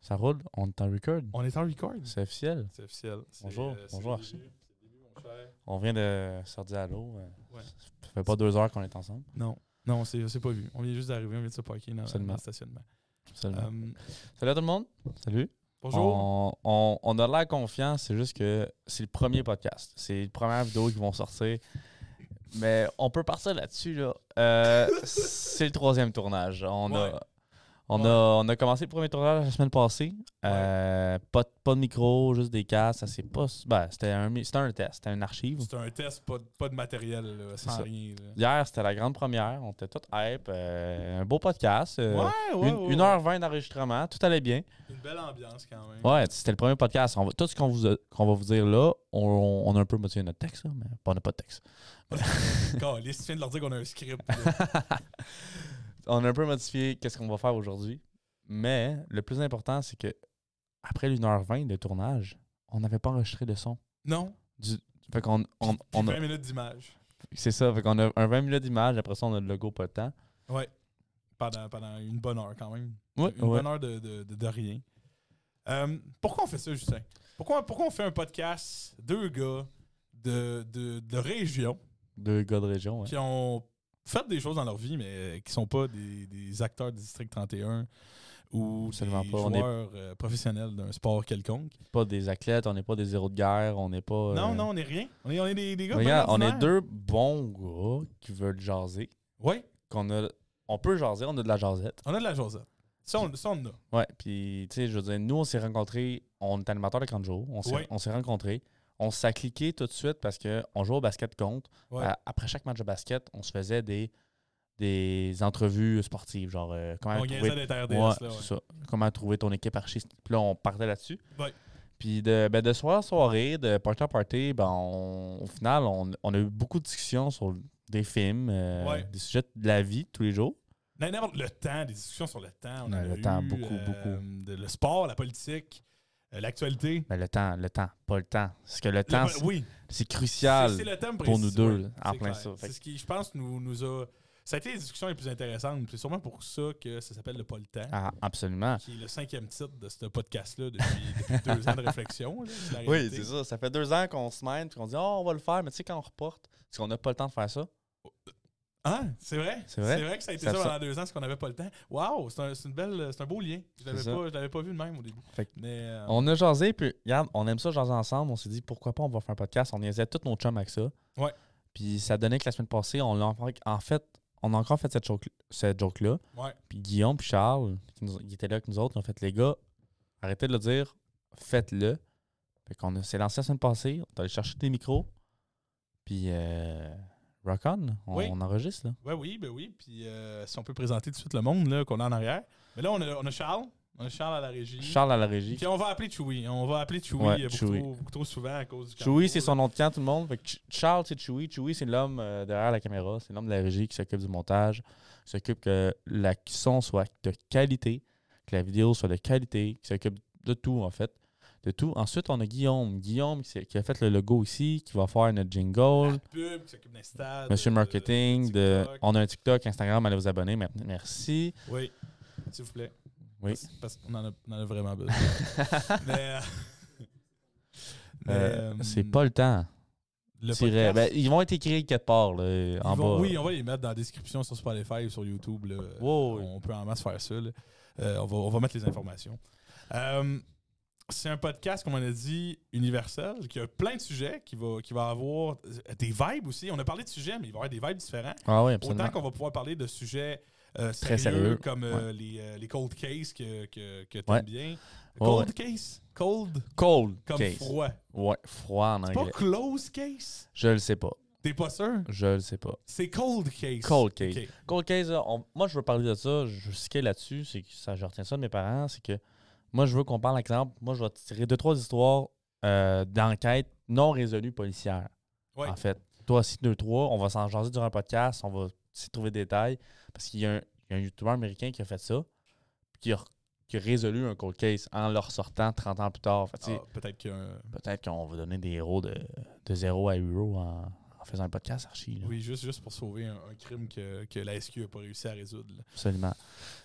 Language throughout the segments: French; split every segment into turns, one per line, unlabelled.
Ça roule, on est en record.
On est en record.
C'est officiel.
C'est officiel. C'est, euh,
Bonjour,
c'est
bonjour,
le début, c'est le début, mon cher.
On vient de sortir à l'eau. euh,
Ouais.
Ça fait pas deux heures qu'on est ensemble.
Non, non, on s'est, on s'est pas vu. On vient juste d'arriver, on vient de se parker dans,
Absolument.
dans le stationnement.
Absolument.
Euh,
Salut à tout le monde. Salut.
bonjour.
On, on- on a de l'air confiant, c'est juste que c'est le premier podcast. C'est les premières vidéos qui vont sortir. Mais on peut partir là-dessus. Là. Euh, c'est le troisième tournage. On,
Ouais.
a, on,
Ouais.
a, on a commencé le premier tournage la semaine passée. Euh, pas, de- pas de micro, juste des casques. Ça, c'est pas, ben, c'était, un, mi- c'était un test, c'était une archive.
C'est un test, pas, de- pas de matériel, là, sans
ça.
rien. là.
Hier, c'était la grande première. On était tous hype. euh, un beau podcast. euh,
ouais, ouais,
une,
ouais,
une heure vingt d'enregistrement. Tout allait bien.
ouais. Une belle ambiance quand même.
Ouais, c'était le premier podcast. On va- tout ce qu'on vous a- qu'on va vous dire là, on, on a un peu modifié notre texte, là, mais on n'a pas de texte.
Caliste, tu viens de leur dire qu'on a un script. là.
On a un peu modifié qu'est-ce qu'on va faire aujourd'hui. Mais le plus important, c'est que après l'1h20 de tournage, on n'avait pas enregistré de son.
non,
Fait qu'on on, on a-
20 minutes d'image.
c'est ça, fait qu'on a un 20 minutes d'image, après ça on a le logo pas de temps.
Ouais. Pendant, pendant une bonne heure quand même.
Ouais,
une bonne heure de, de- de- de rien. Euh, pourquoi on fait ça, Justin? Pourquoi, pourquoi on fait un podcast, deux gars de, de, de région
Deux gars de région, hein. ouais.
qui ont fait des choses dans leur vie, mais qui sont pas des, des acteurs du District 31 ou
Absolument
des
pas. On est-
joueurs euh, professionnels d'un sport quelconque.
Pas des athlètes, on n'est pas des zéros de guerre, on n'est pas. euh,
Non, non, on est rien. On est, on est des, des gars
mais regarde, on est
deux.
deux bons gars qui veulent jaser.
Oui,
Qu'on a, on peut jaser, on a de la jasette.
on a de la Josette. Ça, on, ça, on en a.
Ouais, puis tu sais, je veux dire, nous, on s'est rencontrés, on est animateur de 40 jours, on s'est
Ouais.
on s'est rencontrés, on s'est cliqué tout de suite parce qu'on joue au basket contre.
Ouais.
À- après chaque match de basket, on se faisait des, des entrevues sportives, genre euh, comment,
On gagnait
trouver,
ça des RDS.
Ouais,
là, ouais.
c'est ça. comment trouver ton équipe archi. Puis là, on partait là-dessus.
Ouais.
Puis de, ben, de soirée à soirée, de party à party, ben, on- au final, on, on a eu beaucoup de discussions sur des films, euh,
Ouais.
des sujets de la vie de tous les jours.
Non, n'importe- le temps, des discussions sur le temps. On
Ouais,
en
le
a
temps,
eu,
beaucoup,
euh,
beaucoup.
de- le sport, la politique, euh, l'actualité.
Mais Ben, le temps, le temps, pas le temps. Parce que le
Le-
temps, c'est-
oui,
c'est
c'est
crucial.
c'est le thème
pour nous
précis,
deux,
ouais,
là, en
c'est
plein
clair.
ça. Fait
C'est
que-
ce qui, je pense, nous, nous a. Ça a été les discussions les plus intéressantes. C'est sûrement pour ça que ça s'appelle le Pas le temps,
Ah, absolument.
qui est le cinquième titre de ce podcast-là depuis, depuis deux ans de réflexion. là, la
Oui,
réalité.
c'est ça. Ça fait deux ans qu'on se mène puis qu'on dit Oh, on va le faire, mais tu sais, quand on reporte, parce qu'on n'a pas le temps de faire ça.
Ah, c'est vrai.
C'est vrai.
que ça a été
C'est
ça pendant
absurde.
deux ans, parce qu'on n'avait pas le temps. Waouh, c'est un, c'est une belle- c'est un beau lien. Je l'avais
ça.
pas, je l'avais pas vu de même au début.
Fait que-
Mais, euh,
Ah. On a jasé, puis regarde, on aime ça jaser ensemble. On s'est dit pourquoi pas on va faire un podcast. On niaisait tous nos chums avec ça.
Ouais.
Puis ça donnait que la semaine passée, on l'a encore- en fait, on a encore fait cette joke- cette joke-là.
ouais.
puis Guillaume, puis Charles, qui, nous- qui étaient là avec nous autres, ils ont fait les gars, arrêtez de le dire, faites-le. Fait qu'on a- s'est lancé la semaine passée, on est allé chercher des micros, puis euh, rock on, on,
Oui.
on enregistre là.
Ouais, oui, ben oui. Puis euh, si on peut présenter tout de suite le monde là, qu'on a en arrière. Mais là, on a, on a Charles. On a Charles à la régie.
Charles à la régie.
Puis on va appeler Chewy. On va appeler Chewy
Ouais,
euh, beaucoup,
Chewy.
Trop, beaucoup trop souvent à cause du
Chewy,
cargo,
c'est
là.
son nom de camp, tout le monde. Fait que Ch- Charles, c'est Chewy. Chewy, c'est l'homme euh, derrière la caméra, c'est l'homme de la régie qui s'occupe du montage, qui s'occupe que la qui son soit de qualité, que la vidéo soit de qualité, qui s'occupe de tout, en fait. De tout. Ensuite, on a Guillaume. Guillaume qui, s'est- qui a fait le logo ici, qui va faire notre
La
jingle.
pub, qui s'occupe d'un stade,
Monsieur
de-
Marketing, de,
Ah, TikTok.
on a un TikTok, Instagram, allez vous abonner. mer- Merci.
Oui, s'il vous plaît.
Oui.
Parce, parce qu'on en, a- on en a vraiment besoin. mais. euh, mais,
Euh,
euh,
c'est pas le temps.
le
Tiret.
podcast.
Ben, ils vont être écrits quelque part, là,
Ils
en
vont-
bas.
Oui, on va les mettre dans la description sur Spotify ou sur YouTube. là.
Wow.
On peut en masse faire ça. là. Euh, on, va, on va mettre les informations. Euh, c'est un podcast, comme on a dit, universel, qui a plein de sujets, qui va, qui va avoir des vibes aussi. On a parlé de sujets, mais il va y avoir des vibes différents.
Ah oui, absolument.
Autant qu'on va pouvoir parler de sujets euh,
Très
sérieux,
sérieux,
comme euh, les, euh, les cold case que, que, que t'aimes
Ouais.
bien.
Ouais,
Cold case? Cold
Cold
comme
case.
froid.
Ouais, froid en
C'est pas
anglais.
close case?
Je le sais pas.
T'es pas sûr?
Je le sais pas.
C'est cold case.
Cold case.
Ok.
Cold case, là, on- moi, je veux parler de ça. Je ce qu'il y a là-dessus, c'est que ça, je retiens ça de mes parents, c'est que moi, je veux qu'on parle, exemple, moi, je vais tirer deux, trois histoires euh, d'enquêtes non résolues policières.
Ouais.
En fait, toi aussi, deux, trois, on va s'en jaser durant un podcast, on va s'y trouver des détails, parce qu'il y a un, il y a un youtubeur américain qui a fait ça, puis qui a, qui a résolu un cold case en le ressortant 30 ans plus tard. Fait, que, tu sais,
Ah, Peut-être qu'un.
Peut-être qu'on va donner des héros de, de 0 à euro en, en faisant un podcast archi. là.
Oui, juste, juste pour sauver un, un crime que, que la SQ n'a pas réussi à résoudre. là.
Absolument.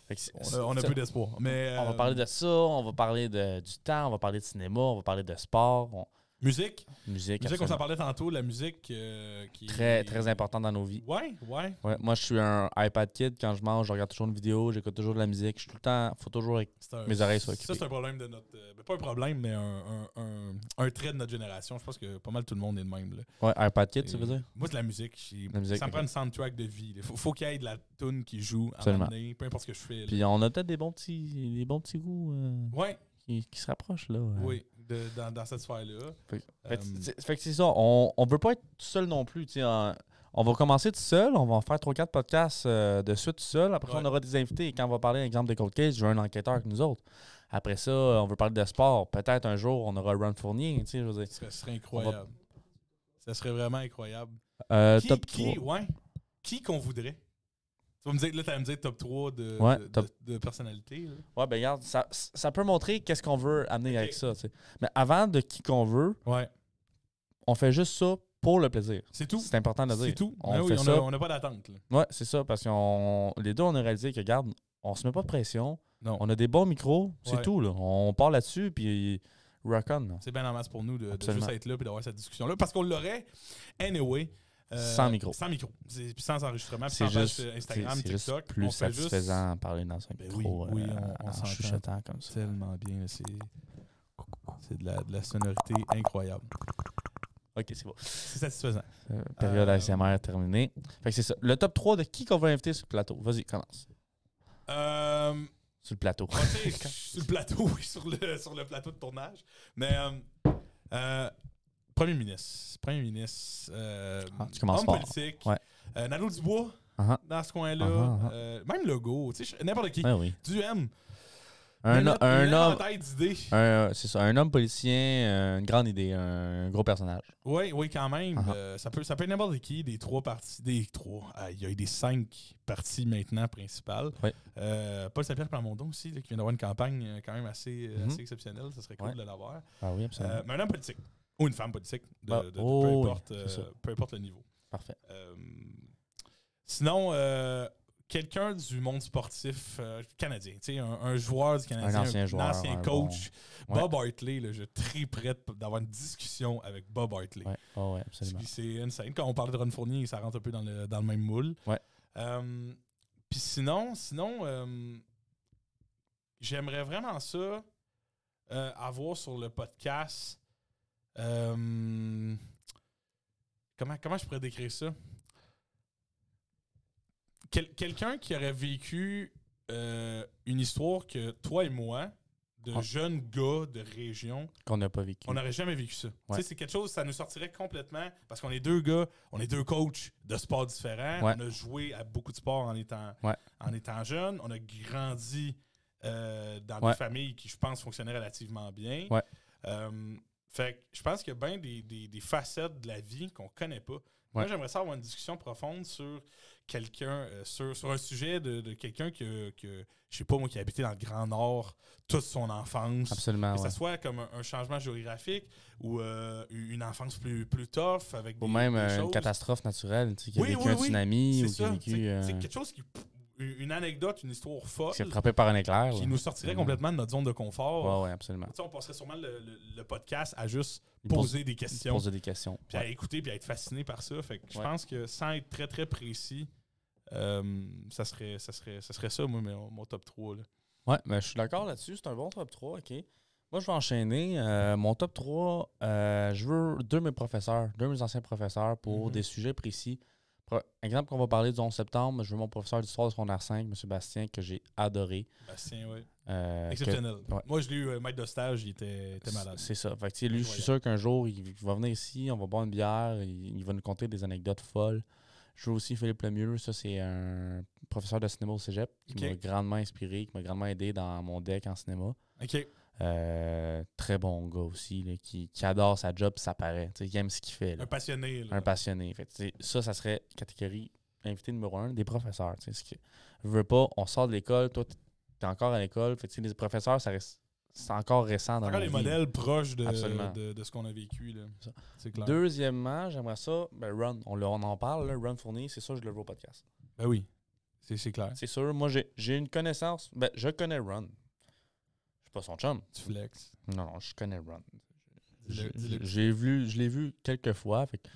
Fait que c'est-
On a, on a
c'est-
peu d'espoir. Mais,
on va
euh,
parler de ça, on va parler de, du temps, on va parler de cinéma, on va parler de sport, on-
Musique.
musique.
Musique, on s'en
absolument.
parlait tantôt, la musique euh, qui.
Très, très important dans nos vies.
Ouais, ouais.
Ouais, moi, je suis un iPad kid. Quand je mange, je regarde toujours une vidéo, j'écoute toujours de la musique. Je suis tout le temps. faut toujours. éc-
C'est un-
Mes oreilles sont
Ça, c'est
occupées.
un problème de notre. euh, ben, pas un problème, mais un, un- un- un trait de notre génération. Je pense que pas mal tout le monde est le même. Là.
Ouais, iPad kid,
Et
ça veut dire
Moi, de la musique. j'ai-
La musique,
ça me
ok.
prend une soundtrack de vie. Il faut, faut qu'il y ait de la tune qui joue à un
Absolument.
moment donné, peu importe ce que je fais. là.
Puis on a peut-être des bons petits des bons petits goûts euh,
Ouais,
qui, qui se rapprochent, là. euh. ouais.
oui, de- dans, dans cette sphère-là.
Fait, fait que
Euh,
c'est- fait que c'est ça. On, on veut pas être tout seul non plus. tu sais, en- on va commencer tout seul. On va en faire 3-4 podcasts euh, de suite tout seul. Après, ça, on
Ouais.
aura des invités. Et quand on va parler, exemple, de Cold Case, je veux un enquêteur avec nous autres. Après ça, on veut parler de sport. Peut-être un jour, on aura Ron Fournier. tu sais, je veux dire.
Ce serait, ce serait incroyable. Ça serait vraiment incroyable.
Euh,
qui,
top
qui,
3.
ouais, qui qu'on voudrait? Tu vas me dire, là, tu vas me dire top 3 de,
Ouais,
de,
top-
de- de personnalité. là.
Ouais, ben regarde, ça, ça peut montrer qu'est-ce qu'on veut amener avec ça. tu sais. Mais avant de qui qu'on veut,
Ouais,
on fait juste ça pour le plaisir.
c'est tout.
C'est important de le dire.
C'est tout.
On
Ah oui,
fait
On
ça.
n'a pas d'attente. là.
Ouais, c'est ça, parce que les deux, on a réalisé que, regarde, on se met pas de pression,
Non.
on a des bons micros, c'est
Ouais.
tout, là. On part là-dessus, puis rock on. là.
C'est bien en masse pour nous de- de,
Absolument.
juste être là et d'avoir cette discussion-là. Parce qu'on l'aurait, anyway. euh,
Sans micro.
Sans micro. C'est- Puis sans enregistrement. Puis
C'est
sans
juste,
juste,
c'est-
Instagram,
c'est juste
TikTok.
plus
on fait
satisfaisant à parler dans un
Ben oui,
micro
oui,
euh,
on- on
en
s'entend.
chuchotant comme
Juste
ça.
tellement bien. là, C'est c'est de la, de la sonorité incroyable.
Ok, c'est bon.
C'est satisfaisant.
Euh, période
Euh,
ASMR terminée. Fait que c'est ça. Le top 3 de qui qu'on va inviter sur le plateau. Vas-y, commence.
Euh,
Sur le plateau.
Bon, tu sais, sur le plateau, oui, sur le, sur le plateau de tournage. Mais euh, euh, Premier ministre. Premier ministre. euh,
Ah, tu commences
homme
fort.
politique.
Ouais.
euh, Nadeau Dubois,
Ah,
dans ce coin-là.
Ah, ah, ah.
euh, même Legault, tu sais, je- n'importe qui.
ah. Ouais, oui.
Du M.
Un,
Une-
un
une
homme,
éventail d'idées.
un- c'est ça, un homme politicien, euh, une grande idée, un gros personnage.
Oui, oui, quand même.
Ah, ah.
Euh, ça, peut, ça peut être n'importe qui, des trois parties. Des trois. Ah, Il y a eu des cinq parties maintenant principales.
Ouais.
Euh, Paul Saint-Pierre Plamondon aussi, là, qui vient d'avoir une campagne euh, quand même assez, euh,
Mhm.
assez exceptionnelle. Ça serait cool
Ouais.
de l'avoir.
Ah oui,
Euh, mais un homme politique ou une femme politique, de,
Ah,
de- de-
oh,
peu,
oui,
importe,
c'est
euh,
ça.
peu importe le niveau.
Parfait.
Euh, sinon, euh, quelqu'un du monde sportif euh, canadien, tu sais, un, un joueur du Canadien,
ancien joueur,
ancien
un
coach,
bon- Ouais.
Bob Hartley, là, je suis très prêt de- d'avoir une discussion avec Bob Hartley.
Ouais, Ah ouais,
Parce
absolument.
que C'est insane. Quand on parle de Ron Fournier, ça rentre un peu dans le, dans le même moule.
Ouais.
Euh, Puis sinon, sinon euh, j'aimerais vraiment ça euh, avoir sur le podcast. euh, comment, comment je pourrais décrire ça? Quel- Quelqu'un qui aurait vécu euh, une histoire que toi et moi, de
Ah.
jeunes gars de région,
Qu'on n'a pas vécu.
on n'aurait jamais vécu ça.
Ouais.
Tu sais, c'est quelque chose, ça nous sortirait complètement parce qu'on est deux gars, on est deux coachs de sports différents.
Ouais.
On a joué à beaucoup de sports en étant,
Ouais.
en étant jeune. On a grandi euh, dans
Ouais.
des familles qui, je pense, fonctionnaient relativement bien.
Ouais.
Euh, fait que je pense qu'il y a bien des, des- des facettes de la vie qu'on connaît pas. Moi,
Ouais.
j'aimerais ça avoir une discussion profonde sur quelqu'un, euh, sur, sur un sujet de, de quelqu'un que, que, je sais pas moi, qui a habité dans le Grand Nord toute son enfance.
Absolument,
Que
Ah ouais.
ce soit comme un, un changement géographique ou euh, une enfance plus, plus tough avec des,
Ou même
des
euh, une
choses.
catastrophe naturelle, tu sais, qui a
Oui,
vécu
oui,
un
oui,
tsunami ou qui a
C'est ça.
vécu...
C'est
euh,
c'est quelque chose qui. Une anecdote, une histoire folle
qui s'est frappé par un éclair.
qui
là.
nous sortirait
Mm.
complètement de notre zone de confort.
Ouais, ouais, absolument.
Tu sais, on passerait sûrement le, le- le podcast à juste
Il pose-
poser des
il
questions,
Pose des questions.
puis
Ouais.
à écouter, puis à être fasciné par ça. Fait que je
Ouais.
pense que sans être très très précis, euh, ça, serait, ça, serait, ça serait ça, moi, mais mon top 3. Là.
Ouais, ben, je suis d'accord là-dessus. C'est un bon top 3, OK. Moi, je vais enchaîner. Euh, mon top 3, euh, je veux deux de mes professeurs, deux de mes anciens professeurs pour
Mhm.
des sujets précis. Par exemple, qu'on va parler du 11 septembre, je veux mon professeur d'histoire de secondaire 5, M. Bastien, que j'ai adoré.
Bastien, ouais.
Euh, que-
Exceptionnel.
ouais.
Moi, je l'ai eu, euh, maître de stage, il était, il était malade.
C'est ça. Fait que, tu sais, lui, je suis sûr qu'un jour, il va venir ici, on va boire une bière, il, il va nous conter des anecdotes folles. Je veux aussi Philippe Lemieux, ça, c'est un professeur de cinéma au cégep qui
Ok.
m'a grandement inspiré, qui m'a grandement aidé dans mon deck en cinéma.
OK.
Euh, très bon gars aussi, là, qui, qui adore sa job, ça paraît. Tu sais, il aime ce qu'il fait. là.
Un passionné. là.
Un passionné. Fait que, tu sais, ça, ça serait catégorie invité numéro un des professeurs. tu sais, Ce qui, veux pas, on sort de l'école, toi, t'es encore à l'école. Fait que, tu sais, les professeurs, ça reste c'est encore récent dans
Encore
nos
les
vies.
modèles proches de,
Absolument.
de, de ce qu'on a vécu. là.
Ça.
C'est clair.
Deuxièmement, j'aimerais ça, ben Run, on, le- on en parle, là, Run Fournier, c'est ça, je le vois au podcast.
Ben oui, c'est c'est clair.
C'est sûr, moi j'ai- j'ai une connaissance, ben je connais Run. Je suis pas son chum.
Tu flexes.
Non, non, je connais Run.
Dis-le, dis-le.
J'ai vu, je l'ai vu quelques fois. Fait que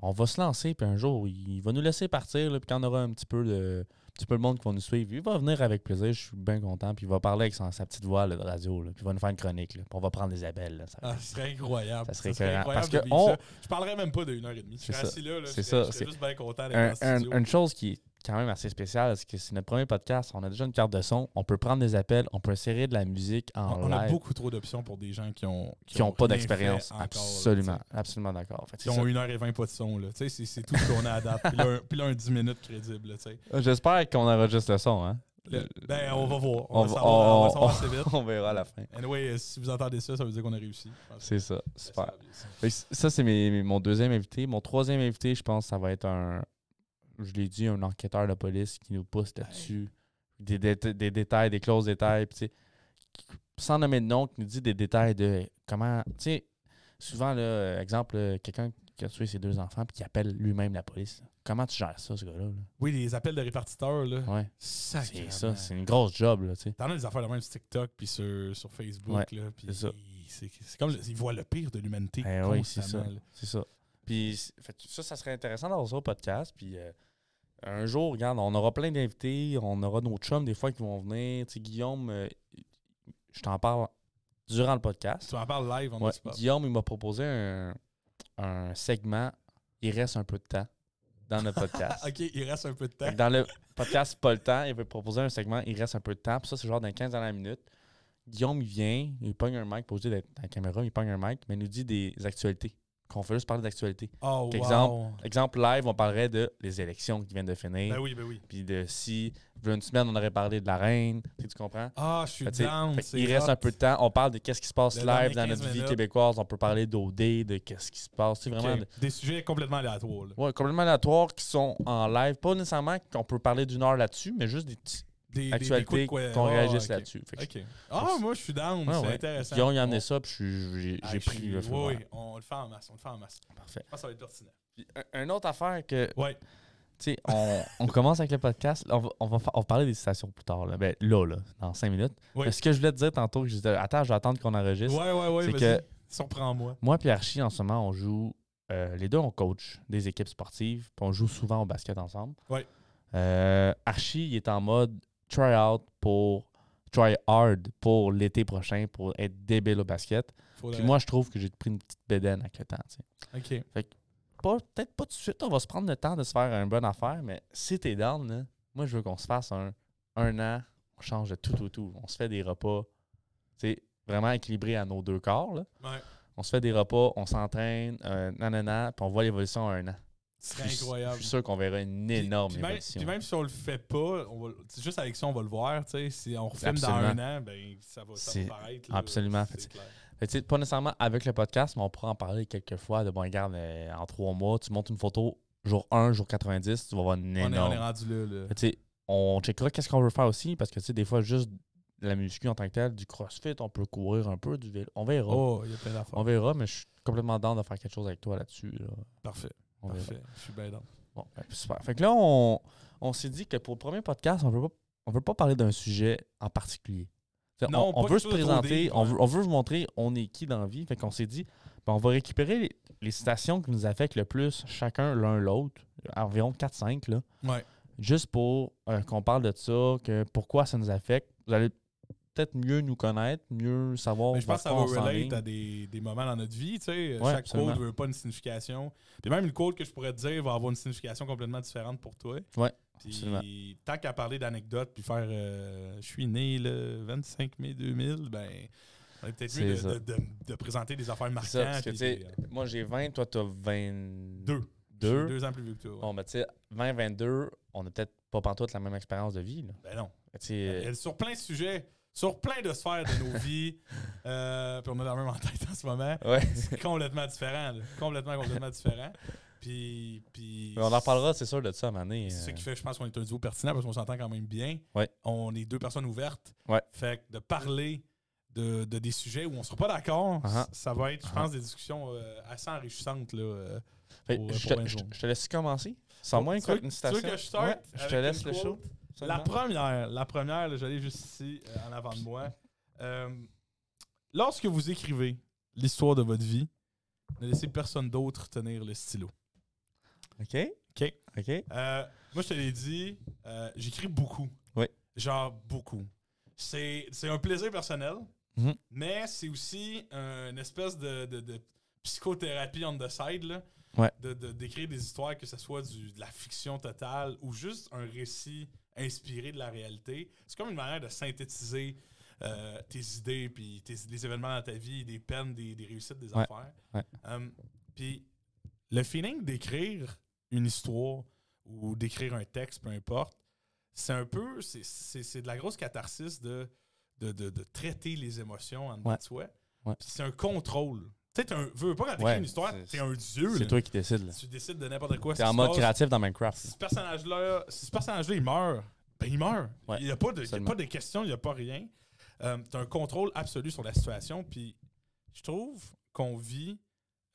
on va se lancer, puis un jour, il il va nous laisser partir, là, puis quand on aura un petit peu de un petit peu de monde qui va nous suivre, il va venir avec plaisir, je suis bien content, puis il va parler avec son- sa petite voix là, de radio, là, puis il va nous faire une chronique, là, puis on va prendre les appels. là, ça va
Ah,
être-
ce serait incroyable.
Ça serait
incroyable.
écœurant. Parce
de
que
vivre
on-
ça. Je parlerais même pas de une heure et demie. Je
C'est
suis
ça.
assis là. là
C'est
j'étais-
ça,
J'étais
c'est-
juste bien content
Un-
d'être dans le
un-
studio.
une chose qui est quand même assez spéciale, c'est que c'est notre premier podcast, on a déjà une carte de son, on peut prendre des appels, on peut insérer de la musique en
On, on a
live
beaucoup trop d'options pour des gens qui ont
qui n'ont pas
rien
d'expérience.
fait encore, là,
Absolument,
tu sais.
absolument d'accord. Fait que
Qui
c'est ça.
ont 1h20 pas de son. là. Tu sais, C'est c'est tout ce qu'on a à date. Puis là, un- Puis là, un 10 minutes crédible. là, tu sais.
J'espère qu'on enregistre le son, hein?
euh, Le- Ben, on va voir. On,
On
va
va-
savoir, on va
on-
savoir assez vite.
On verra à la fin.
Anyway, euh, si vous entendez ça, ça veut dire qu'on a réussi. Je pense que
C'est ça,
c'est
super.
stable.
Fait que c- Ça, c'est mes- mes- mon deuxième invité. Mon troisième invité, je pense, ça va être un, je l'ai dit, un enquêteur de police qui nous pousse là-dessus. Des, dé- des détails, des clauses détails, puis tu sais, qui- sans nommer de nom, qui nous dit des détails de comment, tu sais, souvent, là, euh, exemple, euh, quelqu'un qui a tué ses deux enfants puis qui appelle lui-même la police. là. Comment tu gères ça, ce gars-là? là?
Oui, les appels de répartiteurs, là.
Ouais, c'est
Sacrément.
ça, c'est une grosse job, là, tu sais.
T'en as des affaires de même sur TikTok puis sur, sur Facebook.
Ouais,
là, puis
c'est ça.
c'est- c'est comme le- ils voient le pire de l'humanité.
Eh
constamment.
oui, c'est ça.
là.
C'est ça. Puis c- fait que ça, ça serait intéressant d'avoir ça au podcast. Puis euh, un jour, regarde, on aura plein d'invités, on aura nos chums des fois qui vont venir. Tu sais, Guillaume, euh, je t'en parle durant le podcast.
Tu en parles live en
Ouais,
Instagram.
Guillaume, il m'a proposé un, un segment Il reste un peu de temps dans notre podcast.
Ok, il reste un peu de
Fait
temps.
que Dans le podcast Pas le temps, il veut proposer un segment, il reste un peu de temps. Puis ça, c'est genre d'un 15 à la minute. Guillaume, il vient, il pogne un mic, posé d'être dans la caméra, il pogne un mic, mais il nous dit des actualités. Qu'on fait juste parler d'actualités.
Oh, wow.
Exemple. Exemple live, on parlerait de les élections qui viennent de finir.
Ben oui, ben oui.
Puis de si, il y a une semaine, on aurait parlé de la reine. Tu sais, tu comprends?
Ah, je suis
Fait que, tu sais,
down.
fait
c'est
il reste
hot.
un peu de temps. On parle de qu'est-ce qui se passe
Le
live
dernier
dans notre
15
vie
minutes.
québécoise. On peut parler d'OD, de qu'est-ce qui se passe. C'est
Ok,
vraiment
Des sujets complètement aléatoires. là.
Ouais, complètement aléatoires qui sont en live. Pas nécessairement qu'on peut parler d'une heure là-dessus, mais juste des petites
Des, des- des coups
actualités
de quoi-
qu'on
Ah,
réagisse
ok.
là-dessus. Fait que
Ok. Ah, moi, je suis down.
Ouais,
c'est
ouais.
intéressant.
Guillaume, il a amené
On-
ça, puis je suis- j'ai
Ah,
j'ai
je
pris
suis-
le feu.
Oui,
vert.
oui, on le fait en masse. On le fait en masse. Je
Parfait.
pense que ça va être pertinent.
Puis, un, une autre affaire que
Ouais.
Tu sais, on, on commence avec le podcast. On va, on va, fa- on va parler des citations plus tard. Là, ben, là, là, dans cinq minutes.
Oui.
Mais ce que je voulais te dire tantôt, que je disais, attends, je vais attendre qu'on
Ouais,
enregistre.
ouais, ouais.
c'est
Vas-y. Surprends-moi.
Moi et Archie, en ce moment, on joue. euh, les deux, on coach des équipes sportives. Puis on joue souvent au basket ensemble.
Oui.
Euh, Archie, il est en mode try out pour. Try hard pour l'été prochain pour être débile au basket.
Faut
Puis
le-
moi, je trouve que j'ai pris une petite bédaine avec le temps. tu sais.
Ok.
pas- peut-être pas tout de suite, on va se prendre le temps de se faire une bonne affaire, mais si t'es down, là, moi je veux qu'on se fasse un, un an, on change de tout tout tout. On se fait des repas, tu sais, vraiment équilibrés à nos deux corps. là.
Ouais.
On se fait des repas, on s'entraîne, euh, nanana, puis on voit l'évolution en un an.
Ce
Je
serait
suis-
incroyable.
Je suis sûr qu'on verra une
Puis-
énorme
puis, même,
évolution.
puis même si on le fait pas, on va, c'est juste avec ça, on va le voir. tu sais, Si on refilme dans un
Absolument.
an, ben, ça va, ça
C'est-
va paraître. là,
absolument,
c'est
fait-
clair.
Fait que, tu sais, pas nécessairement avec le podcast, mais on pourra en parler quelques fois de bon regarde euh, en trois mois, tu montes une photo jour 1, jour 90, tu vas voir une
On, est, on
énorme
est rendu là. là.
Mais Ben, tu sais, on checkera qu'est-ce qu'on veut faire aussi, parce que tu sais, des fois, juste la muscu en tant que telle, du crossfit, on peut courir un peu, du vélo. On verra.
Oh, il y a plein d'affaires.
On verra, mais je suis complètement down de faire quelque chose avec toi là-dessus. là.
Parfait.
On verra.
Parfait. Je suis bien dans.
Bon, ben, super. Fait que là, on, on s'est dit que pour le premier podcast, on veut pas, on veut pas parler d'un sujet en particulier. T'sais,
Non,
on, on
pas
veut
quelque
se
chose de trop
présenter,
deep,
on,
ouais.
veut, on veut vous montrer on est qui dans la vie. Fait qu'on s'est dit, ben, on va récupérer les, les citations qui nous affectent le plus chacun l'un l'autre, environ 4-5 là.
Ouais.
juste pour euh, qu'on parle de ça, que pourquoi ça nous affecte. Vous allez peut-être mieux nous connaître, mieux savoir.
Mais Ben, je
vers
pense que ça
quoi
va
on s'en
relate
ligne.
à des, des moments dans notre vie. tu sais. Euh,
Ouais,
Chaque
absolument.
quote ne veut pas une signification. Puis même une quote que je pourrais te dire va avoir une signification complètement différente pour toi.
Ouais,
Puis
absolument.
tant qu'à parler d'anecdotes puis faire euh, je suis né le 25 mai 2000, ben on est peut-être mieux
C'est
de,
ça.
de- de- de présenter des affaires
C'est ça,
marquantes.
parce que, tu
puis
sais,
des- euh,
moi j'ai 20, toi t'as 22.
Deux. Je suis deux ans plus vieux que toi. ouais.
Bon, ben, tu sais, 20, 22, on n'a peut-être pas pantoute la même expérience de vie. Là.
Ben non.
Tu sais,
Elle- Sur plein de sujets, sur plein de sphères de nos vies, euh, puis on a la même en tête en ce moment.
euh, ouais.
C'est complètement différent. là. Complètement, complètement différent. Puis, puis
Mais euh, on en reparlera, c'est sûr, de ça à un moment donné.
C'est ce
euh.
qui fait, je pense, qu'on est un duo pertinent parce qu'on s'entend quand même bien.
Ouais.
On est deux personnes ouvertes.
Ouais.
Fait que de parler de, de- des sujets où on sera pas d'accord,
Uh-huh.
c- ça va être, je
Uh-huh.
pense, des discussions euh, assez enrichissantes. Là, euh.
Fait
Pour,
que
euh,
je,
pour
te,
vingt
je te-
jours.
je te laisse commencer. Sans moins
tu veux,
quoi,
tu
une
veux
station.
que je starte
Ouais, je te
avec
laisse
une
le
quote?
show.
La
seulement.
première, la première, là, je l'ai juste ici, euh, en avant de moi. Euh, lorsque vous écrivez l'histoire de votre vie, ne laissez personne d'autre tenir le stylo.
OK.
OK.
OK.
Euh, moi, je te l'ai dit, euh, j'écris beaucoup.
Oui.
Genre, beaucoup. C'est c'est un plaisir personnel,
Mhm.
mais c'est aussi euh, une espèce de, de- de psychothérapie on the side, là.
Ouais.
De- de- D'écrire des histoires, que ce soit du- de la fiction totale ou juste un récit inspiré de la réalité. C'est comme une manière de synthétiser euh, tes idées, puis tes- les événements dans ta vie, des peines, des, des réussites, des
Ouais.
affaires.
Ouais.
Euh, puis le feeling d'écrire une histoire ou d'écrire un texte, peu importe, c'est un peu, c'est- c'est c'est de la grosse catharsis de, de, de- de traiter les émotions en dedans
Ouais.
de soi.
Ouais.
Puis c'est un contrôle. Tu sais, t'es un, veux pas quand t'écris
Ouais,
une histoire,
c'est-
t'es un dieu. là.
C'est toi qui décides. là.
Tu décides de n'importe quoi.
T'es
ce
en
qui
mode
se passe.
créatif dans Minecraft.
Si
là.
ce personnage-là, si ce personnage-là, il meurt, ben il meurt.
Ouais,
il n'y a pas de, il y a
seulement.
pas de question, il n'y a pas rien. Euh, T'as un contrôle absolu sur la situation. Puis je trouve qu'on vit.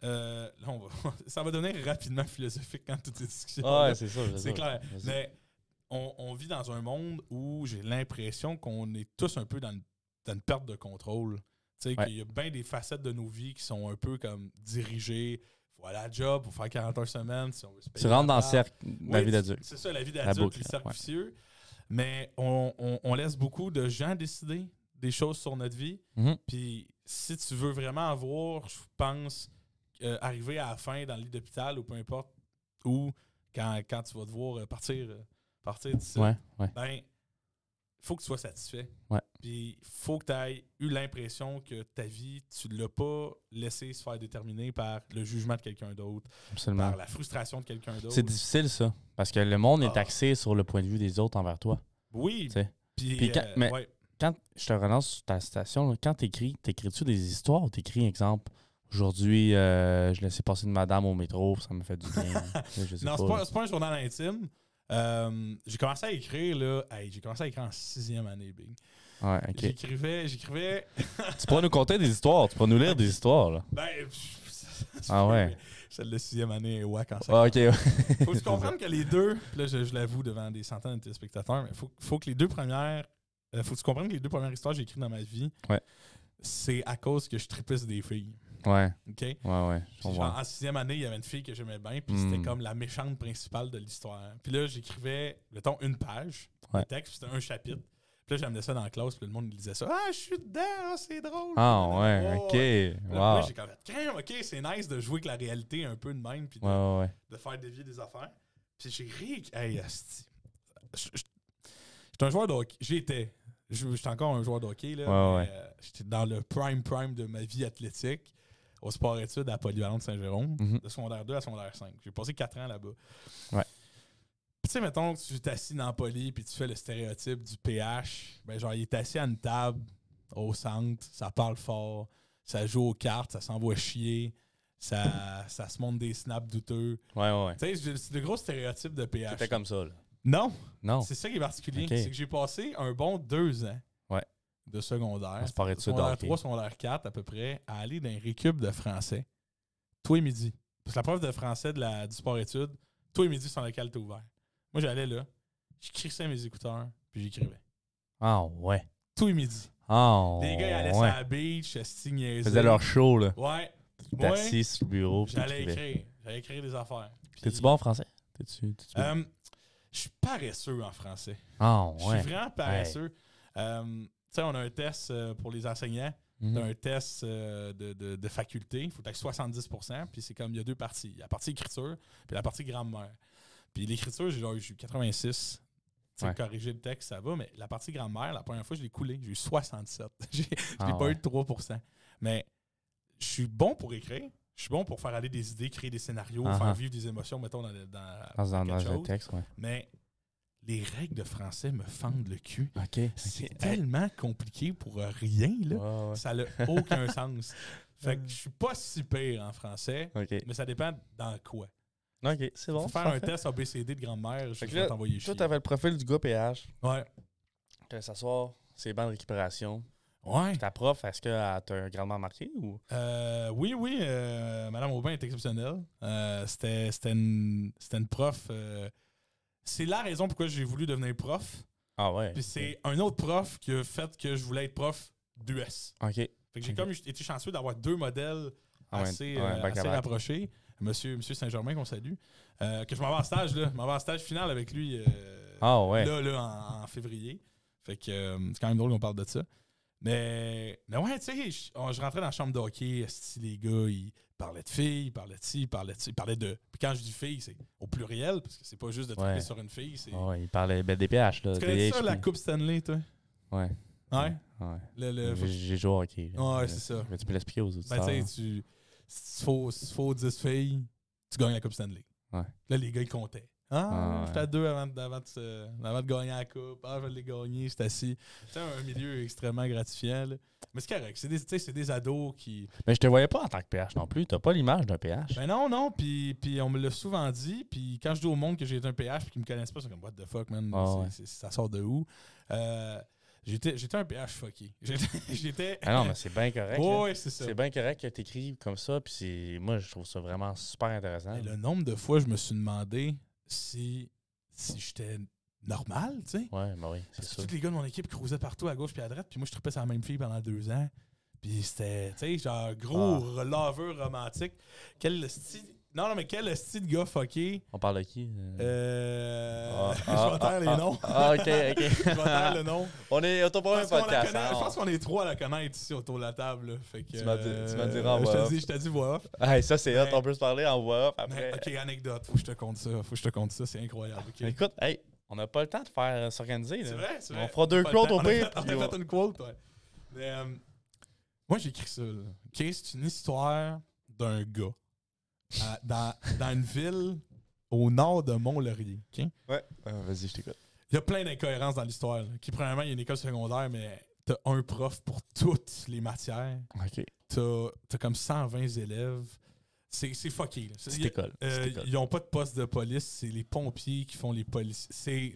euh, là, on va- ça va devenir rapidement philosophique quand toutes les discussions.
Ah ouais, c'est ça.
C'est
ça.
clair.
Vas-y.
Mais on, on vit dans un monde où j'ai l'impression qu'on est tous un peu dans une, dans une perte de contrôle. Tu sais,
Ouais.
qu'il y a bien des facettes de nos vies qui sont un peu comme dirigées. Faut aller à la job, faut faire 40 heures semaine. Si on veut se
Tu
payer
rentres dans le
la part.
cercle
Oui,
de la vie d'adulte.
C'est ça, la vie
La
d'adulte,
boucle,
les cercles
ouais.
vicieux. Mais on, on- on laisse beaucoup de gens décider des choses sur notre vie.
Mhm.
Puis si tu veux vraiment avoir, je pense, euh, arriver à la fin dans le lit d'hôpital ou peu importe, ou quand, quand tu vas devoir euh, partir, euh, partir d'ici,
Ouais, ouais.
ben, faut que tu sois satisfait.
Ouais.
Puis faut que tu aies eu l'impression que ta vie, tu l'as pas laissé se faire déterminer par le jugement de quelqu'un d'autre,
Absolument.
par la frustration de quelqu'un d'autre.
C'est difficile, ça. Parce que le monde est
Ah.
axé sur le point de vue des autres envers toi.
Oui.
Tu sais.
Puis,
Puis quand-
euh,
mais-
ouais.
Quand je te relance sur ta citation, là, quand t'écris, t'écris-tu des histoires ou t'écris, exemple, aujourd'hui, euh, je laissais passer une madame au métro, ça me fait du bien. Là, je sais
Non, c'est
pas.
pas, c'est pas un journal intime. Euh, j'ai commencé à écrire, là. hey, j'ai commencé à écrire en sixième année, Big.
Ouais, ok.
J'écrivais, j'écrivais.
tu pourras nous conter des histoires, tu pourras nous lire des histoires, là.
Ben, pff,
Ah ouais.
Celle de sixième année est wack en cinq.
Ah, ok. ouais.
Faut que tu comprennes que les deux, puis là, je, je l'avoue devant des centaines de téléspectateurs, mais faut, faut que les deux premières. euh, faut que tu comprennes que les deux premières histoires que j'ai écrites dans ma vie,
Ouais.
c'est à cause que je tripais sur des filles.
Ouais,
OK?
ouais, ouais. je
Puis
comprends.
genre, en sixième année, il y avait une fille que j'aimais bien, puis
Mm.
c'était comme la méchante principale de l'histoire. Puis là, j'écrivais, mettons, une page de
Ouais.
texte, puis c'était un chapitre. Puis là, j'amenais ça dans la classe, puis le monde il lisait ça. Ah, je suis dedans, ah, c'est drôle.
Ah,
Puis
ouais,
oh,
ok.
Puis là, moi,
Wow.
j'ai comme fait, Crème, ok, c'est nice de jouer avec la réalité un peu de même, puis de,
Ouais, ouais, ouais.
de faire dévier des affaires. Puis j'ai ri. Hey, asti. Je- je- J'étais un joueur de hockey. J'étais. Je- J'étais encore un joueur de hockey. Là,
Ouais,
mais, euh, J'étais dans le prime prime de ma vie athlétique au sport études à Polyvalente Saint-Jérôme,
Mhm.
de secondaire 2 à secondaire 5. J'ai passé 4 ans là-bas.
Ouais.
Puis, Tu sais, mettons que tu t'assis dans Poly puis tu fais le stéréotype du PH. Ben, genre, il est assis à une table au centre, ça parle fort, ça joue aux cartes, ça s'envoie chier, ça, ça se montre des snaps douteux.
Ouais, ouais, ouais.
Tu sais, c'est le gros stéréotype de PH.
C'était comme ça, là.
Non,
Non.
c'est ça qui est particulier.
Ok.
C'est que j'ai passé un bon deux ans
Ouais.
de secondaire.
On se paraît de ça
Secondaire
d'hockey.
3, secondaire 4 à peu près, à aller dans un récup de français, tous les midis. Parce que la prof de français de la, du sport études, tous les midis, son local était ouvert. Moi, j'allais là, je crissais mes écouteurs, puis j'écrivais.
Ah, ouais.
Tous les midis.
Ah,
Les gars, ils allaient
ouais.
sur la beach, ils se
Ils faisaient leur show, là.
Ouais.
T'es
Moi,
assis sur le bureau. puis
j'allais
t'écrivais.
écrire. J'allais écrire des affaires. Puis-
T'es-tu bon en français? T'es-tu. t'es-tu bon?
Euh, je suis paresseux en français.
Ah,
Je suis
ouais.
vraiment paresseux. Euh, tu sais, on a un test euh, pour les enseignants,
Mhm.
t'as un test euh, de, de- de faculté. Il faut que t'aies 70 puis c'est comme il y a deux parties. Il y a la partie écriture puis la partie grammaire. Puis l'écriture, j'ai genre, j'ai eu 86. Tu sais,
Ouais.
corriger le texte, ça va, mais la partie grammaire, la première fois, je l'ai coulé. J'ai eu 67. J'ai je
Ah,
n'ai pas
ouais.
eu de 3 Mais je suis bon pour écrire. Je suis bon pour faire aller des idées, créer des scénarios,
Ah, ah.
faire vivre des émotions, mettons, dans, le- dans,
Dans, dans,
quelque
dans le
chose.
texte, ouais.
mais les règles de français me fendent le cul.
OK.
C'est tellement compliqué pour euh, rien, là. Ça n'a aucun sens. Fait que je suis pas si pire en français,
OK.
mais ça dépend dans quoi.
OK, c'est bon.
Faut faire un test ABCD de grand-mère, je
Fait que
vais
là,
t'envoyer chier.
Toi, t'avais le profil du gars PH.
Ouais.
Tu s'asseoir, ses bancs de récupération.
Ouais.
Ta prof, est-ce qu'elle t'a grandement marqué ou.
Euh, oui, oui, euh, Madame Aubin est exceptionnelle. Euh, c'était, c'était, une, c'était une prof. euh, c'est la raison pourquoi j'ai voulu devenir prof.
Ah ouais.
Puis c'est un autre prof qui a fait que je voulais être prof d'US.
OK.
Fait que j'ai
Ok.
comme été chanceux d'avoir deux modèles
Ah ouais,
assez,
ouais,
euh,
back à
assez
back.
rapprochés. Monsieur, Monsieur Saint-Germain qu'on salue. Euh, que je m'en vais en stage, là. Je m'en vais en stage final avec lui. euh,
Ah ouais.
là, là, en, en février. Fait que euh, c'est quand même drôle qu'on parle de ça. Mais, mais ouais, tu sais, je, on- je rentrais dans la chambre d'hockey, esti, les gars, ils parlaient de filles, ils parlaient de ci, ils parlaient de ci, ils parlaient de... Puis quand je dis filles, c'est au pluriel, parce que c'est pas juste de triper
Ouais.
sur une fille, c'est...
Ah ouais, il parlait ben, des PH, là.
Tu connais
des
ça, la
HP.
Coupe Stanley, toi?
Ouais.
Ouais?
Ouais.
Le, le-
J'ai j'ai joué au hockey.
Ouais, c'est ça.
Mais tu peux l'expliquer aux
Ben,
auditeurs.
tu sais, tu... S'il faut, s'il faut 10 filles, tu gagnes la Coupe Stanley.
Ouais.
Là, les gars, ils comptaient. Ah,
Ah ouais.
j'étais à deux avant, de- avant, de, se- avant de gagner la coupe. Ah, je l'ai gagné, j'étais assis. C'est un milieu extrêmement gratifiant. là. Mais c'est correct. C'est des, tu sais, c'est des ados qui.
Mais je te voyais pas en tant que PH non plus. T'as pas l'image d'un PH.
Ben non, non. Puis, puis on me l'a souvent dit. Puis quand je dis au monde que j'ai été un PH puis qu'ils me connaissent pas, ils sont comme, what the fuck, man.
Ah
C'est-
ouais.
c'est- ça sort de où? Euh, j'étais, j'étais un PH fucky. J'étais. j'étais
Ah non, mais c'est bien correct. là.
Ouais, c'est ça.
C'est bien correct que t'écrives comme ça. Puis c'est- moi, je trouve ça vraiment super intéressant.
Mais le nombre de fois, je me suis demandé si, si j'étais normal, tu sais.
Ouais, ben oui, c'est
Parce que
sûr.
tous les gars de mon équipe cruisaient partout à gauche puis à droite, puis moi je tripais sur la même fille pendant deux ans. Puis c'était, tu sais, genre
Ah.
gros laveur romantique. Quel style. Non, non, mais quel style de gars fucké.
On parle de qui euh?
Euh...
Ah,
je vais
ah,
taire les
ah,
noms.
ah, ok, ok.
je vais taire le nom.
On est au ton
Je
premier
pense qu'on la
podcast.
connaît-
hein,
je
on-
pense qu'on est trois à la connaître ici autour de la table. là. Fait que,
Tu m'as dit-
euh,
tu m'as dit en voix
je
off.
te dis, je t'ai dit voix off.
Hey, ça, c'est hot.
Mais-
On peut se parler en voix off
Mais,
après.
ok, anecdote, faut que je te compte ça. Faut que je te compte ça, c'est incroyable. ok.
Écoute, hey, on n'a pas le temps de faire euh, s'organiser. là.
C'est vrai, c'est
On
vrai.
fera deux
Pas le
quotes
temps.
au
On a
pire,
fait-
puis
On a
on-
fait une quote, ouais. Mais, euh, moi, j'ai écrit ça. là. OK, c'est une histoire d'un gars à- dans, dans une ville au nord de Mont-Laurier. OK?
Ouais. euh, Vas-y, je t'écoute.
Il y a plein d'incohérences dans l'histoire. là, Qui, premièrement, il y a une école secondaire, mais t'as un prof pour toutes les matières.
OK.
T'as as comme 120 élèves. C'est c'est fucké. là. C'est-
Petite
il y a-
école.
euh,
petite école.
ils n'ont pas de poste de police, c'est les pompiers qui font les policiers.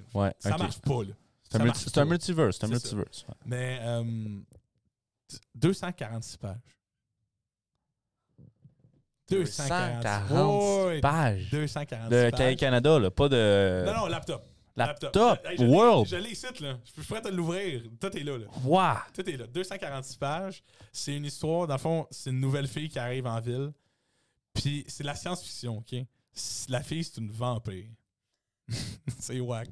C'est-
Ouais,
Ça
ok.
marche pas, là.
C'est un,
ça
multi-
marche
c'est un
pas.
multiverse. C'est un
C'est ça.
multiverse. ouais.
Mais euh, 246 pages. 246 Ouais,
pages.
246
De
pages.
Canada, là, pas de
Non, non, laptop.
laptop.
Hey, je l'ai-
World.
Je l'ai ici, là. Je suis prêt à te l'ouvrir. Tout est là, là.
Wow.
Tout est là. 246 pages. C'est une histoire, dans le fond, c'est une nouvelle fille qui arrive en ville. Puis c'est de la science-fiction, OK? C'est- La fille, c'est une vampire. c'est wack.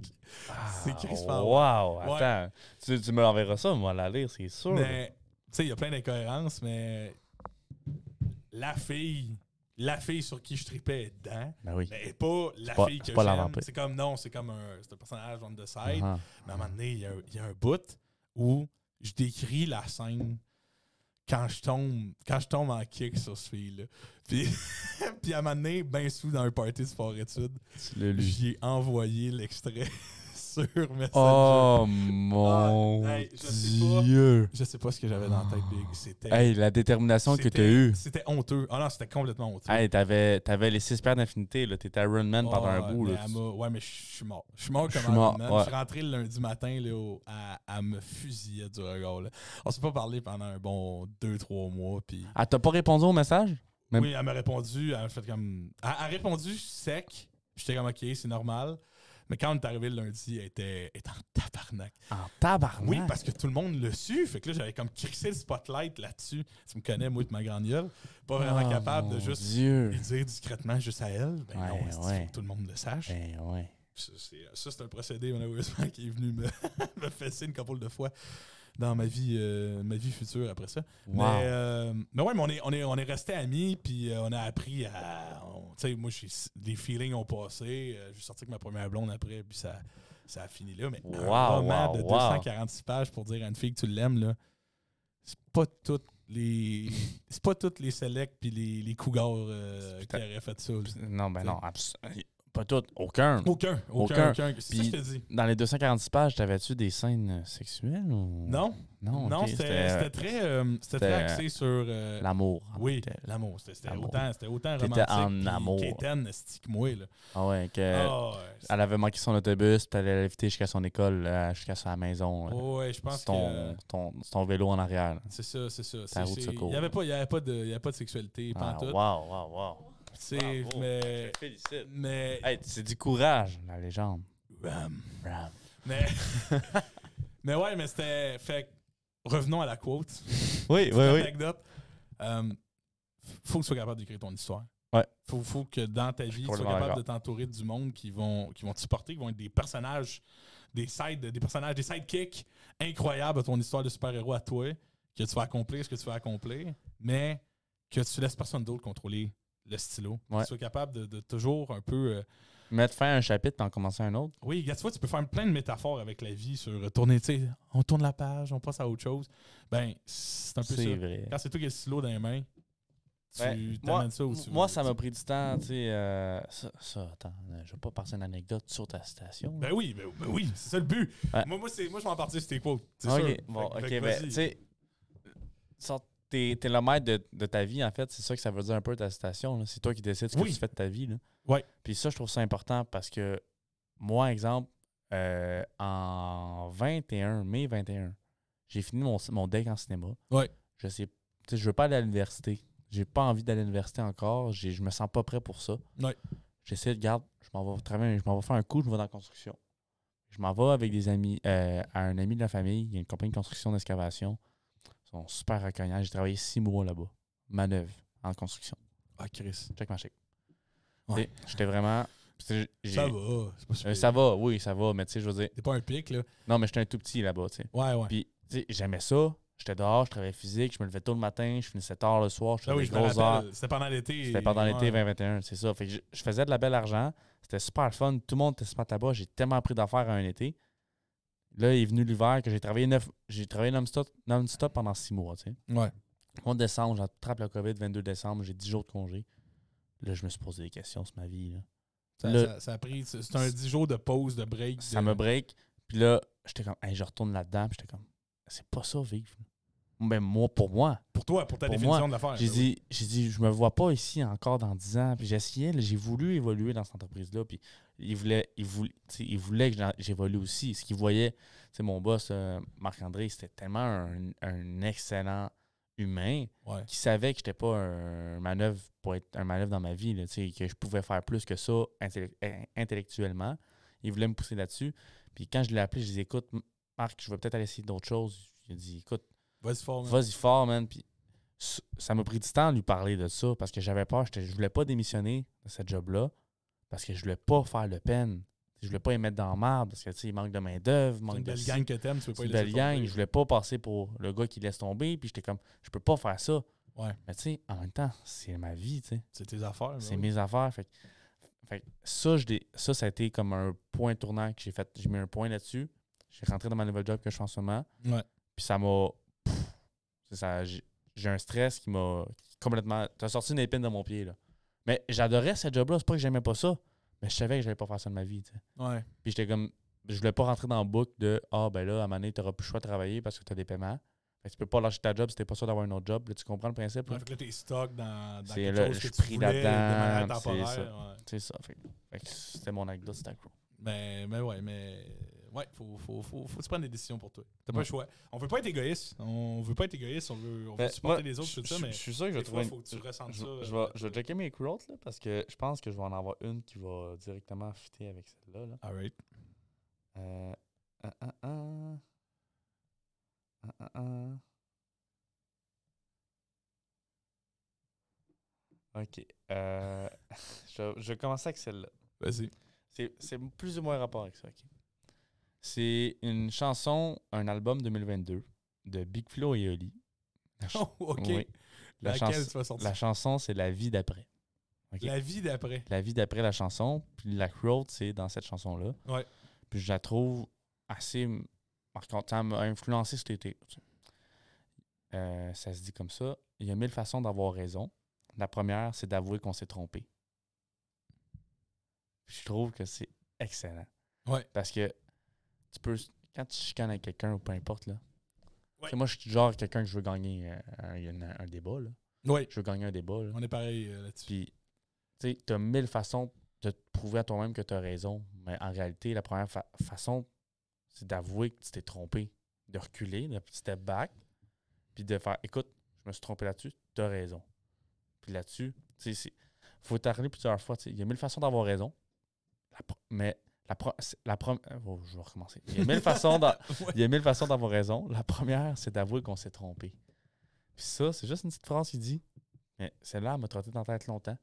C'est crispant.
Ah, Wow.
Ouais.
Attends. Tu, tu me l'enverras ça, moi, la lire, c'est sûr.
Mais, tu sais, il y a plein d'incohérences, mais la fille, la fille sur qui je tripais est dedans,
Ben oui.
mais elle est pas la
pas-
fille que
c'est pas la
j'aime.
vampire.
C'est comme, non, c'est comme un, c'est un personnage on the side.
Ah,
Mais à un moment donné, il y, a- il y a un bout où je décris la scène quand je tombe, quand je tombe en kick sur ce fille-là. Puis, puis à un moment donné, ben sous dans un party de sport-études,
tu l'as lu.
j'y ai envoyé l'extrait sur Messenger.
Oh mon
Ah, hey, je sais pas.
Dieu.
Je sais pas ce que j'avais dans la tête, Big. C'était...
Hey, la détermination que
C'était-
tu as eue.
C'était honteux. Ah non, c'était complètement honteux.
Hey, t'avais, t'avais les six paires d'infinité, là. T'étais Iron Man pendant
Ah,
un bout,
mais
là.
elle m'a- ouais, mais je suis mort. Je suis mort
Je
comme
suis
un
mort,
man.
ouais.
Je suis rentré le lundi matin, là, au- à, à me fusiller du regard. là. On s'est pas parlé pendant un bon 2-3 mois. Puis...
Ah, t'as pas répondu au message? Même-
Oui, elle m'a répondu. Elle a, fait comme... elle a répondu sec. J'étais comme, OK, c'est normal. Mais quand on est arrivé le lundi, elle était, elle était en tabarnak.
En tabarnak.
Oui, parce que tout le monde le suit. Fait que là, j'avais comme crissé le spotlight là-dessus. Tu me connais, moi, de ma grande gueule. Pas vraiment
Oh,
capable de
mon
juste
Dieu.
et dire discrètement juste à elle, ben
Ouais,
non, est-ce qu'il
ouais.
faut que tout le monde le sache.
Ben ouais.
Ça, c'est- Ça, c'est un procédé, malheureusement, qui est venu me, me fesser une couple de fois dans ma vie, euh, ma vie future après ça.
Wow.
Mais, euh, mais ouais, mais on est, on est, on est restés amis, puis euh, on a appris à. on- Tu sais, moi, j'ai- les feelings ont passé. euh, j'ai sorti avec ma première blonde après, puis ça, ça a fini là. Mais un
Wow,
roman
wow,
de
wow.
246 pages pour dire à une fille que tu l'aimes, là, c'est pas toutes les. C'est pas toutes les selects puis les, les cougars euh, qui
Putain.
auraient fait ça. là.
Non, ben non. abs- Pas toutes, aucun.
Aucun, aucun,
Aucun.
aucun. C'est ça que
Puis-
je te dis.
Dans les 246 pages, t'avais-tu des scènes sexuelles ou.
Non,
Non,
non
ok,
c'était c'était très, euh, c'était très
c'était-
axé sur. euh,
L'amour.
oui,
Ah, T'étais-
l'amour. C'était c'était
L'amour.
autant, c'était autant
T'étais
romantique.
en
puis
amour.
qu'étaine, esti, que moi, là.
Ah ouais, que.
Ah, ouais, c'est-
Elle avait manqué son autobus, puis elle allait l'éviter jusqu'à son école, là, jusqu'à sa maison. là.
ouais, Oh, je pense
C'est ton,
que.
ton, c'est ton vélo en arrière. là.
C'est ça, c'est ça. C'est-
roue de
c'est- Il
secours.
n'y avait, pas- il y avait, pas de- il y avait pas Euh, de sexualité,
Ah,
pantoute.
wow, wow, wow.
C'est-
Bravo.
mais.
félicite.
Mais.
Hey, c'est du courage, la légende.
Ram.
Bravo.
Mais, mais ouais, mais c'était. Fait que revenons à la quote.
Oui, oui, oui.
Anecdote. Euh, faut que tu sois capable d'écrire ton histoire.
Ouais.
Faut, faut que dans ta vie, tu sois
complètement
capable
d'accord.
de t'entourer du monde qui vont, qui vont te supporter, qui vont être des personnages, des side, des personnages, des sidekicks incroyables à ton histoire de super-héros à toi, que tu vas accomplir ce que tu vas accomplir, mais que tu laisses personne d'autre contrôler le stylo. Que
Ouais.
tu sois capable de, de toujours un peu. euh,
Mettre fin à un chapitre, t'en commencer un autre.
oui, regarde, tu vois, tu peux faire plein de métaphores avec la vie sur euh, tourner, tu sais, on tourne la page, on passe à autre chose. Ben, c'est un peu ça.
C'est vrai.
Quand c'est toi qui as le stylo dans les mains, tu
Ben,
t'amènes
moi,
ça où tu veux.
moi, ça m'a pris du temps, tu sais. euh, ça, ça, attends, euh, je vais pas passer une anecdote sur ta station. là.
Ben oui, ben, ben oui, c'est ça le but.
Ouais.
Moi, moi, c'est- moi, je vais en partir sur tes quotes. C'est
Ah, ok,
sûr.
bon,
Fait que-
ok,
fait que
ben,
vas-y.
tu sais, sort- t'es t'es le maître de, de ta vie, en fait. C'est ça que ça veut dire un peu ta citation. là. C'est toi qui décides ce que
Oui.
tu fais de ta vie. Là.
Ouais.
Puis ça, je trouve ça important parce que moi, exemple, euh, en 21, mai 21, j'ai fini mon, mon deck en cinéma.
Ouais.
Je sais, tu sais, je veux pas aller à l'université. J'ai pas envie d'aller à l'université encore. J'ai- Je me sens pas prêt pour ça.
Ouais.
J'essaie de garde, je m'en vais travailler, je m'en vais faire un coup, je vais dans la construction. Je m'en vais avec des amis, euh, à un ami de la famille, il y a une compagnie de construction d'excavation. Ils sont super accueillants. J'ai travaillé six mois là-bas. Manœuvre en construction.
Ah, Chris.
Check ma check.
Ouais.
Tu sais, J'étais vraiment. j'ai-
Ça va. C'est pas
Euh,
super.
ça va, oui, ça va, mais tu sais, je veux dire.
T'es pas un pic, là.
Non, mais j'étais un tout petit là-bas, tu sais.
Ouais, ouais.
Puis, tu sais, j'aimais ça. J'étais dehors, je travaillais physique, je me levais tôt le matin, je finissais tard le soir, je faisais
Ah oui,
des
je me
grosses heures.
rappelle. C'était pendant l'été.
C'était pendant l'été
Ouais.
2021, c'est ça. Fait que je, je faisais de la belle argent. C'était super le fun. Tout le monde était super tabac. J'ai tellement appris d'affaires à un été. Là, il est venu l'hiver que j'ai travaillé neuf, j'ai travaillé non-stop non-stop pendant six mois. Tu sais.
Ouais.
En décembre, j'attrape le COVID, 22 décembre, j'ai 10 jours de congé. Là, je me suis posé des questions sur ma vie. là.
Ça,
Le-
ça- ça a pris. C'est c'est un 10 jours de pause, de break.
Ça
de-
me break. Puis là, j'étais comme, Hey, je retourne là-dedans. Puis j'étais comme, c'est pas ça vivre. Ben, moi, pour moi,
Pour toi, pour ta
Pour
définition
moi,
de l'affaire.
J'ai
ben oui.
dit, j'ai dit, je me vois pas ici encore dans 10 ans. Puis j'essayais, là, j'ai voulu évoluer dans cette entreprise-là. Puis il voulait, il voulait, tu sais, il voulait que j'en- j'évolue aussi. Ce qu'il voyait, tu sais, mon boss, euh, Marc-André, c'était tellement un, un excellent humain
Ouais.
qui savait que j'étais pas un manœuvre pour être un manœuvre dans ma vie, là, tu sais, que je pouvais faire plus que ça intellec- in- intellectuellement. Il voulait me pousser là-dessus. Puis quand je l'ai appelé, je lui ai dit, écoute, Marc, je vais peut-être aller essayer d'autres choses. Il a dit, écoute,
Vas-y, fort. man.
Vas-y fort, man. Puis s- ça m'a pris du temps de lui parler de ça parce que j'avais peur. J'étais- Je voulais pas démissionner de ce job-là parce que je voulais pas faire le peine. Je voulais pas les mettre dans la marbre parce que, tu sais, il manque de main-d'œuvre,
C'est
manque
une
de.
belle
ci,
gang que t'aimes, tu peux pas
c'est
y
une
laisser
belle gang.
tomber.
Je voulais pas passer pour le gars qui laisse tomber. Puis j'étais comme, je peux pas faire ça.
Ouais.
Mais tu sais, en même temps, c'est ma vie, tu sais.
C'est tes affaires. ben
C'est
oui.
mes affaires. Fait, que- fait que ça, je l'ai- ça, ça a été comme un point tournant que j'ai fait. J'ai mis un point là-dessus. J'ai rentré dans ma nouvelle job que je fais en ce moment.
Ouais.
Puis ça m'a. pff, c'est ça, j'ai j'ai un stress qui m'a complètement. T'as sorti une épine de mon pied, là. Mais j'adorais ce job-là. C'est pas que j'aimais pas ça. Mais je savais que j'allais pas faire ça de ma vie, tu sais.
Ouais.
Puis j'étais comme. Je voulais pas rentrer dans le boucle de Ah, ben là, à un moment donné, t'auras plus le choix de travailler parce que t'as des paiements. Fait que tu peux pas lâcher ta job si t'es pas sûr d'avoir un autre job. Là, tu comprends le principe? là?
Ouais, fait que là, t'es stock dans, dans
C'est
quelque
là,
chose
je
que
suis
tu
pris
voulais de
là-dedans,
manière
puis c'est ça.
temporaire. ouais.
C'est ça. Fait, que- fait que c'était mon anecdote, c'était cool.
Mais, mais ouais, mais... Ouais, faut, faut, faut, faut que tu prennes des décisions pour toi. T'as pas
Ouais.
le choix. On veut pas être égoïste. On veut pas être égoïste. On veut, on veut
Ben,
supporter
moi,
les autres,
je-
tout ça,
je-
mais...
Je suis sûr que je vais
des fois,
trouver.
faut
une-
que tu ressentes
Je,
ça.
je
euh,
vais, je vais checker mes quotes là, parce que je pense que je vais en avoir une qui va directement fitter avec celle-là. là.
All right.
Euh, ah, ah, ah. Ah, ah, ah. Ok. euh, je, je vais commencer avec celle-là.
Vas-y.
C'est c'est plus ou moins rapport avec ça. ok. C'est une chanson, un album 2022 de Big Flo et Oli. La ch-
Oh, OK.
oui. La,
Laquelle
chans-
tu vas sortir?
la chanson, c'est La vie d'après. Ok.
La vie d'après.
La vie d'après la chanson, puis la quote, c'est dans cette chanson-là.
Ouais.
Puis je la trouve assez marquante. Ça m'a influencé cet été. tu sais. Euh, ça se dit comme ça. Il y a mille façons d'avoir raison. La première, c'est d'avouer qu'on s'est trompé. Puis je trouve que c'est excellent.
Ouais.
Parce que tu peux. Quand tu chicanes avec quelqu'un ou peu importe, là.
Ouais.
Tu sais, Moi, je suis genre quelqu'un que je veux gagner euh, un, un- un débat, là.
Oui,
Je veux gagner un débat, là.
on est pareil euh, là-dessus.
Puis, tu sais, t'as mille façons de te prouver à toi-même que tu as raison. Mais en réalité, la première fa- façon, c'est d'avouer que tu t'es trompé, de reculer, de step back, puis de faire écoute, je me suis trompé là-dessus, tu as raison. Puis là-dessus, tu sais, c'est- faut t'arrêter plusieurs fois. tu sais. Il y a mille façons d'avoir raison. La pro- mais la, pro- c'est- la pro- oh, je vais recommencer. Il y a mille façons d'a-
Ouais.
il y a mille façons d'avoir raison. La première, c'est d'avouer qu'on s'est trompé. Puis ça, c'est juste une petite phrase qui dit. Mais celle-là, elle m'a trotté dans la tête longtemps.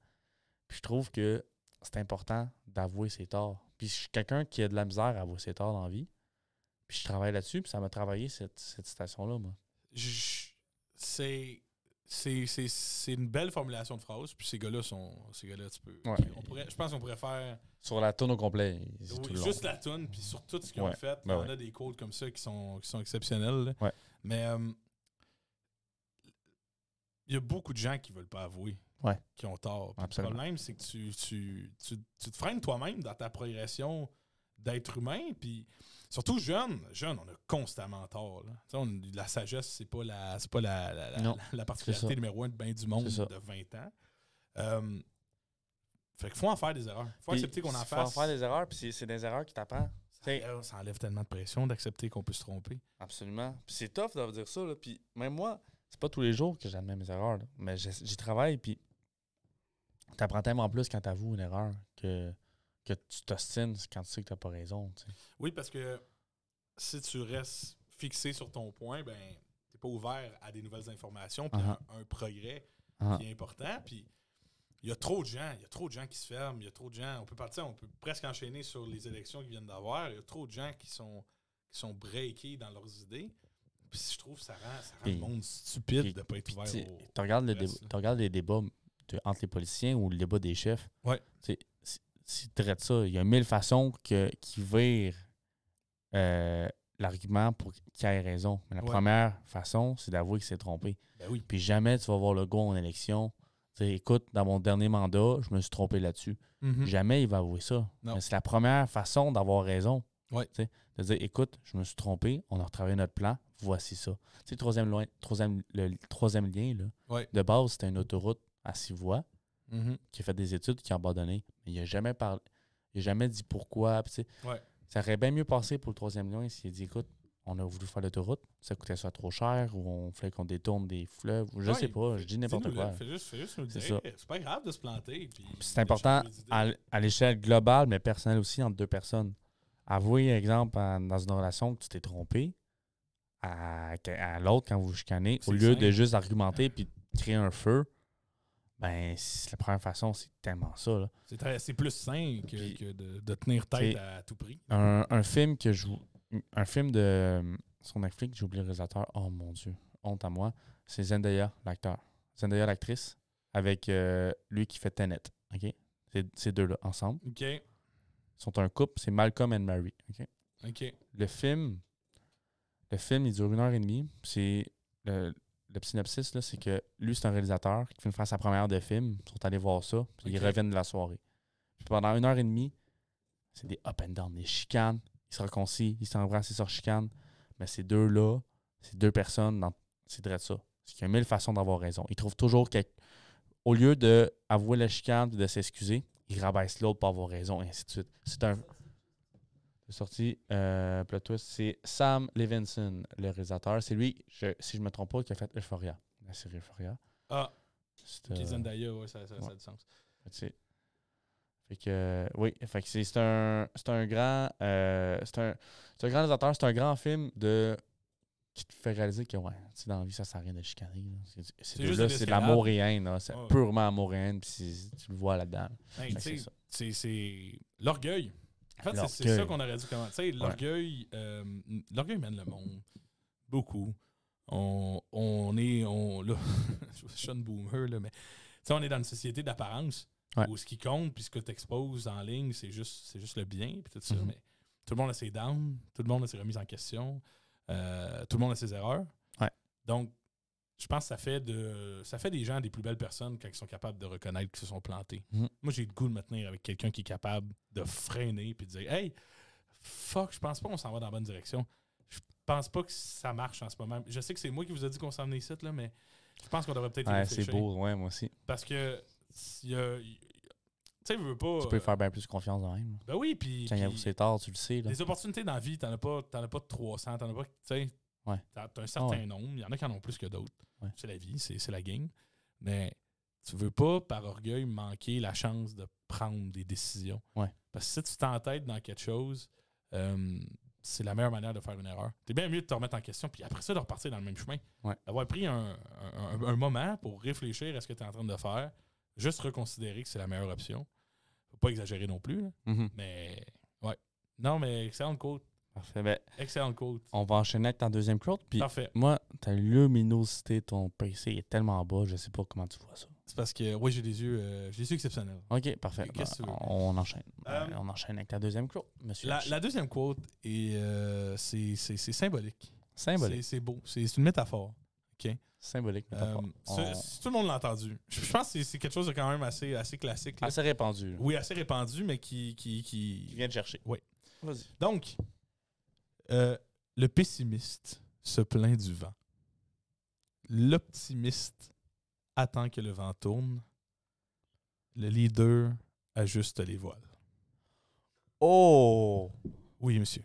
Puis je trouve que c'est important d'avouer ses torts. Puis je suis quelqu'un qui a de la misère à avouer ses torts dans la vie. Puis je travaille là-dessus, puis ça m'a travaillé cette, cette citation-là, moi.
Je- c'est c'est- c'est- c'est une belle formulation de phrase. Puis ces gars-là sont. Ces gars-là, tu peux.
Ouais.
on pourrait- je pense qu'on pourrait faire
Sur la tonne au complet, c'est
oui,
tout le long.
juste la toune, puis sur tout ce qu'ils ont
Ouais,
fait.
ben
on a des codes comme ça qui sont, qui sont exceptionnels. là.
Ouais.
Mais euh, il y a beaucoup de gens qui veulent pas avouer.
Ouais.
Qui ont tort. Puis Le
Absolument.
problème, c'est que tu, tu, tu, tu te freines toi-même dans ta progression d'être humain. Puis surtout jeune, jeune, on a constamment tort. là. Tu sais, on- la sagesse, c'est pas la, c'est pas la, la, la-
Non,
la- la particularité
ça.
numéro un de bien du monde
C'est ça.
de 20 ans. Euh, fait qu'il faut en faire des erreurs. Il faut
Puis
accepter qu'on en
faut
fasse.
faire des erreurs, puis c'est- c'est des erreurs qui t'apprennent.
Ça enlève, ça enlève tellement de pression d'accepter qu'on peut se tromper.
Absolument. Puis c'est tough de dire ça. Là. Puis même moi, c'est pas tous les jours que j'admets mes erreurs. là. Mais j'ess- j'y travaille. Puis t'apprends tellement plus quand t'avoues une erreur que, que tu t'ostines quand tu sais que t'as pas raison. tu sais.
Oui, parce que si tu restes fixé sur ton point, ben t'es pas ouvert à des nouvelles informations, puis
Uh-huh.
un, un progrès
Ah.
qui est important. Puis il y a trop de gens, il y a trop de gens qui se ferment, il y a trop de gens. On peut partir, on peut presque enchaîner sur les élections qui viennent d'avoir. Il y a trop de gens qui sont qui sont breakés dans leurs idées. Puis je trouve que ça rend, ça rend
Puis-
le monde stupide
puis-
de pas être
Puis,
ouvert.
tu sais,
au-
tu regardes, le
reste,
déba-
là.
tu regardes les débats de- entre les politiciens ou le débat des chefs.
Ouais.
Tu sais, Si, si tu traites ça, il y a mille façons que, qui virent euh, l'argument pour qu'il ait raison. Mais la
Ouais.
première façon, c'est d'avouer qu'il s'est trompé.
Ben oui.
Puis jamais tu vas voir le gars en élection. Tu sais, écoute, dans mon dernier mandat, je me suis trompé là-dessus. Jamais il va avouer ça.
Mm. Non.
Mais c'est la première façon d'avoir raison.
Ouais.
Tu sais, De dire, écoute, je me suis trompé, on a retravaillé notre plan, voici ça. Tu sais, troisième, loin, troisième, le troisième lien, là,
Ouais.
de base, c'était une autoroute à six voies
Mhm.
qui a fait des études, qui a abandonné. Mais il n'a jamais parlé. Il n'a jamais dit pourquoi. puis tu sais,
Ouais.
Ça aurait bien mieux passé pour le troisième lien s'il a dit écoute, on a voulu faire l'autoroute, ça coûtait ça trop cher, ou on fallait qu'on détourne des fleuves, ou je
Ouais,
sais pas, je
fais-
dis n'importe
dis-nous, là,
quoi.
Fais juste, fais juste nous le
C'est
dire.
ça.
C'est pas grave de se planter. puis
Puis C'est important
de changer d'idée.
à, l- à l'échelle globale, mais personnelle aussi, entre deux personnes. Avouer, exemple, en- dans une relation que tu t'es trompé à, que- à l'autre quand vous vous chicanez,
C'est
au lieu de
simple.
juste argumenter puis de créer un feu, ben, c'est- la première façon, c'est tellement ça. là.
C'est très- c'est plus sain que,
Puis-
que de, de tenir tête
C'est-
à tout prix.
un, un film que je vous- un film de euh, sur Netflix j'ai oublié le réalisateur oh mon dieu honte à moi c'est Zendaya l'acteur Zendaya l'actrice avec euh, lui qui fait Tenet ok ces, ces deux là ensemble
OK.
Ils sont un couple c'est Malcolm and Mary ok
OK.
le film le film il dure une heure et demie c'est le, le synopsis là c'est que lui c'est un réalisateur qui vient de faire sa première heure de film ils sont allés voir ça puis ils
Ok.
reviennent de la soirée puis pendant une heure et demie c'est des up and down des chicanes ils se réconcilient ils s'embrassent ils se chicanent mais ces deux là ces deux personnes dans c'est vrai de ça c'est qu'il y a mille façons d'avoir raison ils trouvent toujours quelque au lieu de avouer la chicane puis de s'excuser ils rabaissent l'autre pour avoir raison et ainsi de suite c'est un c'est sorti, euh, plot twist, c'est Sam Levinson, le réalisateur. C'est lui, je- si je me trompe pas, qui a fait Euphoria, la série Euphoria.
Ah,
C'est,
OK,
euh,
Zendaya, ouais, ça, ça, ça a
ouais.
du sens.
fait que c'est- fait que, euh, oui, fait que c'est, c'est un, c'est un grand, euh, c'est un, c'est un grand réalisateur, c'est un grand film de qui te fait réaliser que ouais, tu sais, dans la vie ça sert à rien de chicaner. là. C'est, c'est,
juste
de, là,
de
c'est de
l'escalade.
l'amour et haine, là. c'est
Ouais.
purement amour et haine, puis c'est- tu le vois là-dedans.
Hey,
Fait que
Ben, tu
Ben, c'est
sais,
ça.
c'est- c'est l'orgueil. En fait, c'est- c'est
L'orgueil.
ça qu'on aurait dû commencer. Tu sais, L'orgueil euh, l'orgueil mène le monde. Beaucoup. On, on est. On, là, je suis un boomer, là, mais tu sais, on est dans une société d'apparence
Ouais.
où ce qui compte puis ce que tu exposes en ligne, c'est juste, c'est juste le bien puis tout ça.
Mhm.
Mais tout le monde a ses downs, tout le monde a ses remises en question, euh, tout le monde a ses erreurs.
Ouais.
Donc, je pense que ça fait, de, ça fait des gens des plus belles personnes quand ils sont capables de reconnaître qu'ils se sont plantés.
Mhm.
Moi, j'ai le goût de me tenir avec quelqu'un qui est capable de freiner puis de dire Hey, fuck, je pense pas qu'on s'en va dans la bonne direction. Je pense pas que ça marche en ce moment. Je sais que c'est moi qui vous ai dit qu'on s'en venait ici, là, mais je pense qu'on devrait peut-être y
Ouais, c'est
réfléchir.
beau, ouais, moi aussi.
Parce que s'il y a- y- Tu sais, je veux pas.
Tu peux
euh,
faire bien plus confiance dans même.
Ben oui, puis.
Quand il y a
puis-
c'est tard, tu le sais. Là.
les opportunités dans la vie, t'en as pas, t'en as pas de 300, t'en as pas, tu sais,
Ouais.
t'as t'as un certain
Ah ouais.
nombre. Il y en a qui en ont plus que d'autres.
Ouais.
C'est la vie, c'est c'est la game. Mais tu veux pas, par orgueil, manquer la chance de prendre des décisions.
Ouais.
Parce que si tu t'entêtes dans quelque chose, euh, c'est la meilleure manière de faire une erreur. T'es bien mieux de te remettre en question, puis après ça, de repartir dans le même chemin.
Ouais.
D'avoir pris un, un- un moment pour réfléchir à ce que tu es en train de faire, juste reconsidérer que c'est la meilleure option. Faut pas exagérer non plus, là,
Mhm.
mais ouais. Non, mais excellente quote.
Parfait. Ben,
Excellente quote.
on va enchaîner avec ta deuxième quote. Puis
Parfait.
moi, ta luminosité de ton PC est tellement bas, je sais pas comment tu vois ça.
C'est parce que, oui, j'ai des yeux, euh, j'ai des yeux exceptionnels.
Ok, parfait.
Qu'est-ce
Ben,
que tu veux?
on enchaîne.
Euh,
Ben, on enchaîne avec ta deuxième quote, monsieur.
La,
H.
la deuxième quote, est, euh, c'est c'est- c'est symbolique.
Symbolique.
C'est c'est beau. C'est c'est une métaphore.
Symbolique, mais
Euh,
pas
ce- ce- tout le monde l'a entendu. Je, je pense que c'est- c'est quelque chose de quand même assez, assez classique. là.
Assez répandu. là.
Oui, assez répandu, mais qui. qui, qui-
Qui vient te chercher.
Oui.
Vas-y.
Donc, euh, le pessimiste se plaint du vent. L'optimiste attend que le vent tourne. Le leader ajuste les voiles.
Oh!
Oui, monsieur.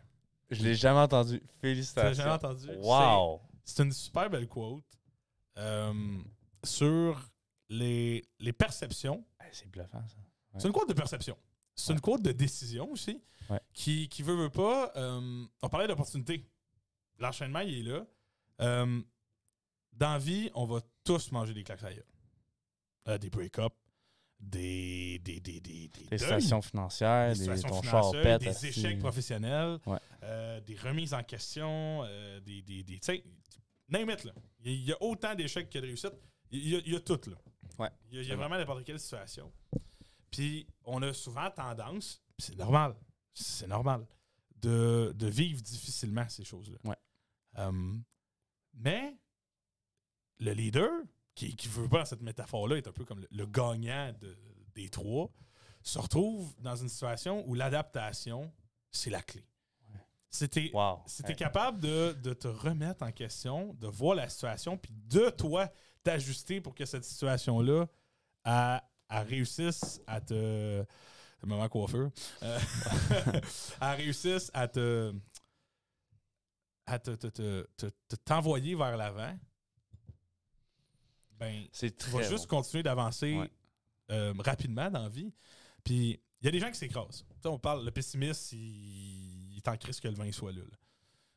Je l'ai jamais entendu.
Tu l'as
Félicitations.
jamais entendu?
Wow!
C'est c'est une super belle quote euh, sur les, les perceptions.
Hey, C'est bluffant, ça.
C'est une quote de perception. C'est une quote de décision aussi
Ouais.
qui, qui veut, veut pas. euh, on parlait d'opportunité. L'enchaînement, il est là. Euh, dans la vie, on va tous manger des claques à la gueule. Euh, des break-up, des, des, des, des, des
Des
deuils.
situations
des
financières, des,
situations
ton char
financières,
pète.
des
assis.
échecs professionnels,
Ouais.
euh, des remises en question, euh, des. des, des tu sais, name it, là. Il y, a- il y a autant d'échecs que de réussites. Il y, a- il y a tout, là.
Ouais.
Il y a, il y a vraiment n'importe quelle situation. Puis, on a souvent tendance, puis c'est normal, c'est normal, de, de vivre difficilement ces choses-là.
Ouais.
Euh, mais, le leader, qui, qui veut pas dans cette métaphore-là, est un peu comme le, le gagnant de- des trois, se retrouve dans une situation où l'adaptation, c'est la clé. C'était
Wow.
si t'es
Hey.
capable de, de te remettre en question, de voir la situation, puis de toi t'ajuster pour que cette situation-là elle- elle réussisse à te. Maman coiffeur. Euh, elle réussisse à te. à te, te- te- te- te- t'envoyer vers l'avant. Ben,
C'est
tu
très.
vas juste continuer d'avancer
Ouais.
euh, rapidement dans la vie. Puis il y a des gens qui s'écrasent. Tu sais, on parle, le pessimiste, il, il est en crise que le vin soit là. Là,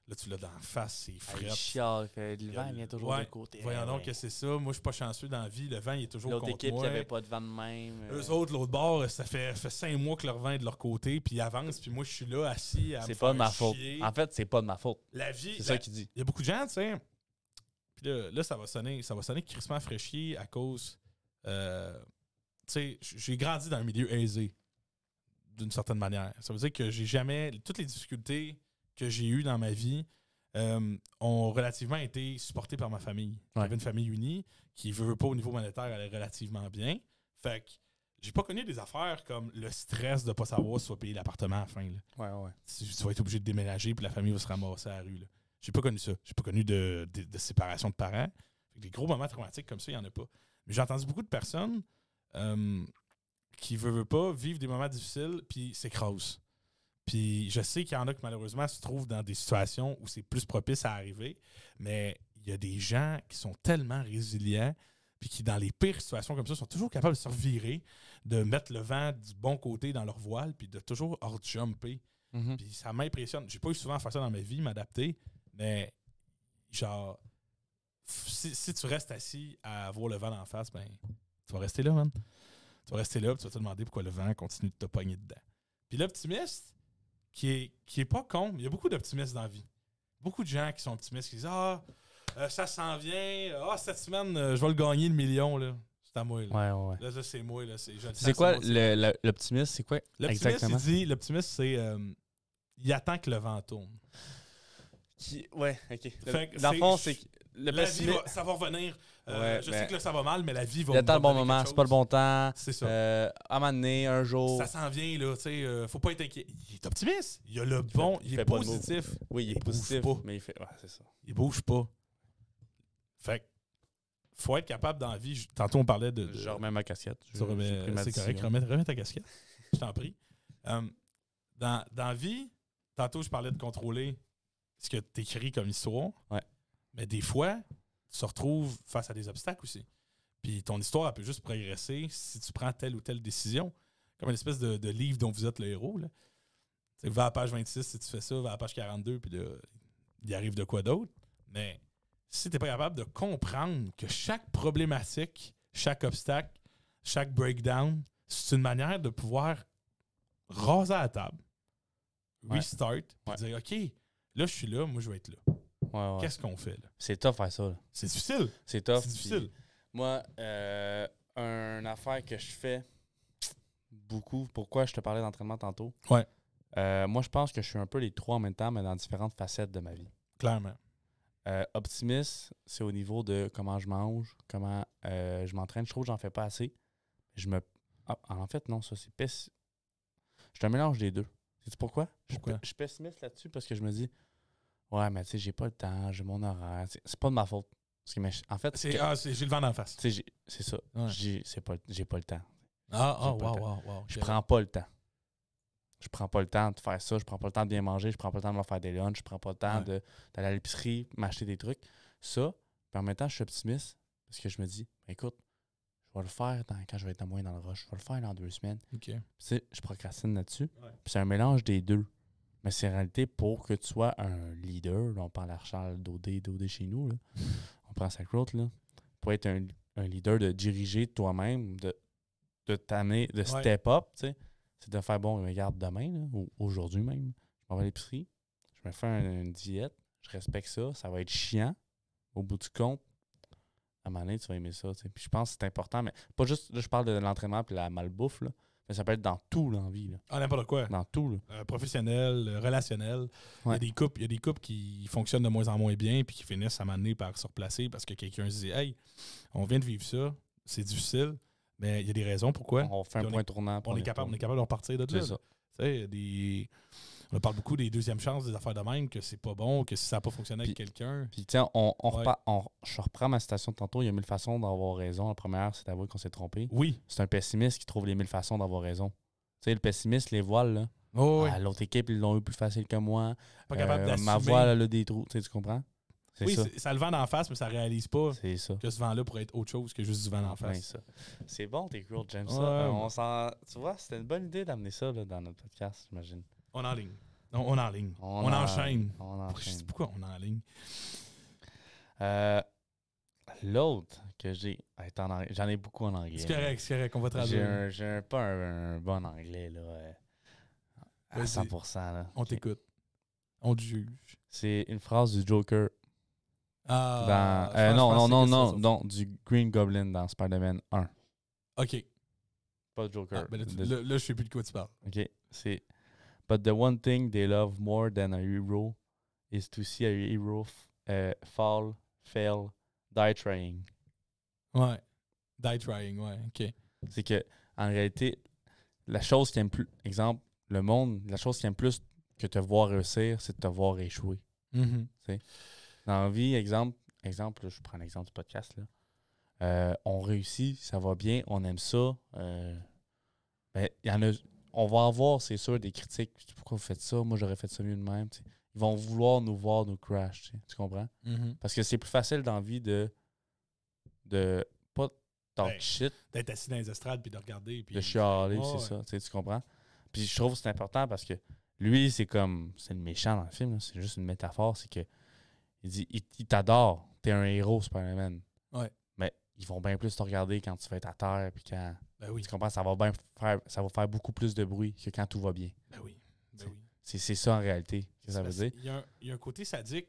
Là, tu l'as dans la face, c'est
bon. Il
frais.
chiale, il fait, le
Il y a
vent
le-
vient toujours
ouais,
de côté.
Voyons
Ouais,
donc
ouais.
que c'est ça. Moi, je suis pas chanceux dans la vie. Le vent, il est toujours
L'autre
contre
équipe qui
moi.
avait pas de vent de même. euh,
Eux autres, l'autre bord, ça fait, ça fait cinq mois que leur vent est de leur côté, puis ils avancent, puis moi, je suis là, assis à me
c'est pas de ma
faire
faute.
chier.
En fait, c'est pas de ma faute.
La vie,
C'est
la-
ça qu'il dit.
Il y a beaucoup de gens, tu sais. Puis là, là, ça va sonner, ça va sonner crissement fraîchier à cause. euh, tu sais, j- j'ai grandi dans un milieu aisé, d'une certaine manière. Ça veut dire que j'ai jamais. Toutes les difficultés que j'ai eues dans ma vie euh, ont relativement été supportées par ma famille.
Ouais.
J'avais une famille unie qui, veut, veut pas au niveau monétaire, allait relativement bien. Fait que j'ai pas connu des affaires comme le stress de pas savoir si tu vas payer l'appartement à la fin. là
Ouais, ouais.
tu, tu vas être obligé de déménager puis la famille va se ramasser à la rue. là. J'ai pas connu ça. J'ai pas connu de, de- de séparation de parents. Fait que des gros moments traumatiques comme ça, il n'y en a pas. Mais j'ai entendu beaucoup de personnes euh, qui ne veulent pas vivre des moments difficiles puis s'écrasent. Puis je sais qu'il y en a qui malheureusement se trouvent dans des situations où c'est plus propice à arriver, mais il y a des gens qui sont tellement résilients puis qui, dans les pires situations comme ça, sont toujours capables de se revirer, de mettre le vent du bon côté dans leur voile puis de toujours hors-jumper.
Mhm.
Puis ça m'impressionne. J'ai pas eu souvent à faire ça dans ma vie, m'adapter, mais genre, f- si, si tu restes assis à voir le vent en face, ben, tu vas rester là, man. Tu vas rester là, puis tu vas te demander pourquoi le vent continue de te pogner dedans. Puis l'optimiste, qui est, qui est pas con, il y a beaucoup d'optimistes dans la vie. Beaucoup de gens qui sont optimistes, qui disent Ah, euh, ça s'en vient, ah, cette semaine, euh, je vais le gagner le million, là. C'est à moi, là.
Ouais, ouais.
Là, ça, c'est moi, là. C'est je le
C'est
sens,
quoi
mon-
le- le- l'optimisme? C'est quoi
L'optimiste, il
Exactement.
dit, l'optimiste, c'est euh, il attend que le vent tourne.
Qui... Ouais, ok.
Fait que
dans le
c'est-
fond, c'est que
le
la
pessimiste-
vie va- ça va revenir. Euh,
Ouais,
je
mais-
sais que là, ça va mal, mais la vie va.
Il attend ben le bon
revenir quelque
moment, c'est pas le
chose.
bon temps.
C'est ça.
Euh, oh. à un moment donné, un jour.
Ça s'en vient, là. Tu sais, euh, faut pas être inquiet. Il est optimiste. Il a le bon.
fait-
Il,
il
est
fait pas de move.
positif.
oui, il
il
est
bouge
positif.
pas.
Mais il fait. Ouais, c'est ça.
Il bouge pas. Fait que, faut être capable dans la vie. Je- Tantôt, on parlait de. de-
Je remets ma casquette.
Tu
Je-
remets-
j'ai pris ma
c'est correct.
décision.
Remets, remets ta casquette. Je t'en prie. Euh, dans, dans la vie, tantôt, je parlais de contrôler ce que tu écris comme histoire.
Ouais.
Mais des fois, tu te retrouves face à des obstacles aussi. Puis ton histoire, elle peut juste progresser si tu prends telle ou telle décision. Comme une espèce de, de livre dont vous êtes le héros. Là. Tu sais, va à la page 26 si tu fais ça, va à la page 42, puis là, il arrive de quoi d'autre. Mais si tu n'es pas capable de comprendre que chaque problématique, chaque obstacle, chaque breakdown, c'est une manière de pouvoir raser à la table,
Ouais.
restart, puis
Ouais.
dire OK, là, je suis là, moi, je vais être là.
Ouais, ouais.
Qu'est-ce qu'on fait là?
C'est tough faire ça. là.
C'est difficile.
C'est tough.
C'est
puis-
difficile.
Moi, euh, une affaire que je fais beaucoup, pourquoi je te parlais d'entraînement tantôt.
Ouais.
Euh, moi, je pense que je suis un peu les trois en même temps, mais dans différentes facettes de ma vie.
Clairement.
Euh, optimiste, c'est au niveau de comment je mange, comment euh, je m'entraîne. Je trouve que j'en fais pas assez. Je me. Ah, en fait, non, ça, c'est pessimiste. Je te mélange des deux. Sais-tu pourquoi? Je suis
Pourquoi?
pe- Je suis pessimiste là-dessus parce que je me dis, ouais, mais tu sais, j'ai pas le temps, j'ai mon horaire. C'est- C'est pas de ma faute. Parce que, mais je- en fait,
C'est,
que-
ah, c'est- j'ai le vent d'en face.
tu sais, j'ai- c'est ça.
Ouais.
J'ai c'est pas, j'ai pas le temps.
Ah,
ah, wow, Je prends pas le temps. Je prends pas le temps de faire ça, je prends pas le temps de bien manger, je prends pas le temps de me faire des lunchs, je prends pas le temps
Ouais.
de- d'aller à l'épicerie, m'acheter des trucs. Ça, puis en même temps, je suis optimiste parce que je me dis, écoute, je vais le faire dans- quand je vais être moins dans le rush, je vais le faire dans deux semaines.
OK.
Tu sais, je procrastine là-dessus.
Ouais.
Puis c'est un mélange des deux. Mais c'est en réalité pour que tu sois un leader. là, on parle à Charles Daudet, Daudet chez nous. là. On prend sa croûte. Là. Pour être un, un leader, de diriger toi-même, de, de t'amener, de
Ouais.
step up, tu sais, c'est de faire bon, regarde demain, là, ou aujourd'hui même. Je m'en vais à l'épicerie, je me fais un- une diète, je respecte ça, ça va être chiant. Au bout du compte, à un moment donné, tu vas aimer ça. tu sais. Puis je pense que c'est important, mais pas juste, là, je parle de l'entraînement et la malbouffe, là, mais ça peut être dans tout l'envie, là,
Ah, n'importe quoi.
dans tout. Là.
Euh, professionnel, euh, relationnel. Il, y a
Ouais.
des couples, il y a des couples qui fonctionnent de moins en moins bien puis qui finissent à m'amener par se replacer parce que quelqu'un se dit Hey, on vient de vivre ça, c'est difficile, mais il y a des raisons pourquoi.
On fait un
Puis on
point tournant. puis
On, est capable, on est capable de repartir de là.
C'est
là.
ça.
Tu sais, il y a des- On parle beaucoup des deuxièmes chances, des affaires de même, que c'est pas bon, que si ça n'a pas fonctionné avec
Puis-
quelqu'un.
Puis, tiens, on, on
Ouais.
repart- on- je reprends ma citation de tantôt. Il y a mille façons d'avoir raison. La première, c'est d'avouer qu'on s'est trompé.
Oui.
C'est un pessimiste qui trouve les mille façons d'avoir raison. Tu sais, le pessimiste, les voiles, là.
Oh, oui.
Ah, L'autre équipe, ils l'ont eu plus facile que moi.
pas capable
Euh,
d'assumer.
Ma voile, elle a des trous. Tu sais, tu comprends? C'est
oui,
ça.
c'est- ça le vend d'en face, mais ça réalise pas
C'est ça.
que ce vent-là pourrait être autre chose que juste du vent d'en
Enfin,
face.
ça. C'est bon, tes cool, James.
Ouais.
ça. Euh, on s'en- Tu vois, c'était une bonne idée d'amener ça là, dans notre podcast, j'imagine.
On est en ligne. On, on est en ligne. On,
en-
enchaîne.
On
Je dis
enchaîne.
pourquoi on est en ligne.
Euh, L'autre que j'ai. est en anglais. J'en ai beaucoup en anglais.
C'est correct, c'est correct. On va
J'ai
traduire.
un, j'ai un- pas un, un bon anglais, là. euh, à
Vas-y.
100%. Là.
On
Ok.
t'écoute. On te juge.
C'est une phrase du Joker. Dans,
Ah, je
euh,
pense-
non,
je
non,
pense
non,
que c'est
non,
ça, ça.
non, du Green Goblin dans Spider-Man 1.
OK.
Pas de
Ah,
Joker.
ben là, tu-
de-
là, là, je sais plus de quoi tu parles.
OK, c'est But the one thing they love more than a hero is to see a hero f- euh, fall, fail, die trying.
Ouais. Die trying, ouais. OK.
C'est que en réalité, la chose qui aime plus, exemple, le monde, la chose qui aime plus que te voir réussir, c'est de te voir échouer.
Mhm.
Dans la vie, exemple, exemple, là, je prends l'exemple du podcast. Là. Euh, on réussit, ça va bien, on aime ça. euh, ben, il y en a, on va avoir, c'est sûr, des critiques. Pourquoi vous faites ça? Moi, j'aurais fait ça mieux de même. tu sais. Ils vont vouloir nous voir nous crash. tu sais. Tu comprends?
Mhm.
Parce que c'est plus facile dans la vie de. de pas talk
Ben,
shit,
D'être assis dans les estrades puis de regarder. Puis
de chialer,
Ouais,
c'est
ouais.
ça. Tu sais, tu comprends? Puis je trouve que c'est important parce que lui, c'est comme. C'est le méchant dans le film, là, c'est juste une métaphore. C'est que. Il dit, il, il t'adore. T'es un héros, Spider-Man.
Ouais.
Mais ils vont bien plus te regarder quand tu vas être à terre. Puis quand.
Ben oui.
Tu comprends? Ça va, bien faire, ça va faire beaucoup plus de bruit que quand tout va bien.
Ben oui. Ben
C'est-
oui.
C'est c'est ça en réalité que ça veut
Parce
dire.
qu'il y a un- Il y, a un côté sadique.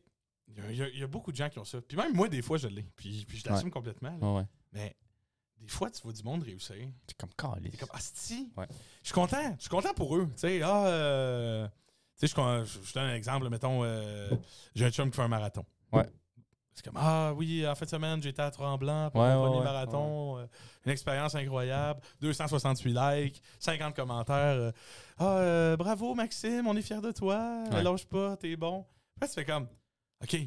Il y a- il y, a, il y a beaucoup de gens qui ont ça. Puis même moi, des fois, je l'ai. Puis, puis je l'assume complètement. là.
Ouais, ouais.
Mais des fois, tu vois du monde réussir.
C'est comme
T'es
calé.
comme, Asti,
Ouais.
je suis content. Je suis content pour eux. Tu sais, ah, euh, tu sais, je, je- je donne un exemple. Mettons, euh, j'ai un chum qui fait un marathon.
Ouais.
C'est comme Ah oui, en fin de semaine, j'étais à Tremblant pour
Ouais,
mon
ouais,
premier
ouais,
marathon. euh, une expérience incroyable. 268 likes, 50 commentaires. euh, ah, euh, bravo Maxime, on est fiers de toi.
Ouais.
Lâche pas, t'es bon. Après, tu fais comme OK.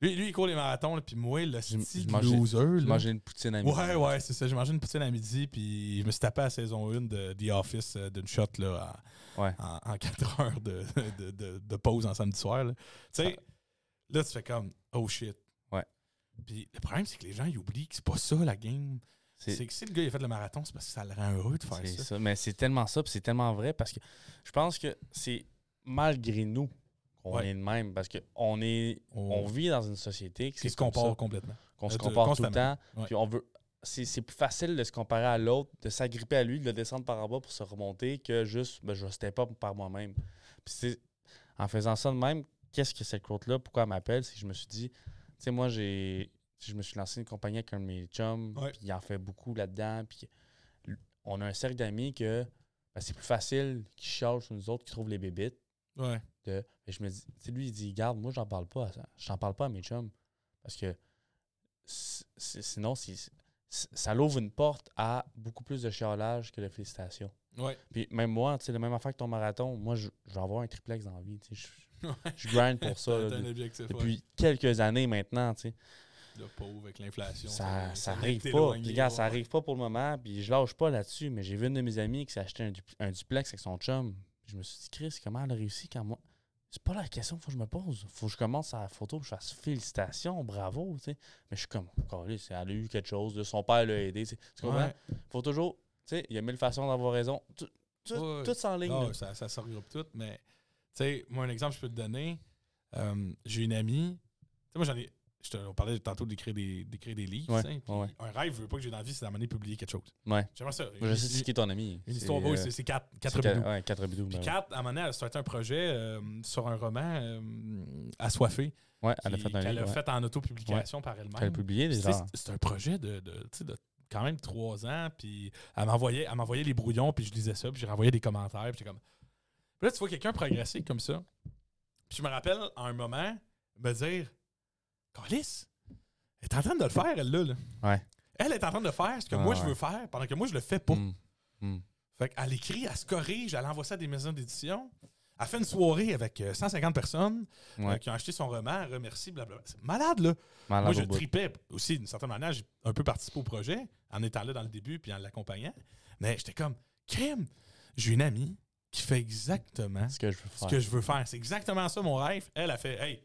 Lui, lui, il court les marathons, là, puis moi, le
J'ai-
style
j'ai mangé-
loser. là.
Manger une poutine à midi.
Ouais, ouais, c'est ça. J'ai mangé une poutine à midi, puis je me suis tapé à la saison 1 de The Office euh, d'une shot là, en,
Ouais.
en, 4 heures de, de, de- de pause en samedi soir. là. Tu sais, là, tu fais comme oh shit.
Ouais.
Puis le problème, c'est que les gens, ils oublient que c'est pas ça la game.
C'est-
C'est que si le gars il a fait le marathon, c'est parce que ça le rend heureux de faire
C'est
ça.
ça. Mais c'est tellement ça, puis c'est tellement vrai parce que je pense que c'est malgré nous qu'on
Ouais.
est de même parce que on est on
On,
vit dans une société qui
qui se
comme
compare
ça,
complètement.
qu'on
euh,
se
de-
compare tout le
constamment.
temps,
Ouais.
puis on veut c'est c'est plus facile de se comparer à l'autre, de s'agripper à lui, de le descendre par en bas pour se remonter que juste ben, je step up par moi-même. Puis c'est en faisant ça de même, qu'est-ce que cette courte là pourquoi elle m'appelle, c'est que je me suis dit tu sais moi j'ai je me suis lancé une compagnie avec un de mes chums,
Ouais.
puis il en fait beaucoup là-dedans, puis on a un cercle d'amis que ben, c'est plus facile qui charge sur nous autres qui trouvent les bébites.
Ouais.
De, mais je me dis, tu sais, lui, il dit, garde, moi, j'en parle pas à ça. J'en parle pas à mes chums. Parce que c- c- sinon, si- c- ça l'ouvre une porte à beaucoup plus de chialage que de félicitations.
Ouais.
Puis même moi, tu sais, la même affaire que ton marathon, moi, je, je vais avoir un triplex dans la vie. tu sais,
Ouais.
Je, je grind pour ça. là,
T'as un
de-
objectif. ouais.
depuis quelques années maintenant, tu sais.
Le pauvre avec l'inflation.
Ça, ça
c'est- c'est
arrive pas.
t'éloigner,
Puis, gars, ça
ouais.
arrive pas pour le moment. Puis, je lâche pas là-dessus. Mais j'ai vu une de mes amies qui s'est acheté un, du- un duplex avec son chum. Puis je me suis dit, Chris, comment elle a réussi quand moi. C'est pas la question faut que je me pose. Faut que je commence à la photo, que je fasse félicitations, bravo. tu sais. Mais je suis comme, Calisse, elle a eu quelque chose. de Son père l'a aidé. tu sais. Tu comprends?
Ouais.
Faut toujours. Tu sais, il y a mille façons d'avoir raison. Tout, tout,
Ouais.
tout s'en ligne.
Ah,
là.
ça, ça se regroupe tout, mais tu sais, moi, un exemple, je peux te donner. Euh, J'ai une amie. Tu sais, moi, j'en ai. je te- on parlait tantôt d'écrire des, d'écrire des livres.
Ouais,
tu sais, puis
ouais.
Un rêve, je veux pas que j'ai dans la vie, c'est d'amener publier quelque chose.
Ouais.
J'aimerais ça.
Moi, je sais
Une-
ce qui est ton ami.
Une histoire,
euh,
oui, c'est- c'est quatre, quatre
c'est ca-
bidous.
Ouais, quatre bidous.
Puis
ben ouais.
quatre, à un moment donné, ça a été un projet euh, sur un roman euh, assoiffé
Ouais, elle a
qui-
fait un
qu'elle
livre.
a
ouais.
fait en autopublication par elle-même.
Elle a publié
Puis, tu sais,
déjà.
C'est c'est un projet de, de, tu sais, de quand même trois ans. Puis elle m'envoyait, elle m'envoyait les brouillons, puis je lisais ça, puis j'ai renvoyé des commentaires. Puis j'étais comme. Puis là, tu vois quelqu'un progresser comme ça. Puis je me rappelle à un moment me dire Calice, elle est en train de le faire, elle-là. là.
Ouais.
Elle est en train de faire ce que
Ah,
moi je
ouais.
veux faire pendant que moi je le fais pas.
Mm. Mm.
Fait qu'elle écrit, elle se corrige, elle envoie ça à des maisons d'édition. Elle fait une soirée avec euh, 150 personnes euh,
Ouais.
qui ont acheté son roman, elle remercie, blablabla. C'est malade, là.
Malade
Moi,
au
je
bout.
tripais aussi, d'une certaine manière, j'ai un peu participé au projet en étant là dans le début puis en l'accompagnant. Mais j'étais comme, crème, j'ai une amie qui fait exactement
ce que je veux
hein. ce
faire.
que je veux faire. C'est exactement ça mon rêve. Elle a fait, hey,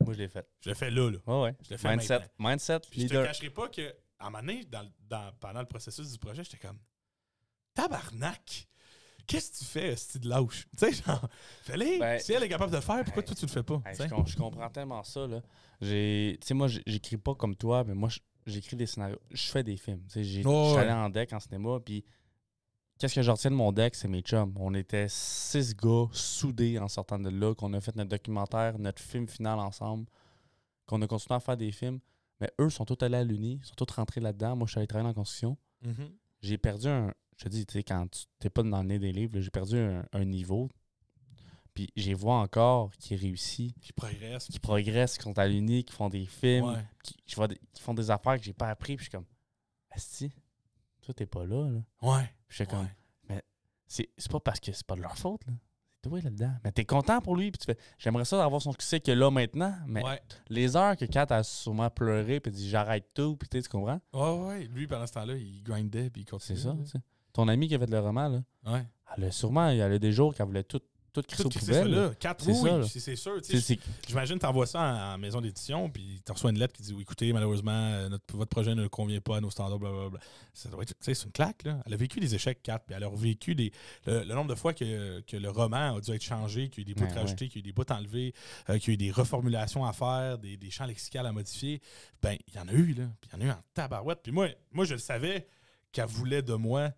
Moi, je l'ai fait.
je le fais là, là.
Ouais, ouais.
Je le fais
Mindset,
maintenant.
mindset
Puis je te
leader.
cacherai pas que, à un moment donné, dans, dans- pendant le processus du projet, j'étais comme, tabarnak! Qu'est-ce que tu fais, style de lâche? Tu sais, genre, fallait,
Ben,
si elle est capable de le faire, pourquoi
hey,
toi tu le fais pas?
Hey,
tu sais?
je, com- je comprends tellement ça. là. J'ai- Tu sais, moi, j- j'écris pas comme toi, mais moi, j- j'écris des scénarios. Je fais des films. Tu sais, j'ai-
Oh,
je suis allé
ouais.
en deck en cinéma, puis qu'est-ce que je retiens de mon deck, c'est mes chums. On était six gars soudés en sortant de là, qu'on a fait notre documentaire, notre film final ensemble, qu'on a continué à faire des films. Mais eux sont tous allés à l'Uni, sont tous rentrés là-dedans. Moi, je suis allé travailler dans la construction.
Mhm.
j'ai perdu un. Je te dis, tu sais, quand tu t'es pas dans le nez des livres, là, j'ai perdu un, un niveau. Puis j'ai vois encore qui réussit,
Qui progresse.
qui progresse, qui sont à l'uni, qui font des films,
Ouais.
qui, je vois des- qui font des affaires que j'ai pas appris. Puis je suis comme, Asti, toi t'es pas là. là.
Ouais.
Puis j'étais comme,
ouais.
c'est c'est pas parce que c'est pas de leur faute. là. C'est toi là-dedans. Mais t'es content pour lui. Puis tu fais, j'aimerais ça d'avoir son succès que là maintenant. Mais
ouais.
les heures que Kat a sûrement pleuré, puis dit j'arrête tout, puis tu sais, tu comprends?
Ouais, ouais. Lui, pendant ce temps-là, il grindait puis il
C'est
continuait.
ça.
là.
tu sais. Ton ami qui a fait le roman, là.
Ouais.
Elle a sûrement, il y a des jours qu'elle voulait tout, tout crisser
Tout
aux
crisser ça
poubelles. là.
là. Quatre,
C'est
oui,
ça, là.
c'est- c'est sûr. tu sais,
C'est- c'est-
J'imagine que tu envoies ça en, en maison d'édition, puis tu reçois une lettre qui dit oui, écoutez, malheureusement, euh, notre- votre projet ne convient pas à nos standards, blablabla. Ça doit être- tu sais, C'est une claque, là. Elle a vécu des échecs, quatre, puis elle a vécu des, le, le nombre de fois que, que le roman a dû être changé, qu'il y a eu des bouts
Ouais, ouais.
rajoutés, qu'il y a eu des bouts enlevés, euh, qu'il y a eu des reformulations à faire, des, des champs lexicales à modifier. Ben, il y en a eu, là. Puis il y en a eu en tabarouette. Puis moi, moi je le savais qu'elle voulait de moi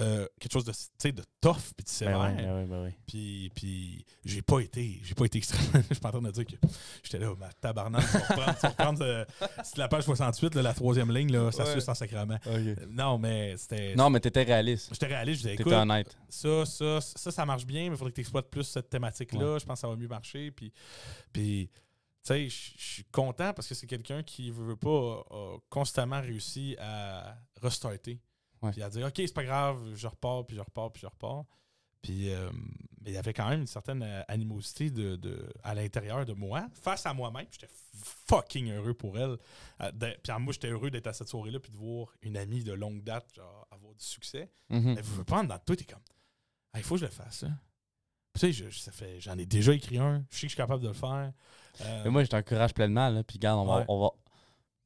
euh, quelque chose de, tu sais, de tough, puis
Ben
de sévère.
ouais, ben ouais, ben ouais.
Puis, puis j'ai pas été, j'ai pas été extrêmement. Je suis pas en train de dire que j'étais là, ma tabarnak, tu vas reprendre, tu vas reprendre, euh, c'est la page 68, là, la troisième ligne, là, ça
ben Ouais.
suce en sacrament. Euh, Non, mais c'était.
Non, mais t'étais réaliste.
J'étais réaliste, je disais, écoute,
T'étais honnête.
ça, ça, ça, ça marche bien, mais il faudrait que tu exploites plus cette thématique-là. Je pense que ça va mieux marcher. Puis, puis tu sais, je je suis content parce que c'est quelqu'un qui veut, veut pas a- a constamment réussi à restarter.
Ouais.
Puis à dire OK, c'est pas grave, je repars, puis je repars, puis je repars. Puis euh, mais il y avait quand même une certaine euh, animosité de, de- à l'intérieur de moi, face à moi-même. J'étais fucking heureux pour elle. Euh, de- Puis moi, j'étais heureux d'être à cette soirée-là, puis de voir une amie de longue date genre, avoir du succès.
Mhm.
Elle veut pas en dedans de toi, t'es comme, Ah, il faut que je le fasse, ça. Tu sais, je- je- ça fait- j'en ai déjà écrit un, je sais que je suis capable de le faire. Euh,
Mais moi, je t'encourage pleinement, là. Puis, regarde, on va.
Ouais.
On va...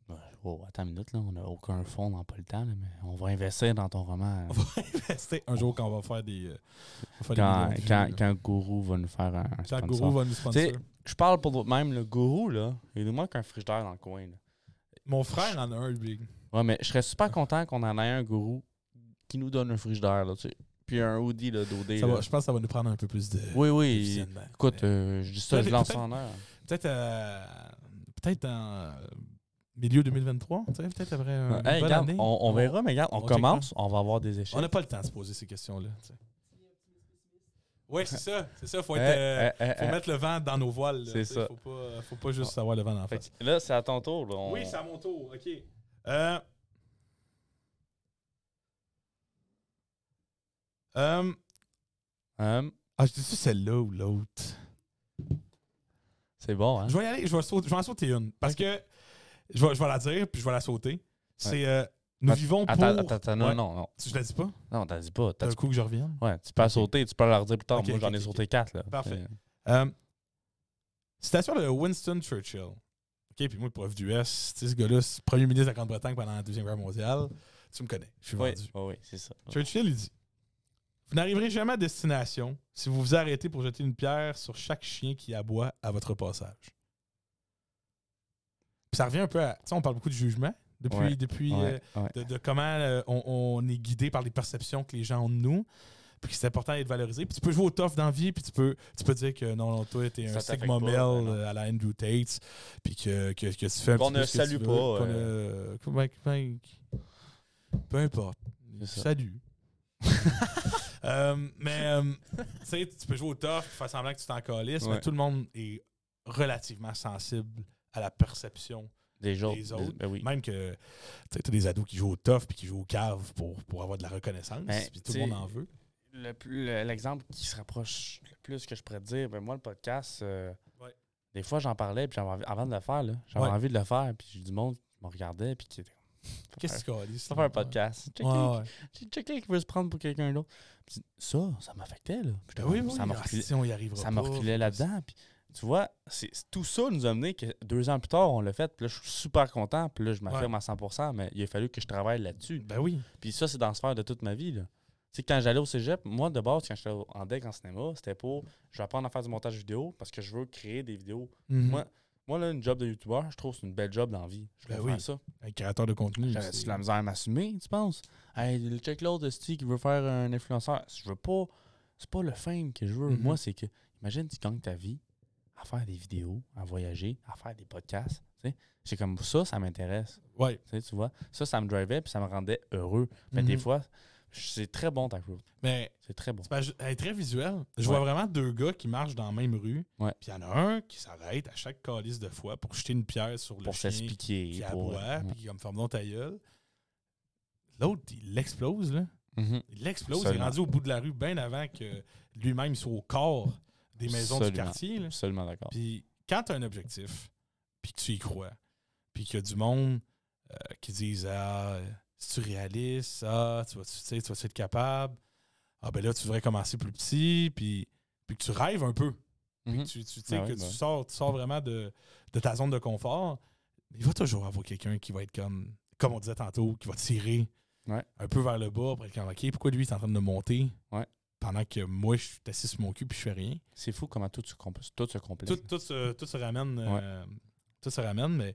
Ouais, wow, attends une minute, là. On n'a aucun fond, on n'a pas le temps, là, mais on va investir dans ton roman. euh,
on va rester un jour quand on va faire des. euh, on va faire des
quand,
millions de vues,
quand,
là.
quand Gourou va nous faire un, un
Quand
sponsor.
Gourou va nous sponsor.
Tu sais- Je parle pour d'autres même, le Gourou, là, il nous manque un frigidaire dans le coin, là.
Mon frère, il en a un, lui.
Ouais, mais je serais super content qu'on en ait un Gourou qui nous donne un frigidaire, là, tu sais. Puis un hoodie, là, d'OD.
Ça
là.
va- je pense que ça va nous prendre un peu plus de.
Oui,
de
oui.
visionnement.
Écoute,
Mais
euh, je dis ça, je lance ça en air.
Peut-être euh, peut-être en euh, milieu 2023, tu sais, peut-être après un- une
Hey,
bonne
regarde,
année.
on, on verra, mais regarde, on,
on
commence, on va avoir des échecs.
On n'a pas le temps de se poser ces questions-là. Oui, c'est ça. C'est ça. Faut
Eh,
être. euh,
eh, eh,
faut
eh.
mettre le vent dans nos voiles. là,
C'est
tu sais,
ça. Ah.
Faut pas, euh, faut pas juste avoir le vent dans la
Fait
face.
que là, c'est à ton tour. Là, on-
Oui, c'est à mon tour. OK. Euh, euh,
Hum,
Ah, je dis celle-là ou l'autre?
c'est bon, hein?
Je vais y aller, je vais, sauter- je vais en sauter une. Parce que je vais, je vais la dire, puis je vais la sauter. C'est euh, Nous
Att-
vivons pour...
Attends, attends, attends, non,
Ouais.
non, non.
Tu- Je la dis pas? Euh,
Non, t'as dit pas. t'as
D'un
dit-
coup que je reviens.
Ouais, tu peux la
Ok.
sauter, tu peux leur dire plus tard.
Ok,
Moi,
ok,
j'en ai
ok,
sauté quatre, là.
Parfait.
Euh,
Euh, citation de Winston Churchill. OK, puis moi, prof d'US, tu sais, ce gars-là, c'est premier ministre de la Grande-Bretagne pendant la Deuxième Guerre mondiale. Tu me connais, je suis
Oui,
vendu.
oui, oui, euh, c'est ça.
Churchill, il dit Vous n'arriverez jamais à destination si vous vous arrêtez pour jeter une pierre sur chaque chien qui aboie à votre passage. Puis ça revient un peu à. Tu sais, on parle beaucoup de jugement depuis.
Ouais,
depuis euh,
Ouais, ouais.
de, de comment euh, on, on est guidé par les perceptions que les gens ont de nous. Puis que c'est important d'être valorisé. Puis tu peux jouer au tough dans la vie, puis tu peux, tu peux dire que non, non, toi, t'es
Ça
un
t'affecte
Sigma
pas,
male
ben non.
euh, à la Andrew Tate, puis que, que, que tu fais un
Qu'on
petit peu
ne
ce que tu
salue
veux,
pas,
qu'on ne-
euh.
qu'on- ben- ben- peu importe.
C'est ça.
Salut. Euh, mais euh, tu sais, tu peux jouer au tough, faire semblant que tu t'en calisses, mais
Ouais.
tout le monde est relativement sensible à la perception
Des autres.
des autres.
Ben oui.
même que tu as des ados qui jouent au tough puis qui jouent au cave pour, pour avoir de la reconnaissance.
Ben,
puis tout le monde
t'sais,
en veut.
le plus- le- l'exemple qui se rapproche le plus que je pourrais te dire, ben moi, le podcast, euh,
Ouais.
des fois, j'en parlais, puis j'avais envie- avant de le faire, là, j'avais
Ouais.
envie de le faire, puis j'ai du monde qui me regardait, puis qui était comme,
Qu'est-ce que tu calisses?
ça fait un podcast. Check
Ouais, ouais.
les- check les qui veut se prendre pour quelqu'un d'autre. Puis Ça, ça m'affectait, là. Puis j'étais
Ben oui,
comme,
oui,
ça me
ah,
reculait,
si on y arrivera
ça me
pas,
reculait là-dedans. Puis tu vois, c'est c'est- tout ça nous a mené que deux ans plus tard, on l'a fait, puis là, je suis super content, puis là, je m'affirme à 100%, mais il a fallu que je travaille là-dessus.
Ben oui.
Puis ça, c'est dans la sphère de toute ma vie. Là. Tu sais, quand j'allais au cégep, moi, de base, quand j'étais au- en deck en cinéma, c'était pour. Je vais apprendre à faire du montage vidéo parce que je veux créer des vidéos.
Mhm.
Moi, moi, là, une job de youtubeur, je trouve que c'est une belle job dans la vie. Je veux
Ben
faire
oui.
ça.
Un créateur de contenu.
J'avais
c'est-
de la misère à m'assumer, tu penses? Hey, le check l'autre de Steve qui veut faire un influenceur. Je veux pas. C'est pas le fame que je veux.
Mhm.
Moi, c'est que. Imagine, tu gagnes ta vie à faire des vidéos, à voyager, à faire des podcasts. tu sais. C'est comme ça, ça m'intéresse.
Ouais.
Tu sais, tu vois, ça, ça me drivait puis ça me rendait heureux. Fait que des
Mhm.
fois, je- c'est très bon ta crew.
Mais
C'est très bon.
c'est pas ju- elle est très visuelle. Je
Ouais.
vois vraiment deux gars qui marchent dans la même rue.
Ouais.
Puis il y en a un qui s'arrête à chaque calice de fois pour jeter une pierre sur le
Pour
chien
s'expliquer.
qui
Pour... euh,
aboie, puis qui comme ferme donc ta gueule. L'autre, il l'explose, là.
Mhm.
Il explose, il est
Absolument.
rendu au bout de la rue bien avant que lui-même soit au corps des maisons du
Absolument.
quartier. là.
Absolument d'accord.
Puis quand tu as un objectif, puis que tu y crois, puis qu'il y a du monde euh, qui disent Ah, si tu réalises, ah, tu vas, tu sais, tu vas être capable, ah, ben là, tu devrais commencer plus petit, puis, puis que tu rêves un peu, puis
Mhm.
que tu, tu sais
Ah oui,
que
ben
tu,
oui.
sors, tu sors vraiment de, de ta zone de confort, il va toujours avoir quelqu'un qui va être comme, comme on disait tantôt, qui va tirer
Ouais.
un peu vers le bas, après comme, OK, pourquoi lui, il est en train de monter
Ouais.
pendant que moi, je suis assis sur mon cul, puis je fais rien
C'est fou comment tout se, compl- tout se complète.
tout, tout, se, tout se ramène. euh, tout se ramène, mais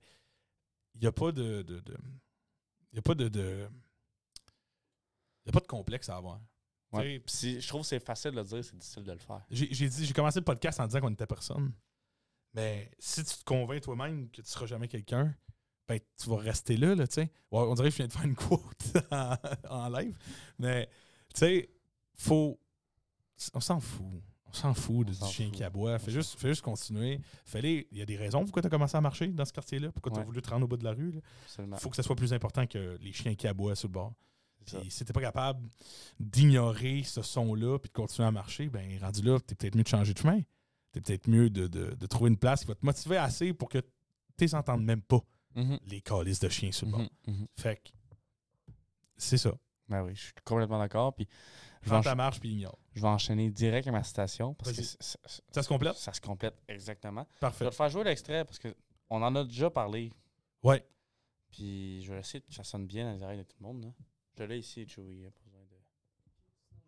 il n'y a pas de. de, de- il y a pas de. de il y a pas de complexe à avoir.
Ouais.
Tu sais,
Puis c'est- je trouve que c'est facile de le dire, c'est difficile de le faire.
J'ai j'ai dit, j'ai commencé le podcast en disant qu'on n'était personne. Mais si tu te convaincs toi-même que tu ne seras jamais quelqu'un, ben tu vas rester là, là, tu sais. Ouais, on dirait que je viens de faire une quote en, en live. Mais tu sais, faut. On s'en fout. On s'en fout de
On
du
s'en
chien
fout.
qui aboie. Fais
On
juste, fais juste continuer. Fais-les. Il y a des raisons pourquoi tu as commencé à marcher dans ce quartier-là, pourquoi tu as
Ouais.
voulu te rendre au bout de la rue. là.
Absolument.
faut que ça soit plus important que les chiens qui aboient sur le bord.
C'est ça.
Puis si t'es pas capable d'ignorer ce son-là puis de continuer à marcher, ben rendu là, t'es peut-être mieux de changer de chemin. T'es peut-être mieux de, de- de trouver une place qui va te motiver assez pour que t'es entende même pas
Mhm.
les calices de chiens sur le bord.
Mhm, mhm.
Fait que c'est ça.
Ben oui, je suis complètement d'accord. Puis je vais,
Prends
encha-
ta marche puis ignore.
je vais enchaîner direct à ma citation parce que
Vas-y.
c- c- c-
Ça se complète?
ça se complète exactement. Je
Parfait.
vais te faire jouer l'extrait parce que on en a déjà parlé.
Ouais.
Puis je vais essayer que ça sonne bien dans les oreilles de tout le monde. là. Je l'ai ici, Chewie. hein, pas besoin de-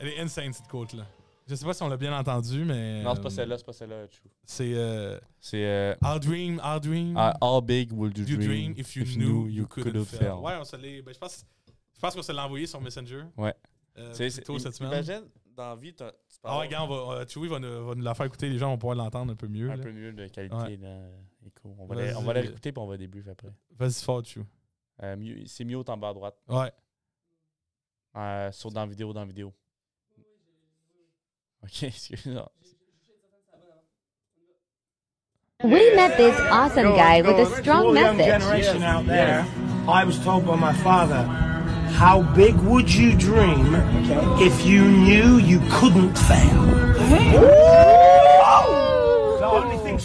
Elle est insane cette côte-là. Je sais pas si on l'a bien entendu, mais.
Non, c'est
euh,
pas celle-là, c'est pas celle-là, Chewie.
C'est euh,
C'est euh,
I'll dream, I'll dream.
Ah, How big would you,
You dream if you knew you couldn't
couldn't
fail. Ouais, on se l'est. ben, je pense, je pense qu'on se l'a envoyé sur Messenger.
Ouais.
Euh,
Tu sais,
plus tôt
im-
cette semaine.
Imagine, dans la vie, t'as- tu parles
Ah ouais, gars, on va, euh, Chewie va nous, va nous la faire écouter. Les gens vont pouvoir l'entendre un peu mieux.
un
là.
peu mieux de qualité.
Ouais.
là, écho. On va la- on
Vas-y.
va la l'écouter puis on va débrief après.
Vas-y, fort, Chewie.
Euh, mieux- c'est mieux en bas à droite.
Ouais.
Euh, sur dans vidéo, dans vidéo. Ok, excuse-moi.
We met this awesome guy with a strong
cool young
message.
generation out there. I was told by my father, "How big would you dream if you knew you couldn't fail?" The only thing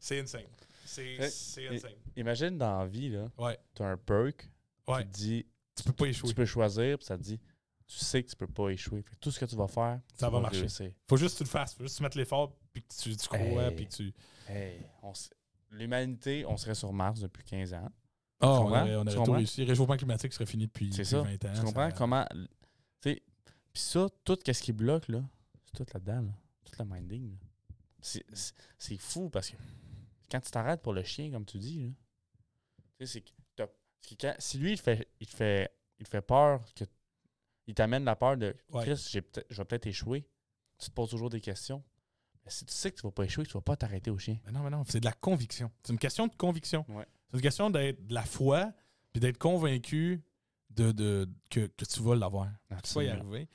C'est insane. C'est
Fait-
c'est
i-
insane.
Imagine dans la vie, là,
Ouais.
t'as un perk,
Ouais.
tu te dis,
Tu peux pas échouer.
tu peux choisir, puis ça te dit, tu sais que tu peux pas échouer. Fait que tout ce que tu vas faire,
Ça
tu
va
vas
marcher.
réussir.
Faut juste que tu le fasses. Faut juste que tu mettes l'effort, puis que tu, tu crois,
Hey.
puis que tu.
Hey, on s- l'humanité, on serait sur Mars depuis 15 ans.
Ah, on
comprends?
aurait, on
Tu
aurait tout
comprends?
réussi. Réchauffement climatique serait fini depuis
C'est
depuis
ça.
20 ans.
Tu comprends
Hein, ça-
comment. Tu sais, pis ça, tout ce qui bloque, là, c'est tout là-dedans, là. Tout le minding. là. C'est- C'est c'est fou parce que quand tu t'arrêtes pour le chien, comme tu dis, là, tu sais, c'est que t'as- c'est que quand- si lui, il te fait, il te fait, il te fait peur, que, il t'amène la peur de
Ouais.
Chris, j'ai peut-être- je vais peut-être échouer. Tu te poses toujours des questions. Mais si tu sais que tu vas pas échouer, tu vas pas t'arrêter au chien.
Mais non, mais non, c'est de la conviction. C'est une question de conviction.
Ouais.
C'est une question d'être de la foi, puis d'être convaincu de, de, que, que tu vas l'avoir. Ah, Tu vas y
Absolument.
arriver.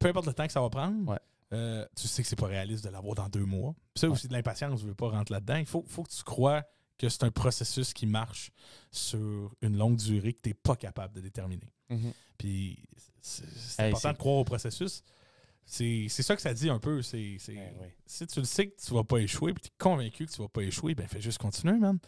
Peu importe le temps que ça va prendre,
Ouais.
euh, tu sais que c'est pas réaliste de l'avoir dans deux mois. Puis ça aussi, de l'impatience, je veux pas rentrer là-dedans. Il faut, faut que tu crois que c'est un processus qui marche sur une longue durée que tu n'es pas capable de déterminer.
Mhm.
Puis c'est c'est
Hey,
important
c'est-
de croire au processus. C'est c'est ça que ça dit un peu. C'est c'est-
Eh oui.
si tu le sais que tu vas pas échouer, puis tu es convaincu que tu vas pas échouer, ben fais juste continuer,
Mm.
man.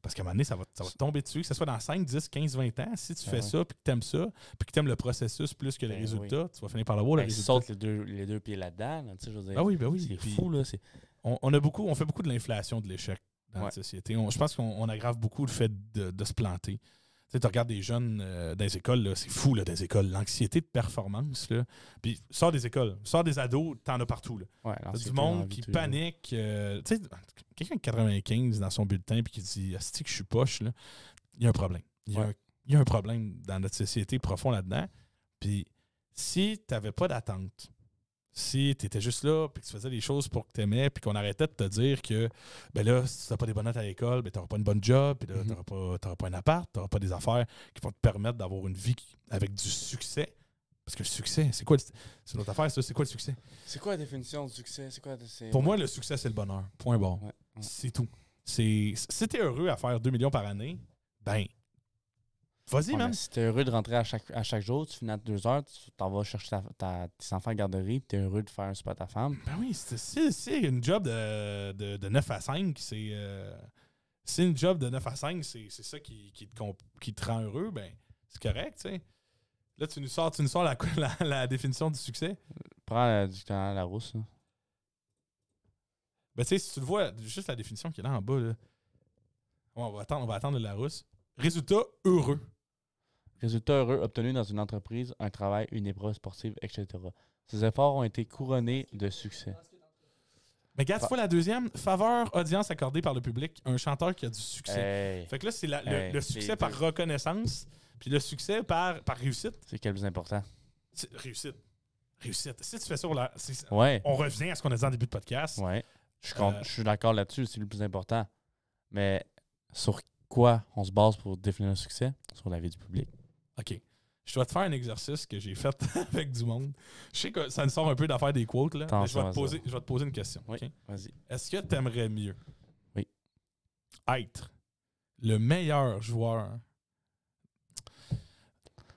Parce qu'à un moment donné, ça va, ça va te tomber dessus, que ce soit dans 5, 10, 15, 20 ans. Si tu
Ben
fais
ouais.
ça, puis que tu aimes ça, puis que tu aimes le processus plus que le
Ben
résultat, tu vas finir par l'avoir, le
Ben,
résultat.
saute les deux, les deux pieds là-dedans. là, tu sais, je veux dire,
Ah oui, ben oui.
C'est
Puis
fou, là. c'est-
On, on a beaucoup, on fait beaucoup de l'inflation de l'échec dans
Ouais.
la société. On- je pense qu'on on aggrave beaucoup le fait de, de se planter. Tu sais, tu regardes des jeunes euh, dans les écoles, là, c'est fou, là, dans les écoles. L'anxiété de performance, là. Puis sors des écoles, sors des ados, t'en as partout, là.
Ouais,
T'as
l'anxiété
du
dans la
monde
vie
qui
de tous les jours.
panique. euh, tu sais, quelqu'un de 95 dans son bulletin puis qui dit Asti que je suis poche, là, il y a un problème. Il y, a
Ouais.
un- il y a un problème dans notre société profond là-dedans. Puis si tu n'avais pas d'attente, si tu étais juste là puis que tu faisais des choses pour que tu aimais puis qu'on arrêtait de te dire que ben là, si tu n'as pas des bonnes notes à l'école, ben tu n'auras pas une bonne job, puis là,
Mhm.
tu n'auras pas, t'auras pas un appart, tu n'auras pas des affaires qui vont te permettre d'avoir une vie qui- avec du succès. Parce que le succès, c'est quoi le- C'est notre affaire, ça, c'est quoi le succès?
C'est quoi la définition du succès? C'est quoi c'est-
Pour moi, le succès, c'est le bonheur. Point barre.
Ouais, ouais.
C'est tout. C'est, si t'es heureux à faire 2 millions par année, ben, vas-y,
Ouais,
man.
mais si t'es heureux de rentrer à chaque, à chaque jour, tu finis à deux heures, tu t'en vas chercher ta, ta- tes enfants à la garderie, puis t'es heureux de faire un spot à ta femme.
Ben oui, c'est, si- si une job de, de, de 9 à 5, c'est. euh, si une job de 9 à 5, c'est, c'est ça qui, qui, te, comp- qui te rend heureux, ben, c'est correct, tu sais. Là, tu nous sors, tu nous sors la, la, la définition du succès.
Prends euh, du temps la rousse. là.
Ben, tu sais, si tu le vois, juste la définition qui est là en bas, là. Ouais, on va attendre, on va attendre de la rousse. Résultat heureux.
Résultat heureux obtenu dans une entreprise, un travail, une épreuve sportive, etc. Ces efforts ont été couronnés de succès. Ah.
Mais regarde, tu vois la deuxième, faveur, audience accordée par le public, un chanteur qui a du succès.
Hey,
fait que là, c'est la- le,
Hey,
le
les
succès
deux.
par reconnaissance, puis le succès par, par réussite.
c'est quel plus important.
C'est- Réussite. Réussite. Si tu fais ça, on, la- c'est-
Ouais,
on revient à ce qu'on a dit en début de podcast.
ouais. Je suis con-
Euh,
je suis d'accord là-dessus, c'est le plus important. Mais sur quoi on se base pour définir un succès? Sur l'avis du public.
Euh, OK. Je dois te faire un exercice que j'ai fait avec du monde. Je sais que ça me sort un peu d'affaire des quotes, là. mais je,
Attention
vais
à
te
ça.
poser, je vais te poser une question.
Oui,
OK?
vas-y.
Est-ce que tu aimerais mieux
Oui.
être le meilleur joueur?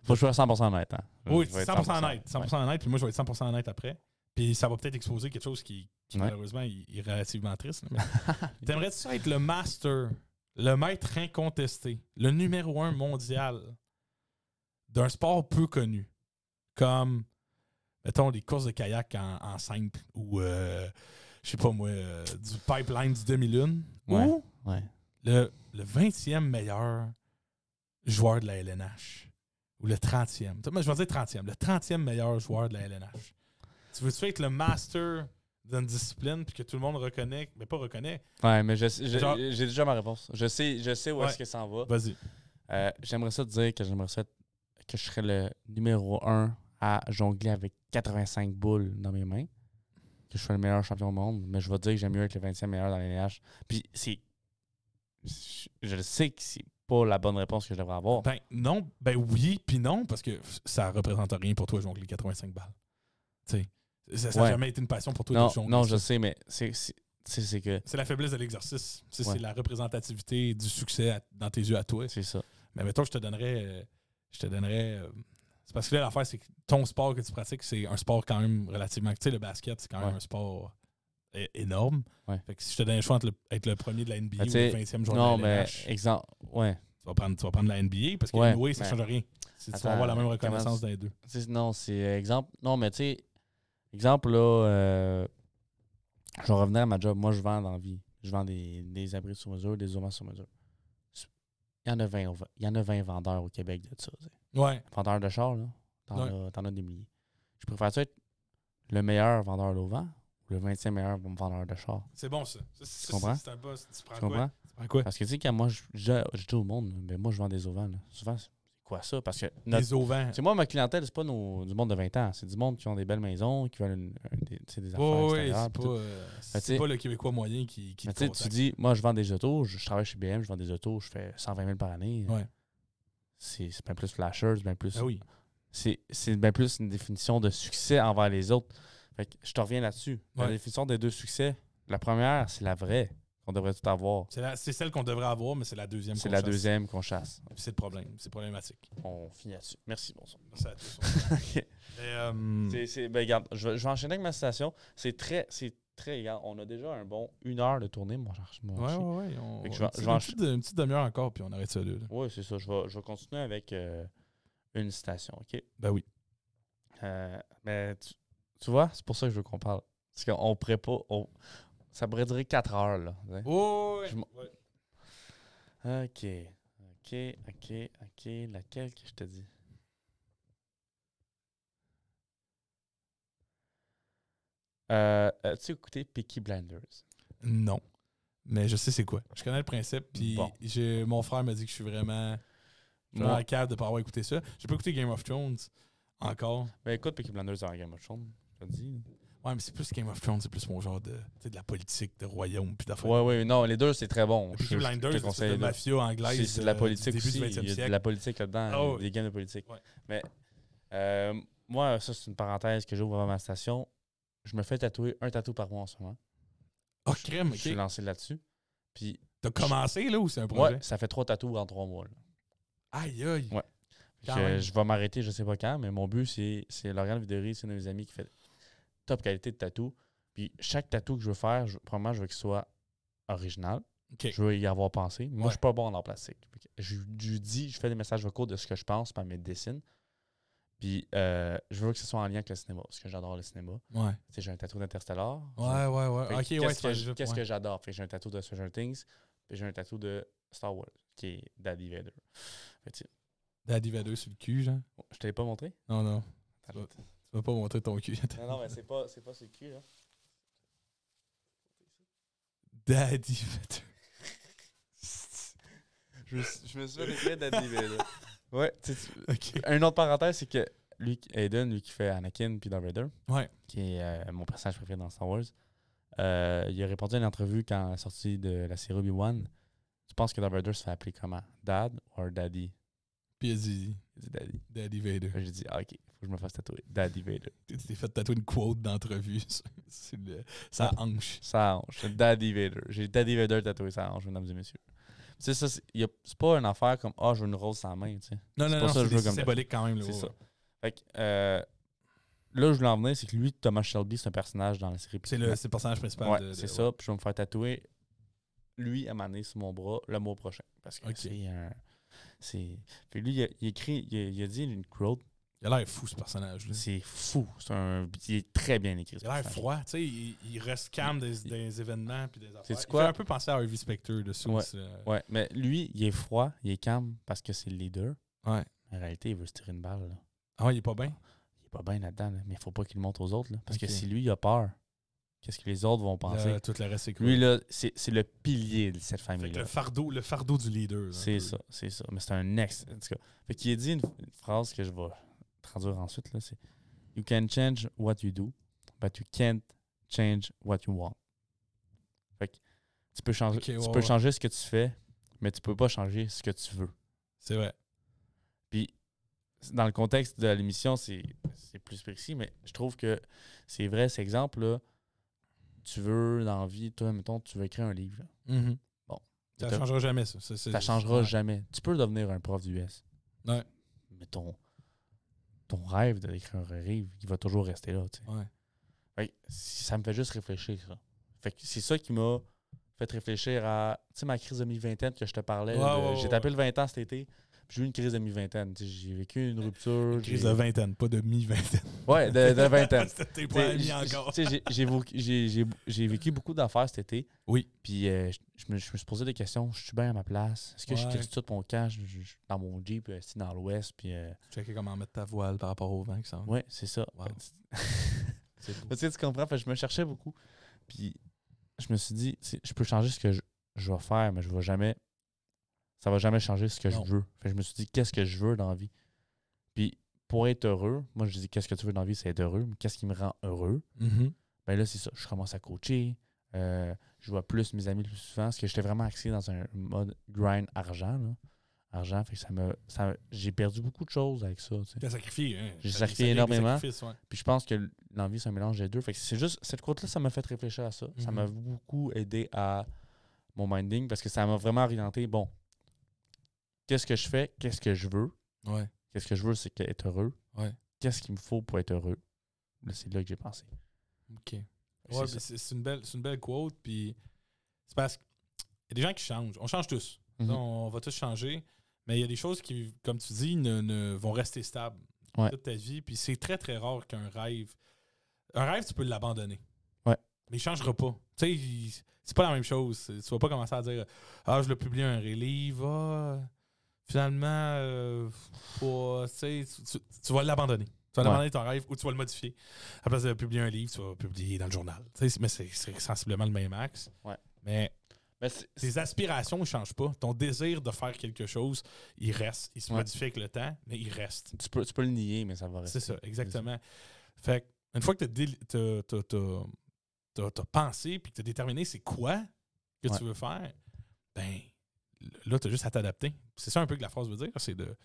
Faut jouer à 100% honnête. Hein?
Oui,
Je vais être
100% honnête.
ouais.
100% honnête, puis moi, je vais être 100% honnête après. Puis ça va peut-être exposer quelque chose qui, qui,
Ouais.
malheureusement, est est relativement triste. là, mais T'aimerais-tu être le master, le maître incontesté, le numéro un mondial d'un sport peu connu, comme, mettons, des courses de kayak en, en simple ou, euh, je sais pas moi, euh, du pipeline du demi-lune,
Ouais.
ou
Ouais.
le, le 20e meilleur joueur de la LNH. Ou le 30e. Moi, je vais dire 30e. Le 30e meilleur joueur de la LNH. Tu veux-tu être le master d'une discipline puis que tout le monde reconnaît, mais pas reconnaît?
Ouais, mais je sais- je-
Genre-
j'ai déjà ma réponse. Je sais, je sais où
Ouais.
est-ce que ça en va.
Vas-y.
Euh, j'aimerais ça te dire que j'aimerais ça être- que je serais le numéro 1 à jongler avec 85 boules dans mes mains. Que je sois le meilleur champion du monde. Mais je vais te dire que j'aime mieux être le 20e meilleur dans les NH. Puis c'est. je- Je le sais que c'est pas la bonne réponse que je devrais avoir.
Ben non, ben oui, puis non, parce que ça représente rien pour toi de jongler 85 balles. Tu sais, ça n'a
Ouais.
jamais été une passion pour toi
non,
de jongler.
non,
ça.
je sais, mais c'est c'est- c'est- c'est que.
C'est la faiblesse de l'exercice. Tu sais,
Ouais.
C'est la représentativité du succès à- dans tes yeux à toi.
C'est ça.
Mais mettons, je te donnerais. euh, Je te donnerais. euh, C'est parce que là, l'affaire, c'est que ton sport que tu pratiques, c'est un sport quand même relativement. Tu sais, le basket, c'est quand même
Ouais.
un sport é- énorme.
Ouais.
Fait que si je te donne le choix entre le- être le premier de la NBA
Ben,
ou
tu sais,
le 20e joueur
Non,
de la
mais.
LNH,
Exemple. Ouais.
tu, vas prendre, tu vas prendre la NBA parce que
Ouais,
anyway, ça
mais-
change rien. Si tu vas
Attends,
avoir la même
comment
reconnaissance
tu-
dans les deux.
Tu sais, non, c'est euh, exemple. Non, mais tu sais, exemple là, euh, je vais revenir à ma job. Moi, je vends dans la vie. Je vends des, des abris sur mesure, des auvents sur mesure. C'est- Il y en a 20, au- il y en a 20 vendeurs au Québec de ça. tu sais.
Ouais.
Vendeurs de char, là, t'en
Ouais.
as- t'en as des milliers. Je préfère être le meilleur vendeur d'auvent ou le 20e meilleur vendeur de char.
C'est bon, ça. Ça, ça,
comprends?
c'est- C'est un boss. Tu prends
Tu
quoi?
comprends?
Tu prends quoi?
Parce que tu sais, quand moi, je, je- je dis au monde, mais moi, je vends des auvents. là. Souvent, c'est quoi ça? Parce que notre
Les auvents.
C'est moi, ma clientèle, c'est pas nos- du monde de 20 ans. C'est du monde qui ont des belles maisons, qui veulent une- un- des, tu sais, des
Ouais,
affaires
ouais,
extérieures,
c'est
pis
pas,
tout.
euh,
Ben,
c'est
tu sais-
pas le Québécois moyen qui, qui
Mais
te
tu sais, tu
contacte.
dis, moi, je vends des autos, je, je travaille chez BM, je vends des autos, je fais 120 000 par année.
Ouais.
C'est c'est bien plus flasher, c'est bien plus.
Ah oui.
C'est c'est bien plus une définition de succès envers les autres. Fait que je te reviens là-dessus. La
Ouais.
définition des deux succès, la première, c'est la vraie qu'on devrait tout avoir.
C'est la- c'est celle qu'on devrait avoir, mais c'est la deuxième.
C'est
qu'on
la
chasse.
deuxième qu'on chasse.
C'est le problème. C'est problématique.
On finit là-dessus. Merci, bonsoir.
Merci à tous.
Ok.
Mais, euh,
C'est, c'est- ben, regarde, je, vais- je vais enchaîner avec ma citation. C'est très, c'est très, regarde, on a déjà un bon une heure de tournée, mon cher- mon
ouais, ouais,
chien.
ouais. On,
Fait que je
on-
vais-
c'est
je vais
une,
en-
petite, une petite demi-heure encore, puis on arrête ça là. là.
Ouais, c'est ça. Je vais, je vais continuer avec euh, une citation, OK?
Ben oui.
Euh, mais tu, tu vois, c'est pour ça que je veux qu'on parle. Parce qu'on pourrait pas... on- ça pourrait durer quatre heures, là. tu sais.
Oh, Ouais,
Je m'en- OK. OK, OK, OK. Laquelle que je te dis? Euh, as-tu écouté Peaky Blinders?
Non. Mais je sais c'est quoi. Je connais le principe, puis
Bon.
j'ai- mon frère m'a dit que je suis vraiment, je suis
Moi-
vraiment capable de pas avoir écouté ça. J'ai pas écouté Game of Thrones encore.
Ben écoute, Peaky Blinders dans Game of Thrones, je te dis.
Ouais, mais c'est plus Game of Thrones, c'est plus mon genre de, tu sais, de la politique, de royaume, puis d'affaires.
Ouais, ouais, non, les deux, c'est très bon.
Peaky Blinders, c'est une espèce de
les deux.
mafia anglaise.
C'est c'est de la
euh,
politique
du début
aussi.
du
Il
20e
y a de
siècle.
la politique là-dedans,
Ah ouais.
des games de politique.
Ouais.
Mais euh, moi, ça, c'est une parenthèse que j'ouvre avant ma station. Je me fais tatouer un tatou par mois en ce moment.
Oh, crème,
Je suis
ok.
lancé là-dessus. Puis,
T'as commencé là ou c'est un projet?
ouais, ça fait trois tatous en trois mois. là.
Aïe, aïe.
Ouais.
Quand
Je-
même.
je vais m'arrêter, je sais pas quand, mais mon but, c'est c'est Laurent Videry, c'est un de mes amis qui fait top qualité de tatou. Puis chaque tatou que je veux faire, je, premièrement, je veux qu'il soit original.
Ok.
Je veux y avoir pensé. Moi,
Ouais.
je suis pas bon en art plastique. Fait que Je, je dis, je fais des messages vocaux de ce que je pense par mes dessins. Puis euh, je veux que ce soit en lien avec le cinéma, parce que j'adore le cinéma.
Ouais.
Tu sais, j'ai un tatou d'Interstellar.
Ouais, ouais,
Fait que
ouais. Ok, ouais,
qu'est-ce
tu vas-
que je- qu'est-ce
ouais.
que j'adore? Fait que j'ai un tatou de Stranger Things, puis j'ai un tatou de Star Wars, qui est Daddy Vader. Fait que, tu sais,
Daddy Vader sur le cul, genre.
je te l'ai pas montré?
Non, non.
Attends,
Ouais. Tu vas pas montrer ton cul.
Non, non, mais c'est pas, c'est pas sur le cul, là.
Daddy Vader.
Je me, suis- je me suis fait écrire Daddy Vader. Ouais, tu sais, tu-
Ok.
un autre parenthèse, c'est que lui, Aiden, lui qui fait Anakin puis Darth Vader,
Ouais.
qui est euh, mon personnage préféré dans Star Wars, euh, il a répondu à une entrevue quand à la sortie de la série Obi-Wan. Tu penses que Darth Vader se fait appeler comment? Dad ou Daddy?
Puis il a dit
Il dit Daddy.
Daddy Vader.
Là, J'ai dit, ah, ok, faut que je me fasse tatouer. Daddy Vader.
Tu t'es fait tatouer une quote d'entrevue sur, sur le- sa hanche.
Ça hanche. c'est Daddy Vader. J'ai Daddy Vader tatoué sa hanche, mesdames et messieurs. Tu sais, ça, c'est y a- c'est pas une affaire comme, ah, je veux une rose sans main, tu sais.
Non, non,
pas
non,
ça que
c'est
je veux
des-
comme
symbolique quand même. là,
C'est
ouais.
ça. Fait que, euh, là, où je voulais en venir, c'est que lui, Thomas Shelby, c'est un personnage dans la série.
C'est le, c'est le personnage principal.
Ouais,
de- de-
c'est ça. Puis je vais me faire tatouer lui à maner sur mon bras le mois prochain. Parce que
Ok.
c'est un. c'est- Puis lui, il a, il écrit, il a, il a dit une quote.
Il a l'air fou, ce personnage. là.
C'est fou. C'est un. Il est très bien écrit. ce
Il a l'air
personnage.
froid. Tu sais, il, il reste calme des, des événements puis des affaires.
Sais-tu
Il
quoi?
fait un peu penser à Harvey Specter dessus.
Ouais. Ouais, mais lui, il est froid, il est calme parce que c'est le leader.
Ouais.
En réalité, il veut se tirer une balle. là.
Ah, il est pas bien?
Il est pas bien là-dedans, là, mais il faut pas qu'il le montre aux autres. là, parce
Ok.
que si lui, il a peur, qu'est-ce que les autres vont penser?
Là, tout le reste, c'est cool.
Lui, là, c'est c'est le pilier de cette
Fait que
famille-là.
le fardeau, le fardeau du leader. un
C'est
peu.
ça, c'est ça. Mais c'est un ex. En tout cas. Fait qu'il a dit une, une phrase que je vais traduire ensuite. là, C'est You can change what you do, but you can't change what you want. Fait que tu peux changer,
Ok,
tu
ouais,
peux
ouais.
changer ce que tu fais, mais tu peux pas changer ce que tu veux.
C'est vrai.
Puis, dans le contexte de l'émission, c'est c'est plus précis, mais je trouve que c'est vrai, cet exemple-là. Tu veux, dans la vie, toi, mettons, tu veux écrire un livre. là. Bon.
Mm-hmm. Ça
T'as-
changera jamais, ça. Ça, c'est-
Ça changera
ouais.
jamais. Tu peux devenir un prof d'US.
Ouais.
Mais ton, ton rêve d'écrire un livre, il va toujours rester là. tu sais.
Ouais.
Fait que c- ça me fait juste réfléchir, ça. Fait que c'est ça qui m'a fait réfléchir à tu sais, ma crise de mi-vingtaine que je te parlais.
Ouais,
là, de-
ouais, ouais,
j'ai tapé le 20 ans cet été. puis J'ai eu une crise de mi-vingtaine. Tu sais, J'ai vécu une rupture.
Crise
j'ai-
de vingtaine, pas de mi-vingtaine.
Ouais, de, de vingtaine.
T'es
Tu sais,
pas ami
j-
encore.
tu sais, j'ai- j'ai vou- j'ai- j'ai- J'ai vécu beaucoup d'affaires cet été.
Oui.
Puis euh, je, je me, je me suis posé des questions. Je suis bien à ma place. Est-ce que je
Ouais.
crée tout mon camp? Je, je- je- dans mon Jeep, euh, c'est dans l'Ouest. Puis euh,
Checker comment mettre ta voile par rapport au vent qui s'en va.
ouais, c'est ça.
Wow.
Fait que
C'est beau.
tu sais, tu comprends? Fait que je me cherchais beaucoup. Puis je me suis dit, tu sais, je peux changer ce que je, je vais faire, mais je vais jamais. Ça va jamais changer ce que
Non.
je veux. Fait que je me suis dit, qu'est-ce que je veux dans la vie? Puis pour être heureux, moi je dis, qu'est-ce que tu veux dans la vie, c'est être heureux. Mais qu'est-ce qui me rend heureux?
Mhm.
ben là, c'est ça. Je commence à coacher. euh, je vois plus mes amis le plus souvent. Parce que j'étais vraiment axé dans un mode grind argent. là. Argent, fait que ça me. ça- j'ai perdu beaucoup de choses avec ça. tu sais.
T'as sacrifié, hein?
J'ai
Ça-
sacrifié
ça vient avec des
énormément.
sacrifices, ouais.
Puis je pense que l'envie, c'est un mélange des deux. Fait que c'est juste. Cette côte-là, ça m'a fait réfléchir à ça. Ça
Mhm.
m'a beaucoup aidé à mon minding parce que ça m'a vraiment orienté. Bon, qu'est-ce que je fais? Qu'est-ce que je veux?
Ouais.
Qu'est-ce que je veux, c'est que- être heureux.
Ouais.
Qu'est-ce qu'il me faut pour être heureux? Là, c'est là que j'ai pensé.
OK.
C'est
Ouais,
ça.
mais c'est c'est une, belle- c'est une belle quote. Puis c'est parce qu'il y a des gens qui changent. On change tous.
Mhm.
On va tous changer. Mais il y a des choses qui, comme tu dis, ne, ne- vont rester stables
Ouais.
toute ta vie. Puis c'est très, très rare qu'un rêve. Un rêve, tu peux l'abandonner.
Ouais.
Mais il ne changera pas. Tu sais, il- c'est pas la même chose. C'est- Tu vas pas commencer à dire Ah, je l'ai publié un livre. Ah, finalement, euh, pas- tu, sais, tu- tu- tu vas l'abandonner. Tu vas
Ouais.
l'abandonner ton rêve ou tu vas le modifier. À la place de publier un livre, tu vas publier dans le journal. Tu sais, c'est- mais c'est c'est sensiblement le même axe.
Ouais.
Mais
Mais Ben, c'est-
tes aspirations ne changent pas. Ton désir de faire quelque chose, il reste. Il se
Ouais.
modifie avec le temps, mais il reste.
tu, peux, tu peux le nier, mais ça va rester.
C'est ça, exactement. Fait que, une fois que tu as pensé puis que tu as déterminé c'est quoi que
Ouais.
tu veux faire, ben là, tu as juste à t'adapter. C'est ça un peu que la phrase veut dire, c'est de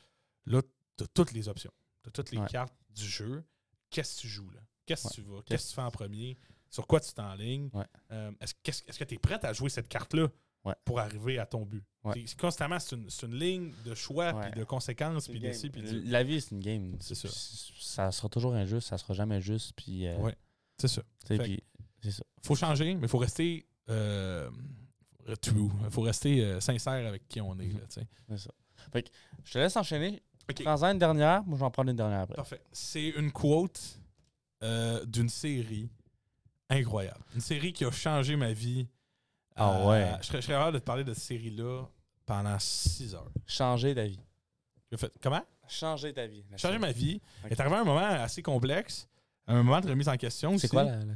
là, tu as toutes les options, tu as toutes les
Ouais.
cartes du jeu. Qu'est-ce que tu joues là? Qu'est-ce que
Ouais.
tu vas? Qu'est-ce que tu fais en premier? Sur quoi tu t'enlignes?
Ouais.
Euh, est-ce, qu'est-ce- est-ce que tu es prête à jouer cette carte-là
Ouais.
pour arriver à ton but?
Ouais.
C'est- c'est constamment, c'est une, c'est une ligne de choix,
Ouais.
puis de conséquences, puis de ci, puis de-
La vie, c'est une game.
C'est ça.
Puis Ça sera toujours injuste, ça sera jamais juste. Puis, euh,
Ouais. C'est ça.
tu sais,
Fait
puis c'est ça.
faut changer, mais faut rester euh, true. faut rester euh, sincère avec qui on est. Là, tu sais.
Mm-hmm. Je te laisse enchaîner.
Ok.
Prends-en une dernière, moi je vais en prendre une dernière après.
Parfait. C'est une quote euh, d'une série incroyable. Une série qui a changé ma vie. euh,
Ah ouais.
Je serais, je serais heureux de te parler de cette série-là pendant 6 heures.
Changer ta vie.
J'ai fait, comment?
Changer ta vie.
Changer ma vie.
Ok.
Il est arrivé un moment assez complexe, un moment de remise en question.
C'est
aussi.
quoi la, la-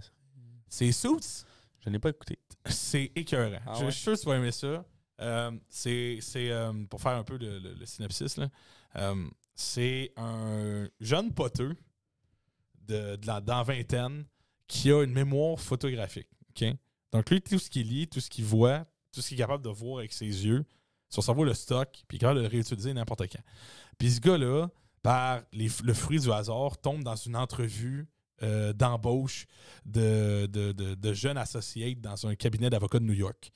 C'est Suits.
Je l'ai pas écouté.
C'est écœurant.
Ah
je,
ouais?
je suis sûr que tu vas aimer ça. Euh, c'est, c'est, euh, pour faire un peu le, le- le synopsis, là, euh, c'est un jeune poteux de, de la, dans la vingtaine qui a une mémoire photographique. ok? Donc, lui, tout ce qu'il lit, tout ce qu'il voit, tout ce qu'il est capable de voir avec ses yeux. Son cerveau le stocke, puis il est capable de le réutiliser n'importe quand. Puis ce gars-là, par les f- le fruit du hasard, tombe dans une entrevue euh, d'embauche de, de, de, de jeunes associés dans un cabinet d'avocats de New York.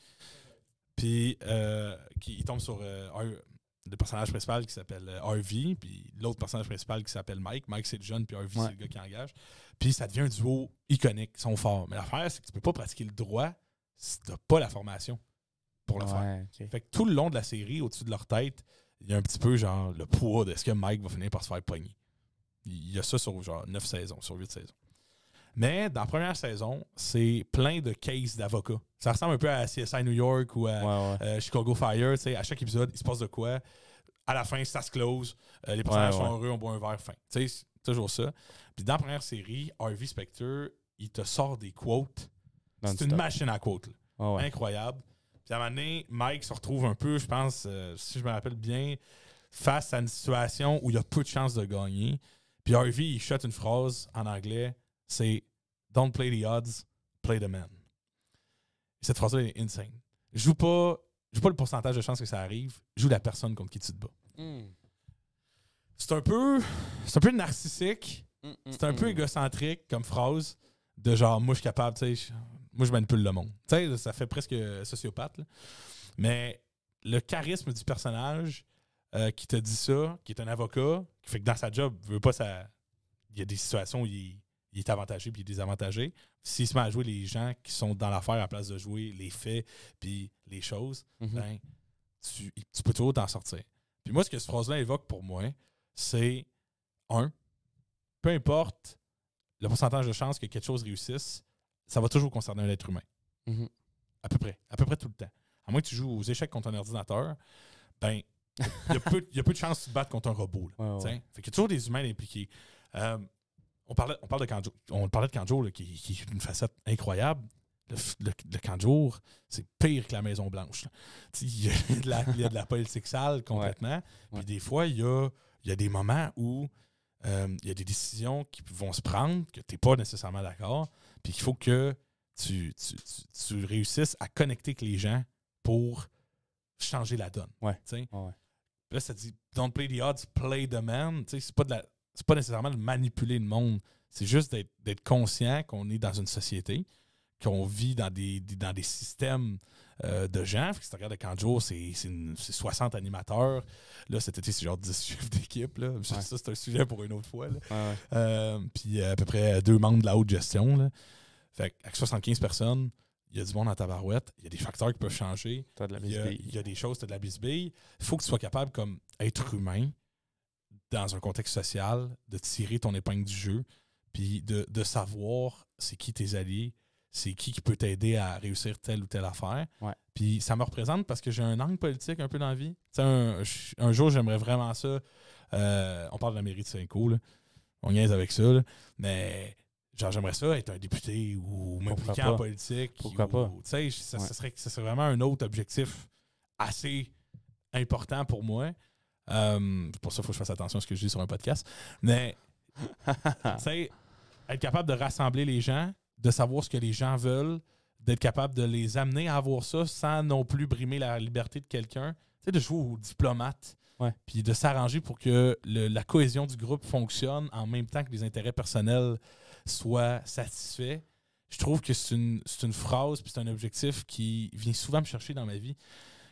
Puis euh, qui, il tombe sur euh, Har- le personnage principal qui s'appelle euh, Harvey, puis l'autre personnage principal qui s'appelle Mike. Mike, c'est le jeune, puis Harvey,
Ouais.
c'est le gars qui engage. Puis ça devient un duo iconique, ils sont forts. Mais l'affaire, c'est que tu peux pas pratiquer le droit si t'as pas la formation pour le faire.
Ouais, ok.
Fait que tout le long de la série, au-dessus de leur tête, il y a un petit peu genre le poids de est-ce que Mike va finir par se faire pogner. Il y a ça sur genre 9 saisons, sur 8 saisons. Mais dans la première saison, c'est plein de cases d'avocats. Ça ressemble un peu à CSI New York ou à
Ouais, ouais.
euh, Chicago Fire. tu sais, À chaque épisode, il se passe de quoi. À la fin, ça se close. Euh, les personnages
Ouais, ouais.
sont heureux, on boit un verre, fin. Tu sais, c'est toujours ça. Puis dans la première série, Harvey Specter, il te sort des quotes.
Non,
euh, C'est
du
une
top.
machine à quotes. là
Ouais, ouais.
incroyable. Puis à un moment donné, Mike se retrouve un peu, je pense, euh, si je me rappelle bien, face à une situation où il y a peu de chances de gagner. Puis Harvey, il chute une phrase en anglais, c'est « Don't play the odds, play the man ». Cette phrase-là est insane. Joue pas, joue pas le pourcentage de chances que ça arrive, joue la personne contre qui tu te bats. C'est un peu, c'est un peu narcissique,
Mm,
c'est un peu égocentrique comme phrase de genre, moi je suis capable, tu sais, je- moi je manipule le monde. Tu sais, ça fait presque euh, sociopathe. là. Mais le charisme du personnage euh, qui te dit ça, qui est un avocat, qui fait que dans sa job, veut pas ça. Il y a des situations où il, il est avantagé puis il est désavantagé. S'il se met à jouer les gens qui sont dans l'affaire à la place de jouer les faits puis les choses,
Mhm.
ben, tu, tu peux toujours t'en sortir. Puis moi, ce que ce phrase-là évoque pour moi, c'est un, peu importe le pourcentage de chances que quelque chose réussisse, ça va toujours concerner un être humain.
Mhm.
À peu près. À peu près tout le temps. À moins que tu joues aux échecs contre un ordinateur, ben, il y, a peu- il y a peu de chances de te battre contre un robot. là.
Ouais, Ah ouais.
T'sais, Fait qu'il y a toujours des humains impliqués. Euh, on, parlait, on, parle de Kanjo, on parlait de Kanjo, là, qui, qui est une facette incroyable. Le, f- le, le Kanjo, c'est pire que la Maison Blanche. là. T'sais, Il y, a de la- il y a de la politique sale complètement. Puis
Ouais.
des fois, il y a, il y a des moments où euh, il y a des décisions qui vont se prendre, que tu n'es pas nécessairement d'accord, puis qu'il faut que tu, tu, tu- tu réussisses à connecter avec les gens pour changer la donne.
Ouais.
Tu sais.
Ouais, ouais.
Puis Là, ça dit Don't play the odds, play the man. Tu sais, C'est pas, de la- c'est pas nécessairement de manipuler le monde. C'est juste d'être- d'être conscient qu'on est dans une société, qu'on vit dans des, des- dans des systèmes euh, de gens. Fait que si tu regardes le Kanjo, c'est c'est une- c'est 60 animateurs. Là, cet été, c'est genre 10 chefs d'équipe. là. Ça,
Ouais.
ça, c'est un sujet pour une autre fois. là.
Ouais, ouais.
Euh, puis euh, à peu près deux membres de la haute gestion. Là. Fait que, avec 75 personnes, il y a du monde en tabarouette. Il y a des facteurs qui peuvent changer.
T'as de la
Il y, a,
visibilité.
il y a des choses, tu de la bisbille. Il faut que tu sois capable, comme être humain, dans un contexte social, de tirer ton épingle du jeu, puis de, de savoir c'est qui tes alliés, c'est qui qui peut t'aider à réussir telle ou telle affaire.
Ouais.
Puis ça me représente parce que j'ai un angle politique un peu dans la vie. Tu sais, un, je- un jour, j'aimerais vraiment ça. euh, on parle de la mairie de Saint-Côme, là. on niaise avec ça, là. mais genre j'aimerais ça être un député ou
Pourquoi
m'impliquer
pas?
en politique.
Pourquoi
ou-
pas?
Tu sais, ça, ça
Ouais.
serait, ça serait vraiment un autre objectif assez important pour moi. Euh, pour ça, il faut que je fasse attention à ce que je dis sur un podcast. Mais, tu sais, être capable de rassembler les gens, de savoir ce que les gens veulent, d'être capable de les amener à avoir ça sans non plus brimer la liberté de quelqu'un. Tu sais, de jouer aux diplomates,
Ouais.
puis de s'arranger pour que le- la cohésion du groupe fonctionne en même temps que les intérêts personnels soient satisfaits. Je trouve que c'est une, c'est une phrase, puis c'est un objectif qui vient souvent me chercher dans ma vie.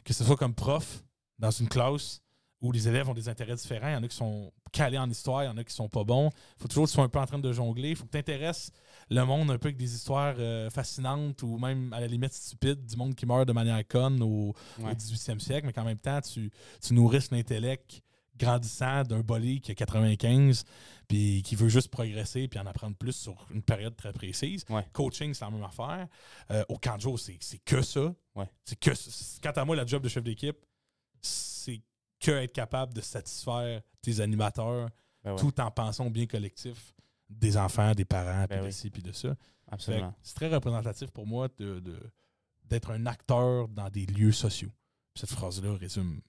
Que ce soit comme prof, dans une classe où les élèves ont des intérêts différents, il y en a qui sont calés en histoire, il y en a qui sont pas bons. Il faut toujours que tu sois un peu en train de jongler. Il faut que tu intéresses le monde un peu avec des histoires euh, fascinantes ou même à la limite stupides du monde qui meurt de manière conne au, au
Ouais.
18e siècle, mais qu'en même temps, tu, tu nourrisses l'intellect grandissant d'un bolé qui a 95 puis qui veut juste progresser puis en apprendre plus sur une période très précise.
Ouais.
Coaching, c'est la même affaire. Euh, au Kanjo, c'est c'est que ça.
Ouais.
C'est que ça. C'est- Quant à moi, la job de chef d'équipe, c'est que être capable de satisfaire tes animateurs
Ben ouais,
tout en pensant au bien collectif des enfants, des parents, puis
Ben
de
oui.
ci, puis de ça. Fait que
absolument.
C'est très représentatif pour moi de, de- d'être un acteur dans des lieux sociaux. Cette phrase-là résume.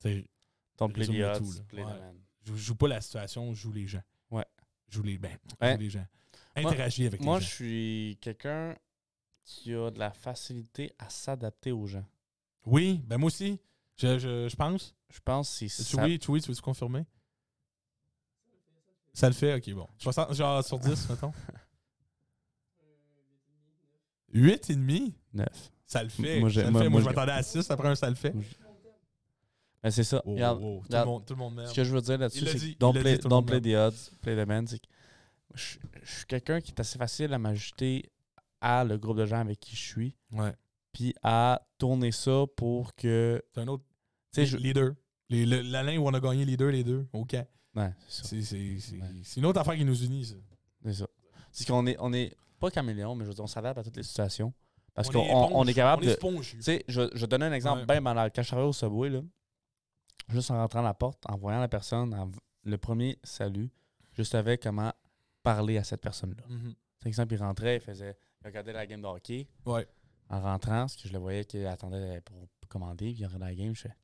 tu sais,
Don't play
résume
the
le tout,
odds,
là.
play the
Ouais.
man.
Je joue pas la situation, je joue les gens.
Ouais.
Je Joue les, ben, je
Ouais.
joue les gens.
Moi-
Interagis avec
Moi,
les
je
gens.
suis quelqu'un qui a de la facilité à s'adapter aux gens.
Oui, ben moi aussi. Je, je, je pense.
Je pense que c'est ça.
Oui, oui, tu veux-tu confirmer? Ça le fait, ok, bon. 60 genre sur 10, mettons. 8 et demi?
Neuf.
Ça le fait.
Moi, j'ai-
ça le
moi-
fait.
moi,
Moi, je
j'ai-
m'attendais à 6, après un, ça le fait.
Ben, c'est ça.
Wow,
Regarde,
wow, wow. Tout, le
regarde.
monde, tout le monde merde.
Ce que je veux dire là-dessus,
Oh, Il l'a
c'est
dit,
que don't,
il l'a
play,
dit, tout le
don't
monde
play the odds, play the man. C'est que je, je suis quelqu'un qui est assez facile à m'ajuster à le groupe de gens avec qui je suis,
Ouais.
puis à tourner ça pour que.
C'est un autre.
Tu sais, je.
Les deux. Les, le- L'Alain où on a gagné les deux, les deux. OK.
Ouais, c'est ça.
C'est c'est- c'est-
Ouais.
c'est une autre affaire qui nous unit, ça.
C'est ça. C'est qu'on est, on est pas caméléon, mais je veux dire, on s'adapte à toutes les situations. Parce
On
qu'on
est
on-
éponge.
on est capable
On est
de.
spongieux.
Tu sais, je, je donnais un exemple
Ouais.
bien banal. Quand je travaillais au Subway, là, juste en rentrant à la porte, en voyant la personne, en v- le premier salut, je savais comment parler à cette personne-là.
Mhm.
Par exemple, il rentrait, il faisait, il regardait la game de hockey.
Ouais.
En rentrant, parce que je le voyais qu'il attendait pour commander, puis il regardait la game, je fais,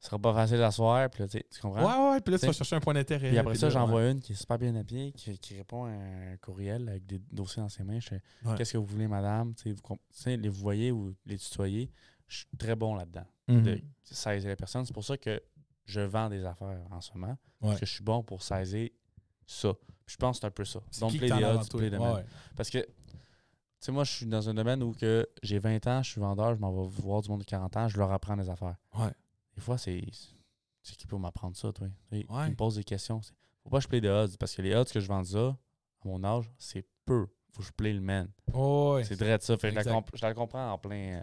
ce sera pas facile à soir, puis là, tu sais, tu comprends?
Ouais, ouais, ouais, puis là, tu
T'sais.
vas chercher un point d'intérêt.
Puis après ça,
là,
j'envoie
ouais.
une qui est super bien habillée, qui, qui répond à un courriel avec des dossiers dans ses mains. Je fais
Ouais.
Qu'est-ce que vous voulez, madame Tu sais, vous comp- tu sais, les vous voyez ou les tutoyer. Je suis très bon là-dedans.
Mhm.
De saisir les personnes. C'est pour ça que je vends des affaires en ce moment.
Ouais.
Parce que je suis bon pour saisir ça. Puis je pense que c'est un peu ça.
C'est
Don't
qui
play
que t'en
the
as
odds,
avant toi?
play the
Ouais,
man.
ouais.
Parce que, tu sais, moi, je suis dans un domaine où que j'ai 20 ans, je suis vendeur, je m'en vais voir du monde de 40 ans, je leur apprends des affaires.
Ouais.
Des fois, c'est. C'est qui peut m'apprendre ça, toi? Tu sais,
Ouais.
Ils me posent des questions. c'est- Faut pas que je play des odds, parce que les odds que je vends ça, à mon âge, c'est peu. Faut que je play le man.
Oh, ouais.
C'est vrai de ça. Fait que je, la
Exact.
comp- je la comprends en plein. euh,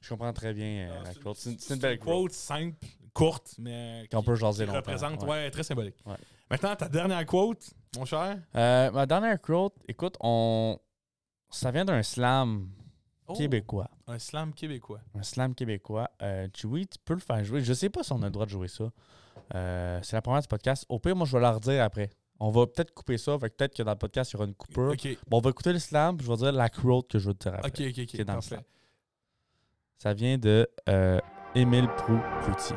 Je comprends très bien euh,
Ah,
la
c'est-
quote. C'est une- c'est
C'est
une belle quote.
quote simple, courte, mais
Qu'on peut jaser
qui
longtemps,
représente, ouais.
ouais.
très symbolique.
Ouais.
Maintenant, ta dernière quote, mon cher.
Euh, ma dernière quote, écoute, on. Ça vient d'un slam
Oh,
québécois.
Un slam québécois.
un slam québécois. Euh, Chewy, tu peux le faire jouer. Je sais pas si on a le droit de jouer ça. Euh, c'est la première du podcast. Au pire, moi, je vais leur dire après. On va peut-être couper ça. Fait que peut-être que dans le podcast, il y aura une coupure.
Ok, ok,
Bon, on va écouter le slam, puis je vais dire la quote que je veux te dire après.
ok, ok.
C'est dans le
parfait.
slam. Ça vient de euh, Émile Prou Cloutier.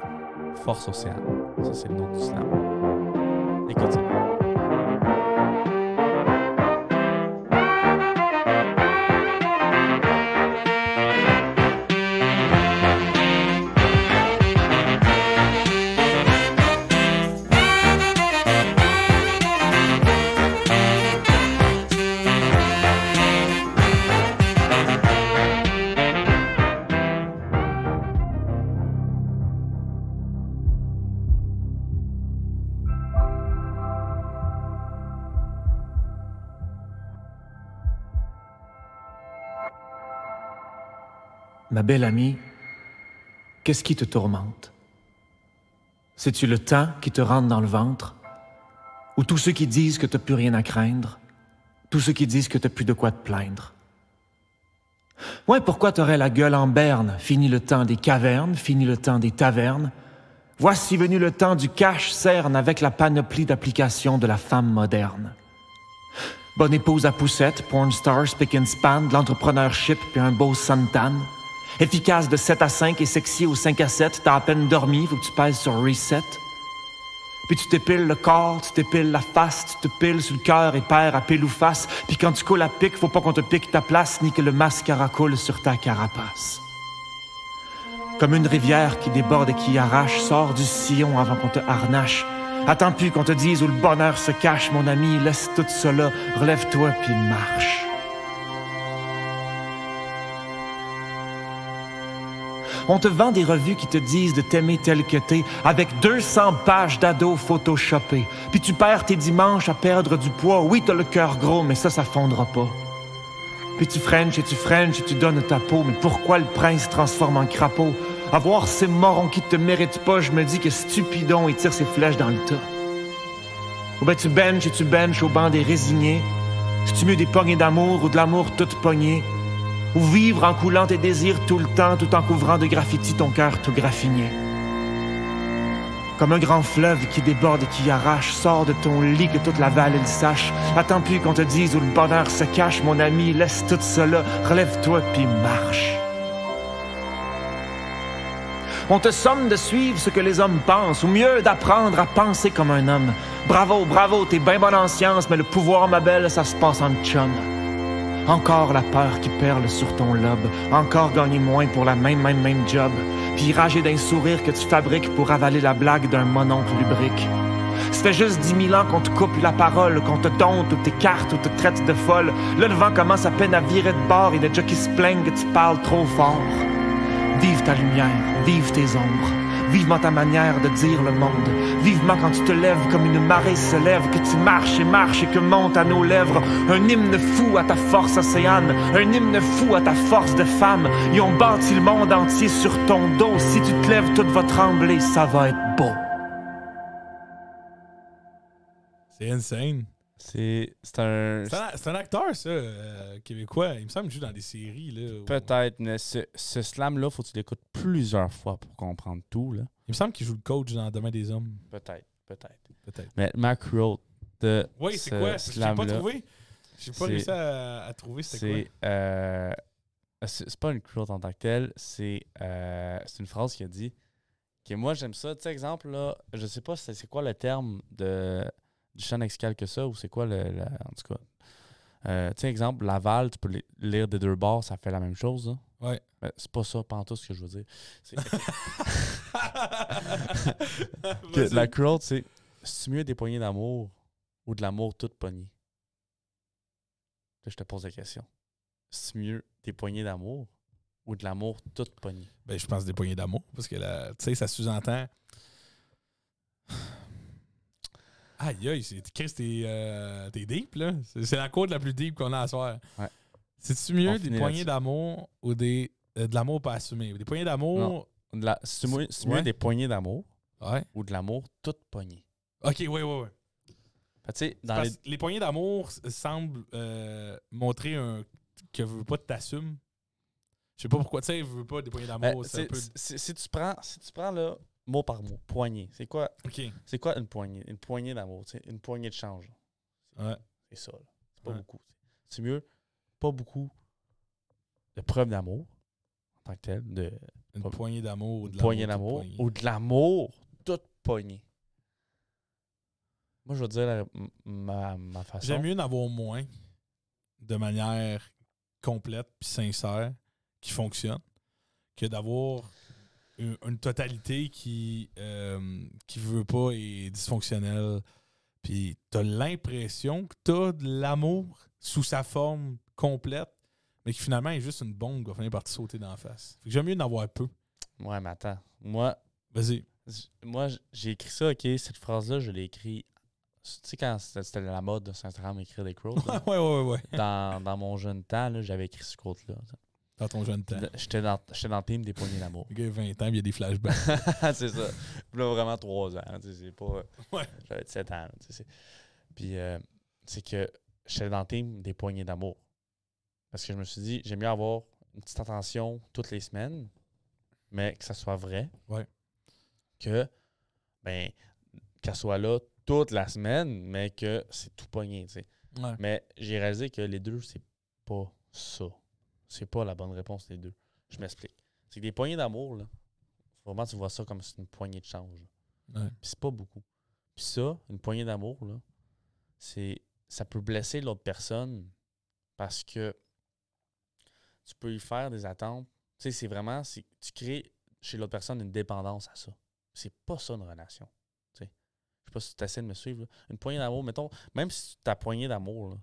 Force Océane. Ça, c'est le nom du slam. Écoute ça.
Ma belle amie, qu'est-ce qui te tourmente C'est-tu le temps qui te rentre dans le ventre Ou tous ceux qui disent que t'as plus rien à craindre Tous ceux qui disent que t'as plus de quoi te plaindre Ouais, pourquoi t'aurais la gueule en berne Fini le temps des cavernes, fini le temps des tavernes. Voici venu le temps du cash cerne avec la panoplie d'applications de la femme moderne. Bonne épouse à poussette, porn star, spick and span, de l'entrepreneurship puis un beau suntan. Efficace de 7 à 5 et sexy au 5 à 7, t'as à peine dormi, faut que tu pèses sur reset. Puis tu t'épiles le corps, tu t'épiles la face, tu te piles sur le cœur et perds à pile ou face. Puis quand tu coules à pic, faut pas qu'on te pique ta place, ni que le mascara coule sur ta carapace. Comme une rivière qui déborde et qui arrache, sors du sillon avant qu'on te harnache. Attends plus qu'on te dise où le bonheur se cache, mon ami, laisse tout cela, relève-toi puis marche. On te vend des revues qui te disent de t'aimer tel que t'es, avec 200 pages d'ados photoshopés. Puis tu perds tes dimanches à perdre du poids. Oui, t'as le cœur gros, mais ça, ça fondra pas. Puis tu frenches et tu frenches et tu donnes ta peau. Mais pourquoi le prince transforme en crapaud? À voir ces morons qui te méritent pas, je me dis que Stupidon, il tire ses flèches dans le tas. Ou ben tu benches et tu benches au banc des résignés. Si tu mieux des pognées d'amour ou de l'amour toute poignée. Ou vivre en coulant tes désirs tout le temps tout en couvrant de graffiti ton cœur tout graffiné. Comme un grand fleuve qui déborde et qui arrache, sors de ton lit que toute la vallée le sache. Attends plus qu'on te dise où le bonheur se cache, mon ami, laisse tout cela, relève-toi puis marche. On te somme de suivre ce que les hommes pensent, ou mieux d'apprendre à penser comme un homme. Bravo, bravo, t'es bien bon en science, mais le pouvoir, ma belle, ça se passe en chum. Encore la peur qui perle sur ton lobe. Encore gagner moins pour la même, même, même job. Puis rager d'un sourire que tu fabriques pour avaler la blague d'un mononcle lubrique. Ça fait juste dix mille ans qu'on te coupe la parole, qu'on te donne toutes tes cartes ou te traite de folle. Là, le vent commence à peine à virer de bord et les jockeys se plaignent que tu parles trop fort. Vive ta lumière, vive tes ombres. Vivement ta manière de dire le monde. Vivement quand tu te lèves comme une marée se lève, que tu marches et marches et que monte à nos lèvres un hymne fou à ta force océane, un hymne fou à ta force de femme. Ils ont bâti le monde entier sur ton dos. Si tu te lèves, tout va trembler, ça va être beau.
C'est insane.
C'est c'est un.
C'est un, c'est un acteur, ça, euh, québécois. Il me semble qu'il joue dans des séries. Là, où-
Peut-être, mais ce, ce slam-là, faut que tu l'écoutes plusieurs fois pour comprendre tout. Là.
Il me semble qu'il joue le coach dans Demain des Hommes.
Peut-être, peut-être.
Peut-être.
Mais Mac Road de
Oui, c'est
ce
quoi? Je l'ai pas
slam-là,
trouvé. J'ai pas
C'est-
réussi à, à trouver c'était
c'est. euh, c'est c'est pas une Road en tant que telle, c'est euh, c'est une phrase qu'il a dit. Que moi, j'aime ça. Tu sais, exemple, là, je sais pas c'est c'est quoi le terme de, du champ lexical que ça, ou c'est quoi le. la- en tout cas. Euh, tu sais, exemple, Laval, tu peux li- lire des deux bords, ça fait la même chose. là.
Ouais.
Mais c'est pas ça, pas en tout ce que je veux dire. C'est-
quoi?
Que
Vas-y.
la crowd, c'est c'est mieux des poignées d'amour ou de l'amour toute pognée? Là, je te pose la question. C'est mieux des poignées d'amour ou de l'amour toute pognée?
Ben, je pense des poignées d'amour, parce que là, tu sais, ça sous-entend. Aïe, aïe, c'est- Chris, t'es euh, t'es deep, là. C'est c'est la côte la plus deep qu'on a à soir.
Ouais.
C'est-tu mieux
On
des
finit
poignées
là-dessus.
d'amour ou des, euh, de l'amour pas assumé? Des poignées d'amour.
De la- C'est mieux, c'est mieux
Ouais.
des poignées d'amour
Ouais.
ou de l'amour toute pognée?
Ok, oui, oui, oui.
Fait que, tu sais, dans
Parce
les...
que les... poignées d'amour s- semblent euh, montrer un que veux pas t'assumes. Je sais pas pourquoi, tu sais, veux pas des poignées
Ben,
d'amour. c'est un
c'est-
peu.
c'est- si, tu prends, si tu prends là, mot par mot, poignée, c'est quoi,
Ok.
c'est quoi une poignée? Une poignée d'amour, tu sais, une poignée de change.
Ouais.
C'est ça. là. C'est pas
Ouais.
beaucoup. t'sais. C'est mieux, pas beaucoup de preuves d'amour en tant que tel, de
Une
Pas-
poignée d'amour ou de
poignée
l'amour,
d'amour
toute poignée.
ou de l'amour toute poignée. Moi, je vais te dire la- m- ma, ma façon.
J'aime mieux d'avoir moins de manière complète puis sincère qui fonctionne que d'avoir une, une totalité qui euh, qui veut pas et est dysfonctionnelle. Puis t'as l'impression que t'as de l'amour sous sa forme complète, mais qui finalement est juste une bombe qui va finir par te sauter dans la face. Fait que j'aime mieux d'avoir peu.
Ouais, mais attends. Moi,
Vas-y.
j- moi j- j'ai écrit ça, OK? Cette phrase-là, je l'ai écrit... Tu sais, quand c'était c'était la mode de Saint-Aram écrire des quotes, là,
ouais, ouais, ouais, ouais.
dans, dans mon jeune temps, là, j'avais écrit ce quote-là. t'sais.
Dans ton jeune temps.
J'étais dans, j'étais dans le team des poignées d'amour.
Le gars a 20 ans, puis il y a des flashbacks.
c'est ça. Puis là, vraiment trois ans. hein, tu sais, c'est pas.
Ouais.
J'avais 7 ans. là, tu sais, c'est- Puis, euh, c'est que j'étais dans le team des poignées d'amour. Parce que je me suis dit, j'aime mieux avoir une petite attention toutes les semaines, mais que ça soit vrai.
Ouais.
Que, ben, qu'elle soit là toute la semaine, mais que c'est tout pogné, tu sais.
Ouais.
Mais j'ai réalisé que les deux, c'est pas ça. C'est pas la bonne réponse, les deux. Je m'explique. C'est que des poignées d'amour, là, vraiment, tu vois ça comme c'est une poignée de change. là.
Ouais.
Puis c'est pas beaucoup. Puis ça, une poignée d'amour, là, c'est ça peut blesser l'autre personne parce que tu peux y faire des attentes. Tu sais, c'est vraiment, c'est- tu crées chez l'autre personne une dépendance à ça. C'est pas ça une relation. Tu sais. Je sais pas si tu essaies de me suivre. là. Une poignée d'amour, mettons, même si ta poignée d'amour, là,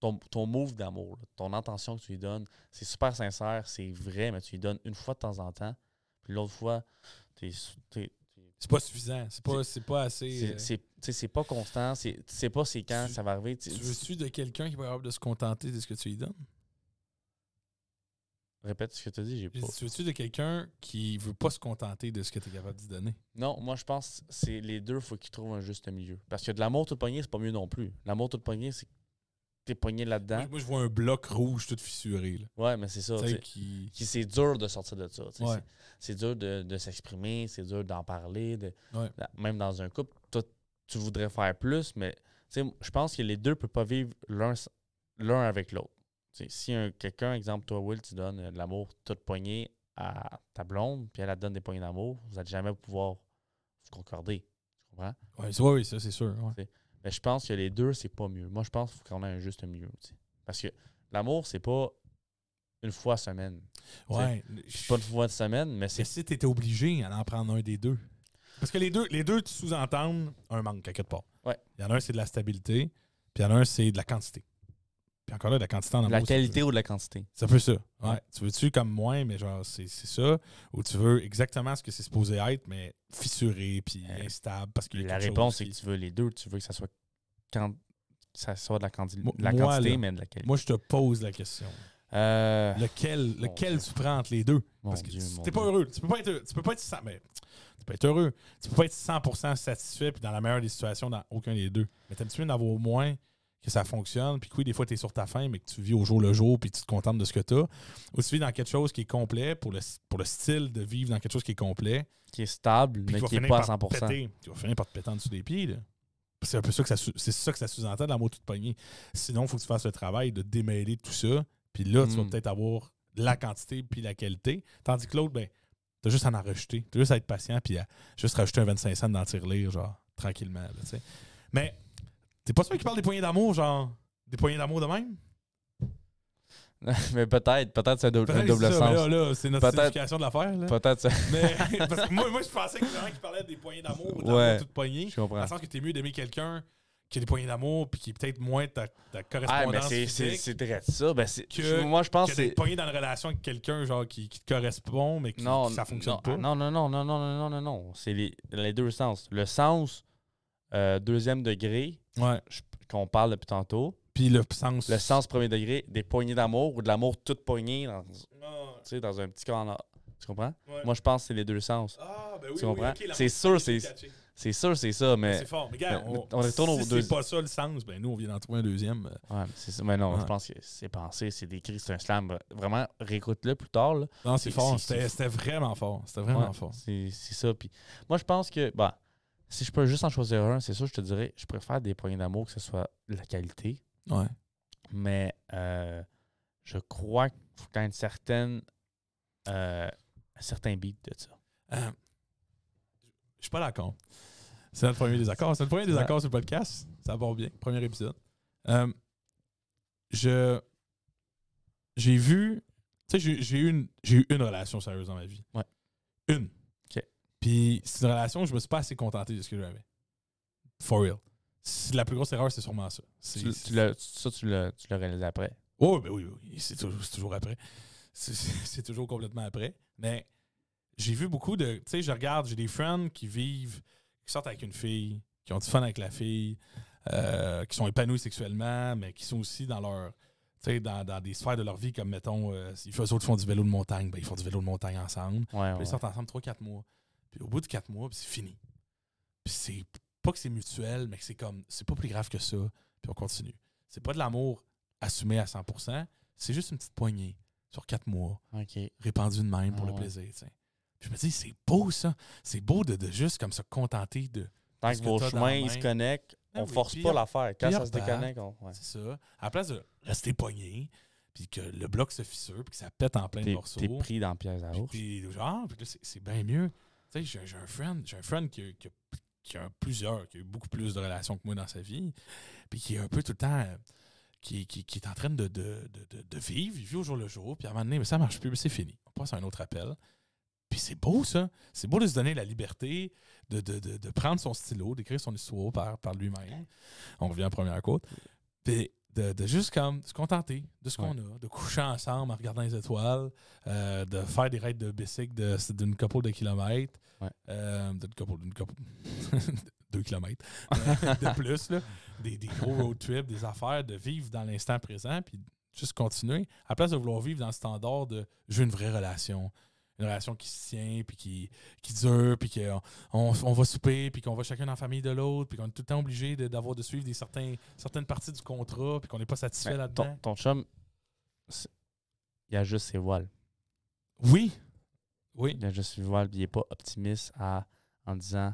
ton, ton move d'amour, là, ton intention que tu lui donnes, c'est super sincère, c'est vrai, mais tu lui donnes une fois de temps en temps, puis l'autre fois, t'es, t'es-
C'est pas suffisant. C'est pas, c'est pas assez.
c'est,
euh,
c'est, tu sais, c'est pas constant, c'est, tu sais pas c'est quand
Tu-
ça va arriver. tu-
Tu
tu-
veux-tu de quelqu'un qui est capable de se contenter de ce que tu lui donnes?
Répète ce que tu as dit, j'ai
J'ai
pas.
dit, Tu veux-tu de quelqu'un qui veut pas se contenter de ce que tu es capable de lui donner?
Non, moi je pense que c'est les deux, faut qu'ils trouvent un juste milieu. Parce que de l'amour tout pogné, c'est pas mieux non plus. L'amour tout pogné, c'est que t'es pogné
Moi,
là-dedans.
moi, je vois un bloc rouge tout fissuré. Là.
Ouais, mais c'est ça.
Tu
tu
sais,
sais.
qui...
qui c'est dur de sortir de ça. tu sais.
Ouais.
C'est- C'est dur de, de s'exprimer, c'est dur d'en parler. de-
Ouais.
la- même dans un couple, toi, tu voudrais faire plus, mais tu sais, je pense que les deux ne peuvent pas vivre l'un s- l'un avec l'autre. Tu sais, si un- quelqu'un, exemple toi, Will, tu donnes euh, de l'amour toute poignée à ta blonde, puis elle elle te donne des poignées d'amour, vous n'allez jamais pouvoir vous concorder. Tu comprends?
Ouais, ça, oui, ça, c'est sûr. ouais.
Mais je pense que les deux, c'est pas mieux. Moi, je pense qu'il faut qu'on ait un juste milieu. tu sais. Parce que L'amour, c'est pas une fois semaine.
Ouais.
C'est pas une fois de semaine, mais c'est
Mais si t'étais obligé à en prendre un des deux. Parce que les deux, les deux tu sous-entendent un manque à quelque part.
Ouais.
Il y en a un, c'est de la stabilité, puis il y en a un, c'est de la quantité. Puis encore là, de la quantité en
de
amour.
la
c'est-
qualité ou de la quantité.
C'est un peu ça. Ouais. Tu veux-tu comme moi, mais genre, c'est c'est ça. Ou tu veux exactement ce que c'est supposé être, mais fissuré, puis
Ouais.
instable. Parce que
Euh, La réponse, c'est que tu veux les deux. Tu veux que ça soit, quand, ça soit de la, quanti-
Moi-
de la
moi,
quantité,
là,
mais de la qualité.
Moi, je te pose la question.
Euh,
Lequel, lequel
Dieu.
tu prends entre les deux?
mon
Parce que
Dieu,
tu-
mon
t'es pas
Dieu.
heureux. Tu peux pas être, tu peux pas être, cent- ben, tu peux être heureux. Tu peux pas être 100% satisfait puis dans la meilleure des situations dans aucun des deux. Mais t'aimes-tu mieux d'avoir au moins que ça fonctionne puis que oui, des fois t'es sur ta faim mais que tu vis au jour le jour puis tu te contentes de ce que t'as. Ou tu vis dans quelque chose qui est complet pour le, pour le style de vivre dans quelque chose qui est complet
Qui est stable,
puis
mais
tu vas
qui est
finir
pas à
par te
100%.
péter. Tu vas finir par te péter en dessous des pieds. là. C'est un peu ça que ça, sous- c'est ça que ça sous-entend dans le mot tout poigné. Sinon, il faut que tu fasses le travail de démêler tout ça. Puis là, tu vas
Mm.
peut-être avoir la quantité puis la qualité. Tandis que l'autre, ben, t'as juste à en rejeter. T'as juste à être patient puis à juste rajouter un 25 cents dans le tirelire, genre, tranquillement. là, tu sais. Mais t'es pas celui qui parle des poignées d'amour, genre, des poignées d'amour de même?
mais peut-être, peut-être c'est un, dou- un
Peut-être que
double
c'est ça, mais là,
sens.
là, c'est notre
Peut-être-
signification de l'affaire. là.
Peut-être ça.
Mais, parce que moi, moi, je pensais que vraiment qu'il parlait des poignées d'amour, ou d'amour
Ouais.
tout poigné.
Je comprends.
Dans le sens que t'es mieux d'aimer quelqu'un qui a des poignées d'amour puis qui est peut-être moins ta, ta
Ah, mais
correspondance
c'est- c'est
physique
c'est vrai de ça. Ben, c'est-
que-
moi, je pense
qui
que
a des
c'est.
poignées dans une relation avec quelqu'un genre qui, qui te correspond mais qui,
Non,
qui ça fonctionne
non, ah,
pas.
Non, non, non, non, non, non, non, non, non. C'est les, les deux sens. Le sens, euh, deuxième degré,
Ouais.
je- qu'on parle depuis tantôt.
Puis le sens.
Le sens, premier degré, des poignées d'amour ou de l'amour tout poigné dans, tu
Ah,
sais, dans un petit corps. en or. Tu comprends?
ouais.
Moi, je pense que c'est les deux sens.
ah, ben oui,
tu
oui,
comprends?
ok, l'amour,
C'est sûr,
j'ai
c'est-
catché.
C'est sûr, c'est ça, mais.
C'est fort. Mais regarde,
mais-
on,
on retourne au
si
deux-
c'est pas ça le sens, ben nous, on vient d'en trouver un deuxième. euh,
Ouais, mais c'est ça. Mais non,
Ouais.
je pense que c'est pensé, c'est décrit, c'est un slam. Vraiment, réécoute-le plus tard. là.
Non, c'est
C'est-
fort.
c'est-
C'était
c'est-
c'était vraiment fort. C'était vraiment
Ouais,
fort.
C'est c'est ça. Puis moi, je pense que, bah, si je peux juste en choisir un, c'est sûr, je te dirais, je préfère des poignées d'amour que ce soit de la qualité.
Ouais.
Mais euh, je crois qu'il faut quand même certaine, euh, un certain beat de ça.
Euh, je suis pas d'accord. C'est notre premier désaccord. C'est notre premier désaccord sur le podcast. Ça va bien. Premier épisode. Euh, je. J'ai vu. Tu sais, j'ai- j'ai eu, une- j'ai eu une relation sérieuse dans ma vie.
Ouais.
Une.
Ok.
Puis c'est une relation où je me suis pas assez contenté de ce que j'avais. For real. C'est La plus grosse erreur, c'est sûrement ça. C'est-
Tu, tu l'as- ça, tu l'as tu l'as réalisé après.
Oh, ben oui, oui, oui, c'est toujours, c'est toujours après. C'est- C'est c'est toujours complètement après. Mais j'ai vu beaucoup de. Tu sais, je regarde, j'ai des friends qui vivent, qui sortent avec une fille, qui ont du fun avec la fille, euh, qui sont épanouis sexuellement, mais qui sont aussi dans leur. Tu sais, dans, dans des sphères de leur vie, comme mettons, euh, ils font, eux autres font du vélo de montagne, ben, ils font du vélo de montagne ensemble.
Ouais,
Puis
Ah ouais.
ils sortent ensemble 3-4 mois. Puis au bout de 4 mois, puis c'est fini. Puis c'est pas que c'est mutuel, mais que c'est comme, c'est pas plus grave que ça. Puis on continue. C'est pas de l'amour assumé à 100%, c'est juste une petite poignée sur 4 mois,
OK.
répandue de même pour
Ah
le
ouais.
plaisir. tu sais. Puis je me dis, c'est beau ça. C'est beau de, de juste comme se contenter de.
Tant
Parce
que
que
vos
t'as dans
chemins,
la
ils
main-
se connectent,
Ah
on
oui,
force
puis
pas
on-
l'affaire. Quand
puis
ça
on
se déconnecte, on... ouais.
C'est ça. À la place de rester poigné, puis que le bloc se fissure, puis que ça pète en plein
T'es-
morceau.
t'es pris dans pièce à
Puis
ours.
t'es genre, puis là, c'est- c'est bien mieux. Tu sais, j'ai- j'ai un friend, j'ai un friend qui, a- qui a- qui a plusieurs, qui a eu beaucoup plus de relations que moi dans sa vie, puis qui est un peu tout le temps, euh, qui, qui, qui est en train de, de, de- de- de vivre, il vit au jour le jour, puis à un moment donné, mais ça marche plus, mais c'est fini. On passe à un autre appel. Puis c'est beau, ça. C'est beau de se donner la liberté de, de- de- de prendre son stylo, d'écrire son histoire par, par lui-même. On revient à la première côte. Puis de, de juste comme se contenter de ce qu'on a, de coucher ensemble en regardant les étoiles, euh, de faire des raids de bicycle de- d'une couple de kilomètres.
Ouais.
Euh, d'une couple, d'une couple. deux kilomètres euh, de plus, là. Des, des gros road trips, des affaires, de vivre dans l'instant présent, puis juste continuer. À la place de vouloir vivre dans le standard de j'ai une vraie relation. Une relation qui se tient, puis qui, qui dure, puis qu'on on, on va souper, puis qu'on va chacun dans la famille de l'autre, puis qu'on est tout le temps obligé de, d'avoir de suivre des certains, certaines parties du contrat, puis qu'on n'est pas satisfait
Mais
là-dedans.
ton, ton chum, c'est- il a juste ses voiles.
Oui. Oui.
Il a juste ses voiles, puis il est pas optimiste à, en disant...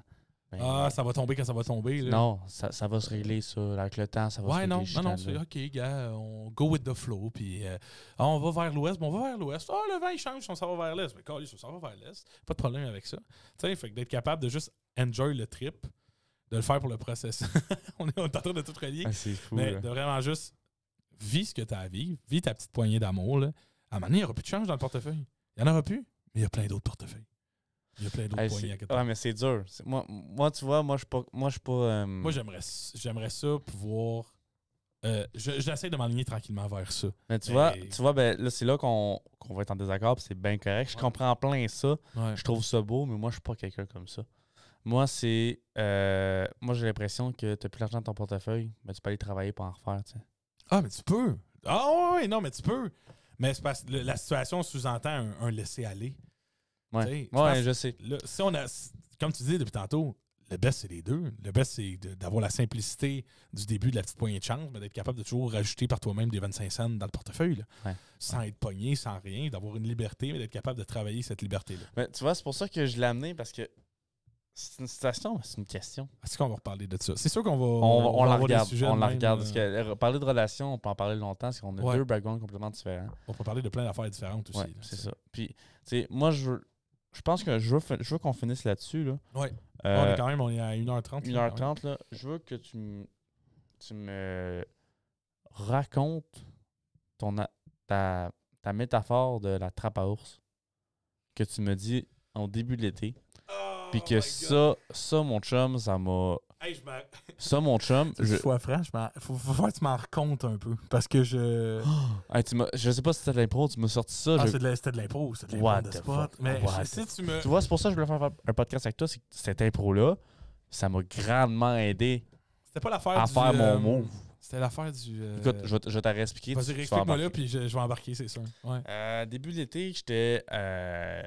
ben,
Ah, ça va tomber quand ça va tomber. là.
Non, ça, ça va se régler, ça. Avec le temps, ça va se
Ouais,
régler.
non, non, non,
chicane,
c'est
là.
OK, gars, on go with the flow, puis euh, ah, on va vers l'ouest, bon, on va vers l'ouest. Ah, le vent, il change, on s'en va vers l'est. Mais calé, on s'en va vers l'est. Pas de problème avec ça. Tu sais, fait que d'être capable de juste enjoy le trip, de le faire pour le process. on, est, on est en train de tout relier,
Ah, c'est fou.
mais
là.
de vraiment juste vis ce que tu as à vivre, vis ta petite poignée d'amour. là. À un moment donné, il n'y aura plus de change dans le portefeuille. Il n'y en aura plus, mais il y a plein d'autres portefeuilles. Il y a plein d'autres
Hey,
poignées à
c'est-
quelque part.
ouais, mais c'est dur. C'est- Moi, moi, tu vois, moi, je suis pas. Moi, je suis pas. euh,
Moi, j'aimerais s- j'aimerais ça pouvoir. euh, je- J'essaie de m'aligner tranquillement vers ça.
mais tu
mais-
vois, tu vois, ben là, c'est là qu'on qu'on va être en désaccord, puis c'est bien correct. Je
Ouais.
comprends plein ça.
Je-
Je trouve ça beau, mais moi, je suis pas quelqu'un comme ça. Moi, c'est. euh, moi, j'ai l'impression que tu plus l'argent dans ton portefeuille, mais tu peux aller travailler pour en refaire. tu sais.
Ah, mais tu peux. Ah, oui, non, mais tu peux. Mais c'est parce que le- la situation sous-entend un, un laisser-aller. Tu
Ouais,
sais, tu
ouais
penses-
je sais.
Là, si on a, si- comme tu dis depuis tantôt, le best, c'est les deux. Le best, c'est de- d'avoir la simplicité du début de la petite poignée de chance, mais d'être capable de toujours rajouter par toi-même des 25 cents dans le portefeuille, là.
Ouais.
sans être pogné, sans rien, d'avoir une liberté, mais d'être capable de travailler cette liberté-là.
Mais tu vois, c'est pour ça que je l'ai amené parce que c'est une citation, mais c'est une question.
Est-ce qu'on va reparler de ça? C'est sûr qu'on va.
on, on la
avoir des
regarde.
sujets
On
de
la
même,
regarde.
euh,
Parce que euh, parler de relations, on peut en parler longtemps parce qu'on a
Ouais.
deux backgrounds complètement différents.
On peut parler de plein d'affaires différentes aussi.
Ouais,
là.
c'est ça. Puis, tu sais, moi, je veux. Je pense que je veux, fin- je veux qu'on finisse là-dessus. Là.
Ouais.
Euh,
Ah, on est quand même on est à 1h30. là, quand même.
1h30, là, je veux que tu me, tu me racontes ton, a- ta, ta métaphore de la trappe à ours que tu me dis en début de l'été.
Oh
Puis que ça, ça, mon chum, ça m'a.
Hey, je m'en-
Ça, mon chum,
Je
je,
sois franc, je m'en- faut, faut faire que tu m'en racontes un peu. Parce que je.
Hey, tu m'as- je sais pas si c'était de l'impro, tu m'as sorti ça.
Ah,
je-
c'est de la- c'était de l'impro, c'était de
What
l'impro de
the
spot.
fuck?
Mais
What
je-
the
si tu me.
Tu vois, c'est pour ça que je voulais faire un podcast avec toi, c'est que cette impro-là, ça m'a grandement aidé
C'était pas l'affaire
à
du.
faire
euh,
mon move.
C'était l'affaire du. euh,
Écoute, je vais t- je vais te réexpliquer. tu-
Vas-y,
tu vas
réexplique-moi
embarquer.
là, puis je, je vais embarquer, c'est sûr. Ouais.
Euh, début de l'été, j'étais euh,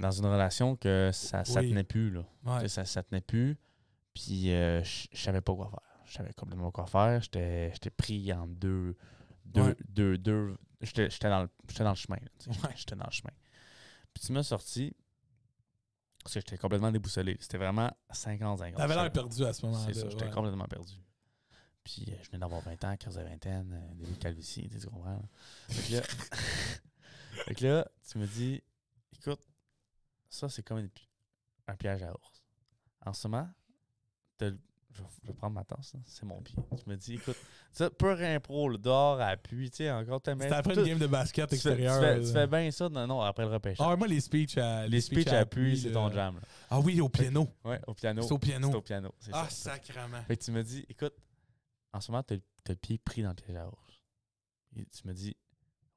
dans une relation que ça, ça
Oui.
tenait plus. Là. Tu
ouais.
sais, Ça, ça tenait plus. Puis euh, je je savais pas quoi faire. Je savais complètement pas quoi faire. J'étais j'étais pris en deux. deux,
Ouais.
deux, deux j'étais j'étais dans, le- j'étais dans le chemin. là, tu sais,
Ouais.
J'étais dans le chemin. Puis tu m'as sorti. Parce que j'étais complètement déboussolé. C'était vraiment 50-50.
T'avais l'air
J'étais-
perdu à ce moment-là.
c'est ça, j'étais
ouais.
complètement perdu. Puis euh, je venais d'avoir 20 ans, 15 à vingtaine, euh, début de calvitie, tu sais, tu comprends? là. Fait que là, fait que là, tu me dis, écoute, ça c'est comme une pi- un piège à ours. En ce moment, t'as le- je vais- je vais prendre ma tasse, là, c'est mon pied. Tu me dis, écoute, ça, peur impro, le dehors, à appui, tu sais, encore ta
C'était après une game de basket
tu fais, tu
extérieure.
fais, tu
euh,
fais bien ça, non, non, après le repêchage.
Ah, moi, les speeches à.
les speeches à appui,
appui,
c'est
là.
ton jam. là.
Ah oui, au piano.
Ouais, au piano.
C'est au piano.
C'est au piano. c'est
Ah,
ça.
sacrement.
Fait que tu me dis, écoute, en ce moment, t'as t'as le pied pris dans le piège à ours. Et tu me dis,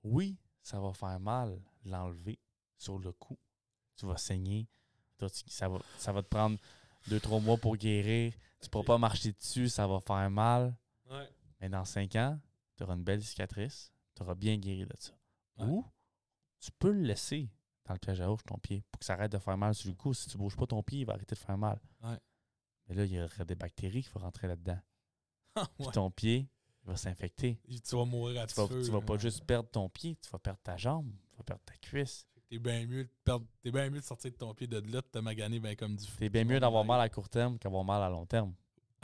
oui, ça va faire mal l'enlever sur le coup. Tu vas saigner. Toi, tu- ça, va, ça va te prendre deux, trois mois pour guérir. Tu pourras pas marcher dessus, ça va faire mal.
Ouais.
Mais dans cinq ans, tu auras une belle cicatrice. Tu auras bien guéri de ça.
Ouais.
Ou tu peux le laisser dans le piège à ours, ton pied, pour que ça arrête de faire mal sur le coup. Si tu bouges pas ton pied, il va arrêter de faire mal.
Ouais.
Mais là, il y aura des bactéries qui vont rentrer là-dedans.
Ah,
Puis
ouais.
ton pied il va s'infecter.
Tu vas mourir à
Tu vas,
feu,
tu vas pas
là.
juste perdre ton pied, tu vas perdre ta jambe, tu vas perdre ta cuisse.
T'es bien mieux, de perdre- t'es bien mieux de sortir de ton pied de là, de te maganer ben comme du
C'est bien mieux d'avoir mal à court terme qu'avoir mal à long terme.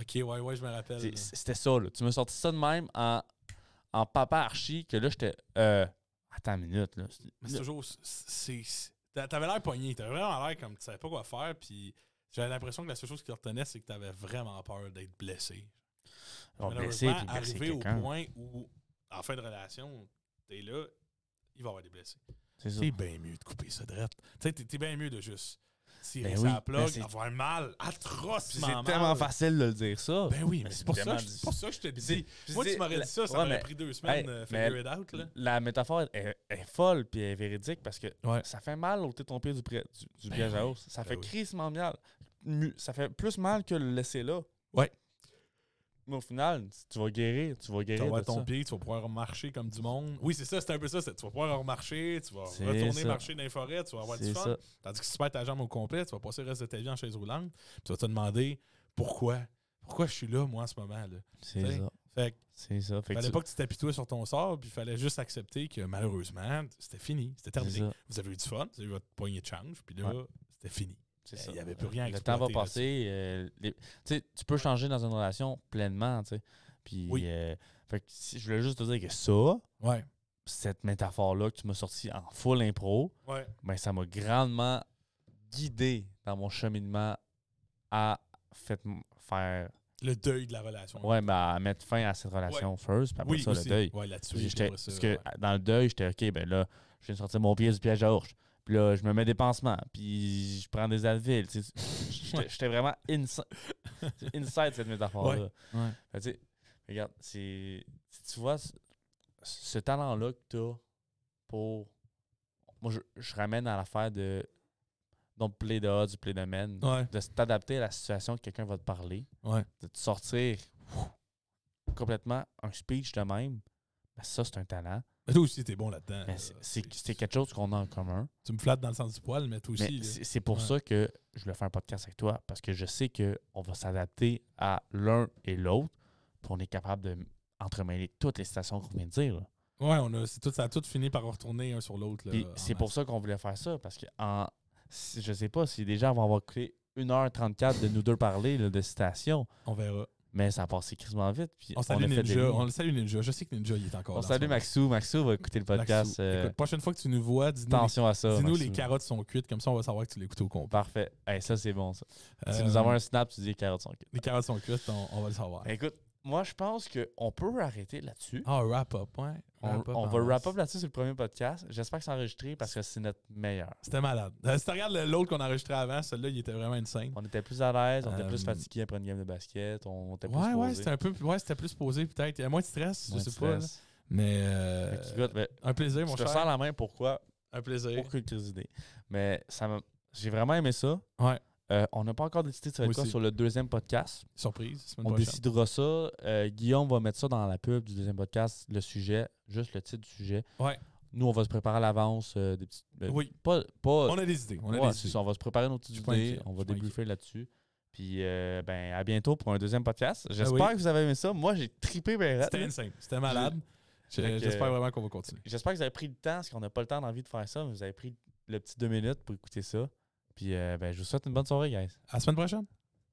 Ok, ouais, ouais, je me rappelle.
C'est-
là.
C'était ça, là. Tu me sorti ça de même en, en papa archi que là, j'étais. euh, attends une minute, là.
Mais c'est toujours. c'est- c'est- t'a- T'avais l'air poigné. T'avais vraiment l'air comme tu savais pas quoi faire. Puis j'avais l'impression que la seule chose qui te retenait, c'est que t'avais vraiment peur d'être blessé.
On va blesser, Ah,
Malheureusement,
puis blesser
arrivé au
quelqu'un.
point où, en fin de relation, t'es là, il va y avoir des blessés.
C'est ça.
C'est bien mieux de couper ça drette. Tu sais, t'es- t'es bien mieux de juste tirer
Ben
ça
oui,
à la plug,
ben c'est-
avoir mal atrocement.
C'est
mal.
tellement facile de le dire ça.
Ben oui, mais
Mais
c'est
c'est
pour, ça
tellement
que- c'est pour ça que je te dis.
Puis
Moi,
c'est-
tu m'aurais
la-
dit ça, ça
ouais,
m'aurait
mais
pris deux semaines,
hey,
euh,
mais-
figure it out. Là.
La métaphore est, est folle puis elle est véridique parce que
Ouais.
ça fait mal ôter ton pied du, pri- du, du
Ben
piège à
oui,
ours. Ça
ben
fait
oui.
crissement mal. Mu- Ça fait plus mal que le laisser là.
Ouais.
Mais au final, tu vas guérir, tu vas
Tu vas
guérir de
avoir ton
ça.
pied, tu vas pouvoir marcher comme du monde. Oui, c'est ça, c'est un peu ça. c'est- Tu vas pouvoir marcher, tu vas
C'est
retourner
ça.
marcher dans les forêts, tu vas avoir du
C'est
fun.
ça.
Tandis que si tu perds ta jambe au complet, tu vas passer le reste de ta vie en chaise roulante, puis tu vas te demander pourquoi. Pourquoi je suis là, moi, en ce moment? Là?
C'est
Tu sais,
ça.
Fait que
C'est ça. Fait que
fallait
tu-
pas que tu t'apitoies sur ton sort, puis il fallait juste accepter que malheureusement, c'était fini, c'était
c'est
terminé.
ça.
Vous avez eu du fun, vous avez eu votre poignée de change, puis là, c'était fini.
c'est
Ben,
ça.
il y avait plus rien à
Le temps va
exploiter, là,
passer. euh, les- tu sais, tu peux changer dans une relation pleinement. tu sais. Puis,
Oui.
euh, fait que si, je voulais juste te dire que ça,
Ouais.
cette métaphore-là que tu m'as sortie en full impro,
Ouais.
ben, ça m'a grandement guidé dans mon cheminement à fait- faire
le deuil de la relation.
Ouais, mais à mettre fin à cette relation first, puis après
oui,
ça,
aussi.
le deuil.
Ouais, là-dessus.
Puis j'étais-
j'aimerais ça,
parce que
ouais.
dans le deuil, j'étais OK, ben là, je viens de sortir mon pied du piège à ours. Puis là, je me mets des pansements. Puis je prends des Advil. tu sais. J'étais j'étais vraiment insi- inside cette métaphore-là.
Ouais.
Fait que tu sais, regarde, c'est. si Tu vois, ce, ce talent-là que tu as pour. Moi, je, je ramène à l'affaire de. Donc, play de A, du play de men.
Ouais.
De s'adapter à la situation que quelqu'un va te parler.
Ouais.
De te sortir ouf, complètement un speech de même. Ben, ça, c'est un talent.
Mais toi aussi, t'es bon là-dedans.
Mais
là.
c'est- c'est c'est quelque chose qu'on a en commun.
Tu me flattes dans le sens du poil, mais toi
Mais
aussi. là.
c'est c'est pour
Ouais.
ça que je voulais faire un podcast avec toi, parce que je sais qu'on va s'adapter à l'un et l'autre, puis on est capable de entremêler toutes les stations qu'on vient de dire. là.
Ouais, on a, c'est tout, ça a tout fini par retourner un sur l'autre. là,
Puis
Euh, en
c'est
masse.
pour ça qu'on voulait faire ça, parce que en, si- je sais pas si les gens vont avoir écouté 1h34 de nous deux parler là, de citations,
On verra.
mais ça a passé crissement vite. Puis
On
a
salue
fait des
Ninja.
liens.
On le salue Ninja. Je sais que Ninja, il est encore
On
là. en ce
salue
moment.
Maxou. Maxou va écouter le
Maxou,
podcast. euh,
Écoute, prochaine fois que tu nous vois, dis-nous,
attention à ça.
les, dis-nous
Maxou.
les carottes sont cuites, comme ça on va savoir que tu l'écoutes au complet.
Parfait. Hey, ça, c'est bon, ça. Si nous
Euh,
avons un snap, tu dis les carottes sont cuites.
Les carottes sont cuites, on, on va le savoir.
Ben, écoute, moi, je pense qu'on peut arrêter là-dessus.
Ah, wrap up, ouais.
on
Wrap up
on
en
va
masse.
wrap up là-dessus sur le premier podcast. J'espère que c'est enregistré parce que c'est notre meilleur.
C'était malade. Euh, si tu regardes le- l'autre qu'on a enregistré avant, celui-là, il était vraiment insane.
On était plus à l'aise, on était
Euh,
plus fatigué après une game de basket, on était plus
Ouais, ouais,
posé.
c'était un peu ouais, c'était plus posé peut-être. Il y a moins de stress,
Moins
je
de
sais pas. là.
stress.
Mais euh,
Fait que, écoute, ben,
un plaisir, mon
je te
cher.
sers la main pourquoi
Un plaisir.
aucune crise d'idée. Mais ça m'a- j'ai vraiment aimé ça.
Ouais.
Euh, on n'a pas encore décidé de faire
Moi
quoi
aussi.
sur le deuxième podcast.
Surprise, semaine
On
prochaine.
décidera ça. Euh, Guillaume va mettre ça dans la pub du deuxième podcast, le sujet, juste le titre du sujet.
Ouais.
Nous, on va se préparer à l'avance euh, des petites. euh,
Oui,
Pas, pas,
on a des idées. On a
Ouais,
des
c'est
idées.
ça, on va se préparer nos
Je
petites
suis pas
idées.
inquiet,
On va
je suis pas
débriefer là-dessus. Puis, euh, ben, à bientôt pour un deuxième podcast. J'espère
Ah oui.
que vous avez aimé ça. Moi, j'ai trippé ben raide,
C'était
là.
insane. C'était malade. Je-
Fait que- euh,
J'espère vraiment qu'on va continuer.
J'espère que vous avez pris le temps, parce qu'on n'a pas le temps d'envie de faire ça, mais vous avez pris le petit deux minutes pour écouter ça. Puis, euh, ben, je vous souhaite une bonne soirée, guys.
À la semaine prochaine.